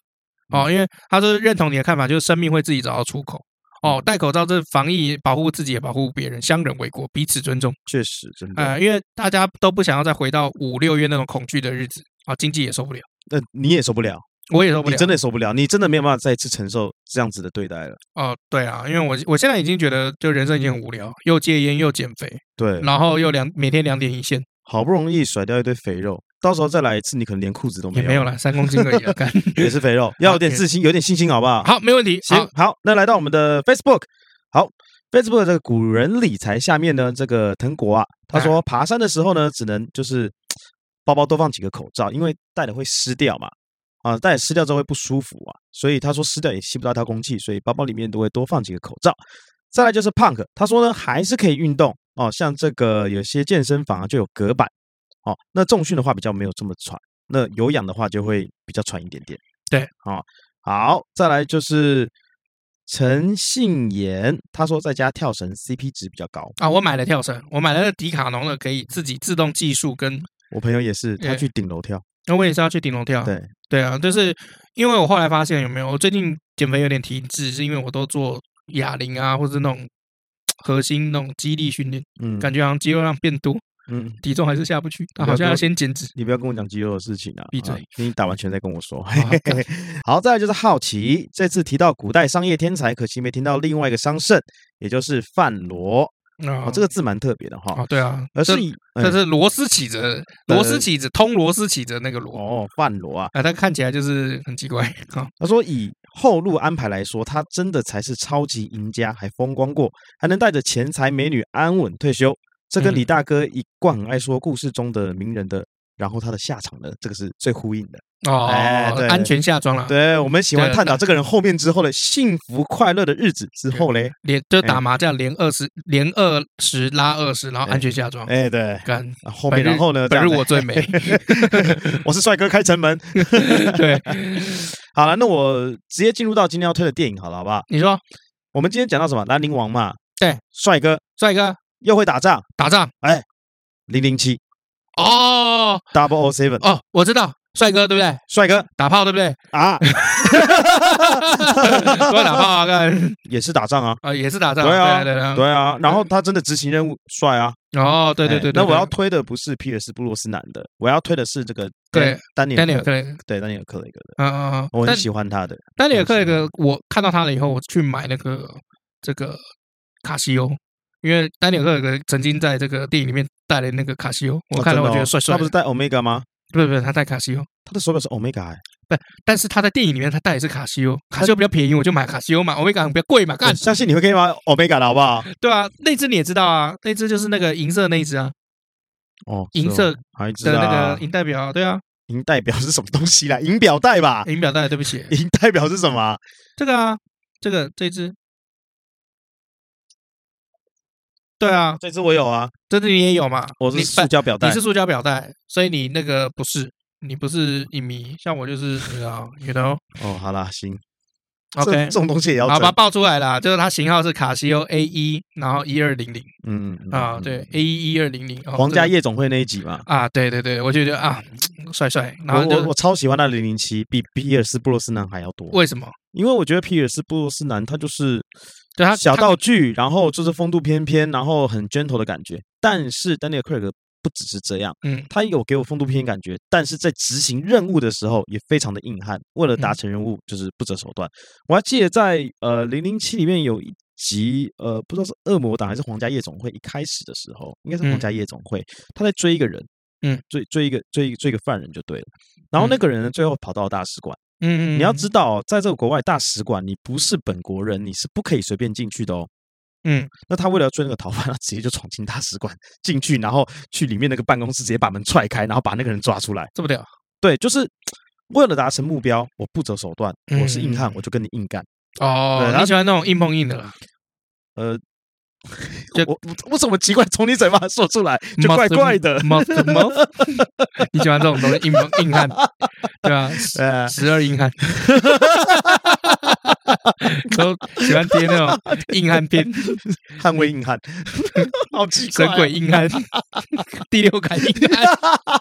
Speaker 1: 哦，因为他是认同你的看法，就是生命会自己找到出口
Speaker 2: 嗯
Speaker 1: 哦，戴口罩这防疫保护自己也保护别人，相忍为国，彼此尊重，
Speaker 2: 确实，真的，
Speaker 1: 呃，因为大家都不想要再回到五六月那种恐惧的日子啊、经济也受不了，
Speaker 2: 那、你也受不了，
Speaker 1: 我也受不
Speaker 2: 你
Speaker 1: 了，
Speaker 2: 真的也受不了，你真的没有办法再次承受这样子的对待了。
Speaker 1: 哦，对啊，因为我我现在已经觉得就人生已经很无聊，又戒烟又减肥，
Speaker 2: 对，
Speaker 1: 然后又两每天两点一线。
Speaker 2: 好不容易甩掉一堆肥肉，到时候再来一次，你可能连裤子都没
Speaker 1: 也
Speaker 2: 有，
Speaker 1: 没有了，三公斤而
Speaker 2: 啊
Speaker 1: 已了。干
Speaker 2: 也是肥肉，要有点自信，有点信心，好不 好？
Speaker 1: 好，没问题。
Speaker 2: 行
Speaker 1: 好，，
Speaker 2: 好，那来到我们的 Facebook，好，Facebook 这个古人理财下面呢，这个藤国啊，他说爬山的时候呢，只能就是包包多放几个口罩，因为戴了会湿掉嘛，啊，戴了湿掉之后会不舒服啊，所以他说湿掉也吸不到它空气，所以包包里面都会多放几个口罩。再来就是 Punk，他说呢还是可以运动哦，像这个有些健身房啊就有隔板哦，那重训的话比较没有这么喘，那有氧的话就会比较喘一点点。
Speaker 1: 对，
Speaker 2: 哦，好，再来就是陈信言，他说在家跳绳 CP 值比较高。
Speaker 1: 啊，我买了跳绳，我买了那个迪卡侬的，可以自己自动计数跟。
Speaker 2: 我朋友也是，他
Speaker 1: 对
Speaker 2: 去顶楼跳，
Speaker 1: 那我也是要去顶楼跳。
Speaker 2: 对，
Speaker 1: 对啊，就是因为我后来发现有没有，我最近减肥有点停滞，是因为我都做哑铃啊，或者那种核心那种肌力训练，
Speaker 2: 嗯
Speaker 1: 感觉好像肌肉量变多，
Speaker 2: 嗯，
Speaker 1: 体重还是下不 去，
Speaker 2: 不要
Speaker 1: 好像
Speaker 2: 跟
Speaker 1: 要
Speaker 2: 我
Speaker 1: 先减脂。
Speaker 2: 你不要跟我讲肌肉的事情啊！
Speaker 1: 闭嘴
Speaker 2: 啊你打完拳再跟我说。
Speaker 1: 好干
Speaker 2: 好，再来就是好奇，这次提到古代商业天才，可惜没听到另外一个商圣，也就是范罗。
Speaker 1: 啊
Speaker 2: 哦，这个字蛮特别的哈
Speaker 1: 啊，，对啊，
Speaker 2: 而
Speaker 1: 这
Speaker 2: 是以
Speaker 1: 这
Speaker 2: 嗯
Speaker 1: 是螺丝起子，螺丝起子通螺丝起子那个螺
Speaker 2: 哦，范罗啊，
Speaker 1: 啊，它看起来就是很奇怪 啊。
Speaker 2: 他说以后路安排来说，他真的才是超级赢家，还风光过，还能带着钱财美女安稳退休。这跟
Speaker 1: 嗯
Speaker 2: 李大哥一贯很爱说故事中的名人的，然后他的下场呢，这个是最呼应的。
Speaker 1: 哦，
Speaker 2: 哎对
Speaker 1: 安全下装了，
Speaker 2: 对我们喜欢
Speaker 1: 对
Speaker 2: 探讨这个人后面之后的幸福快乐的日子之后嘞，
Speaker 1: 连就
Speaker 2: 哎
Speaker 1: 打麻将连二十连二十拉二十，然后
Speaker 2: 哎
Speaker 1: 安全下装，
Speaker 2: 哎，对，
Speaker 1: 干。
Speaker 2: 后
Speaker 1: 本
Speaker 2: 面
Speaker 1: 日
Speaker 2: 然后呢，
Speaker 1: 本日
Speaker 2: 这样
Speaker 1: 我 最美。
Speaker 2: 我是帅哥开城门。
Speaker 1: 对，
Speaker 2: 好了，那我直接进入到今天要推的电影好了，好不好？
Speaker 1: 你说，
Speaker 2: 我们今天讲到什么？兰陵王嘛，
Speaker 1: 对，
Speaker 2: 帅哥
Speaker 1: 帅哥
Speaker 2: 又会打仗，
Speaker 1: 打仗
Speaker 2: 零零七
Speaker 1: 哦
Speaker 2: Double O Seven，
Speaker 1: 哦，我知道，帅哥对不对？
Speaker 2: 帅哥
Speaker 1: 打炮对不对？
Speaker 2: 啊，
Speaker 1: 多打炮啊，干
Speaker 2: 也是打仗啊，
Speaker 1: 啊也是打仗，
Speaker 2: 对啊
Speaker 1: 对对
Speaker 2: 对啊。然后他真的执行任务帅啊，
Speaker 1: 对，哦嗯对对
Speaker 2: 哎
Speaker 1: 对，
Speaker 2: 那
Speaker 1: 对
Speaker 2: 我要推的不是皮尔斯布鲁斯南的，我要推的是这个
Speaker 1: 对
Speaker 2: 丹尼
Speaker 1: 对丹尼尔
Speaker 2: 尔
Speaker 1: 克
Speaker 2: 克
Speaker 1: 雷格，
Speaker 2: 对丹尼尔克雷格的，
Speaker 1: 嗯嗯嗯，
Speaker 2: 我
Speaker 1: 但
Speaker 2: 很喜欢他的。
Speaker 1: 丹尼尔克雷格，我看到他了以后，我去买那个这个卡西欧。因为丹尼尔·克雷格曾经在这个电影里面戴了那个卡西欧，我
Speaker 2: 哦
Speaker 1: 看了
Speaker 2: 真
Speaker 1: 我
Speaker 2: 的
Speaker 1: 觉得
Speaker 2: 哦
Speaker 1: 帅帅
Speaker 2: 他
Speaker 1: 的
Speaker 2: 不是。戴 Omega 吗？
Speaker 1: 不是不是，他戴卡西欧，
Speaker 2: 他的手表是 Omega，哎
Speaker 1: 不，但是他在电影里面他戴的是卡西欧，卡西欧比较便宜，我就买卡西欧嘛，欧米伽比较贵嘛，干
Speaker 2: 我相信你会可以买 Omega 的好不好？
Speaker 1: 对啊，那只你也知道啊，那只就是那个银色那一只啊
Speaker 2: 哦，
Speaker 1: 银色
Speaker 2: 还知
Speaker 1: 的
Speaker 2: 道
Speaker 1: 那个银代表啊，对啊，
Speaker 2: 银代表是什么东西啦？银表带吧？
Speaker 1: 银表带，对不 起，
Speaker 2: 银代表是什么啊？
Speaker 1: 这个啊，这个这只，对啊，
Speaker 2: 这只我有啊，
Speaker 1: 这只你也有嘛？
Speaker 2: 我
Speaker 1: 你
Speaker 2: 是塑胶表
Speaker 1: 你
Speaker 2: 带
Speaker 1: 是。塑胶表带，所以你那个不是，你不是影迷，像我就是，你知道，you
Speaker 2: 哦，好啦，行 这
Speaker 1: know，OK，
Speaker 2: 这种东西也要
Speaker 1: 好吧，
Speaker 2: 吧？
Speaker 1: 报出来啦，就是它型号是卡西欧 A 一，然后一二零零
Speaker 2: 嗯嗯嗯
Speaker 1: 啊，
Speaker 2: 嗯
Speaker 1: 对，A 一一二零零，
Speaker 2: 皇家
Speaker 1: 叶
Speaker 2: 夜总会那一集嘛。
Speaker 1: 啊，对对对，我就觉得啊，帅帅，然
Speaker 2: 我
Speaker 1: 后
Speaker 2: 我
Speaker 1: 就
Speaker 2: 我超喜欢那零零七，比比尔斯布鲁斯南还要多，
Speaker 1: 为什么？
Speaker 2: 因为我觉得皮尔斯布鲁斯南他就是
Speaker 1: 对他
Speaker 2: 小
Speaker 1: 他
Speaker 2: 道具，然后就是风度翩翩，然后很 gentle 的感觉。但是丹尼尔·克雷格不只是这样，
Speaker 1: 嗯
Speaker 2: 他有给我风度翩翩感觉，但是在执行任务的时候也非常的硬汉，为了
Speaker 1: 嗯
Speaker 2: 达成任务就是不择手段。我还记得在呃零零七里面有一集，呃不知道是恶魔党还是皇家夜总会，一开始的时候应该是
Speaker 1: 嗯
Speaker 2: 皇家夜总会，他在追一个人，
Speaker 1: 嗯，
Speaker 2: 追追一个追一个追一个犯人就对了。然后那
Speaker 1: 嗯
Speaker 2: 个人呢，最后跑到了大使馆。
Speaker 1: 嗯嗯，
Speaker 2: 你要
Speaker 1: 嗯
Speaker 2: 知道，哦在这个国外大使馆，你不是本国人，你是不可以随便进去的哦。
Speaker 1: 嗯，
Speaker 2: 那他为了要追那个逃 犯，他直接就闯进大使馆进去，然后去里面那个办公室，直接把门踹开，然后把那个人抓出来。
Speaker 1: 这么屌，
Speaker 2: 对，就是为了达成目标，我不择手段，我是硬汉
Speaker 1: 嗯，
Speaker 2: 我就跟你硬干。对
Speaker 1: 哦，
Speaker 2: 然后
Speaker 1: 你喜欢那种硬碰硬的啦，
Speaker 2: 呃，
Speaker 1: 就
Speaker 2: 我我我怎么奇怪从你嘴巴说出来就
Speaker 1: Mouth
Speaker 2: 怪怪的
Speaker 1: to？，mouth to mouth，你 喜欢这种东西硬碰硬 汉，对啊吧？
Speaker 2: 呃，
Speaker 1: 十二 硬汉，都喜欢贴那 种硬汉片，
Speaker 2: 捍卫硬汉， 好奇怪
Speaker 1: 嗯神
Speaker 2: 啊、
Speaker 1: 鬼硬 汉，第六感硬 汉，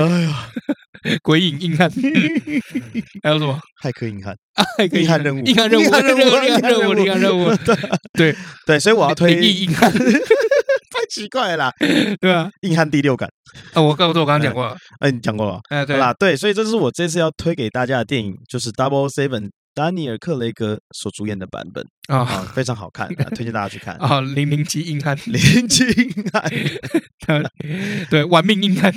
Speaker 2: 哎呀，
Speaker 1: 鬼影硬汉，还有什么？
Speaker 2: 骇客硬汉，
Speaker 1: 还可以
Speaker 2: 硬汉任务
Speaker 1: 硬汉任务，
Speaker 2: 硬汉任务
Speaker 1: 硬汉任务，硬汉任务，对，
Speaker 2: 对，所以我要推
Speaker 1: 灵异硬汉，
Speaker 2: 太奇怪了啦，哎
Speaker 1: 对啊，
Speaker 2: 硬汉第六感，
Speaker 1: 啊，我刚我刚刚讲过了，
Speaker 2: 哎，你讲过了。
Speaker 1: 哎，对
Speaker 2: 好，啦，对，所以这是我这次要推给大家的电影，就是 Double Seven 丹尼尔·克雷格所主演的版本
Speaker 1: 啊
Speaker 2: 啊，非常好看，啊推荐大家去 看。
Speaker 1: 啊，零零七硬汉，
Speaker 2: 林青汉
Speaker 1: 对，玩命硬汉，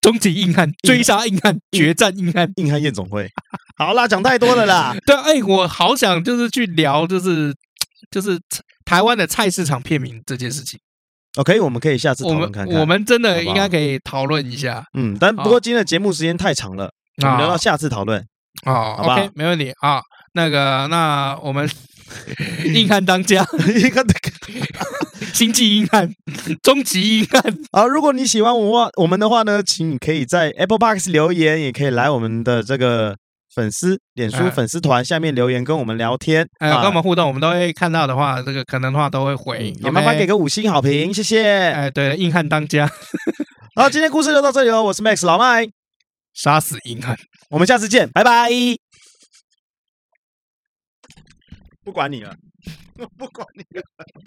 Speaker 1: 终极硬汉，追杀硬汉，决战硬汉。
Speaker 2: 硬汉夜总会，好啦，讲太多了啦。
Speaker 1: 对，哎，我好想就是去聊，就是就是台湾的菜市场片名这件事情，
Speaker 2: OK，我们可以下次
Speaker 1: 我
Speaker 2: 讨论
Speaker 1: 们
Speaker 2: 看看。
Speaker 1: 我们哦真
Speaker 2: 好
Speaker 1: 的
Speaker 2: 不
Speaker 1: 应该
Speaker 2: 好
Speaker 1: 可以讨论一下
Speaker 2: 嗯，但不过今天的节目时间太长了，我们留到下次讨论。
Speaker 1: 啊。
Speaker 2: 好不好
Speaker 1: OK，没问题啊。那个，那我们 硬汉当 家，
Speaker 2: 一个
Speaker 1: 星际硬汉，终极硬汉。
Speaker 2: 好，如果你喜欢我话我们的话呢，请你可以在 Apple Box 留言，也可以来我们的这个粉丝脸书
Speaker 1: 哎
Speaker 2: 粉丝团下面留言跟我们聊天，
Speaker 1: 哎，
Speaker 2: 啊
Speaker 1: 跟我们互动，我们都会看到的话，这个可能的话都会回
Speaker 2: 嗯。也麻烦
Speaker 1: OK
Speaker 2: 给。个五星好评，谢谢。
Speaker 1: 哎，对，硬汉当家，
Speaker 2: 好，今天故事就到这里哦了，我是 Max 老麦，
Speaker 1: 杀死硬汉。
Speaker 2: 我们下次见，拜拜。 不管你了，不管你了。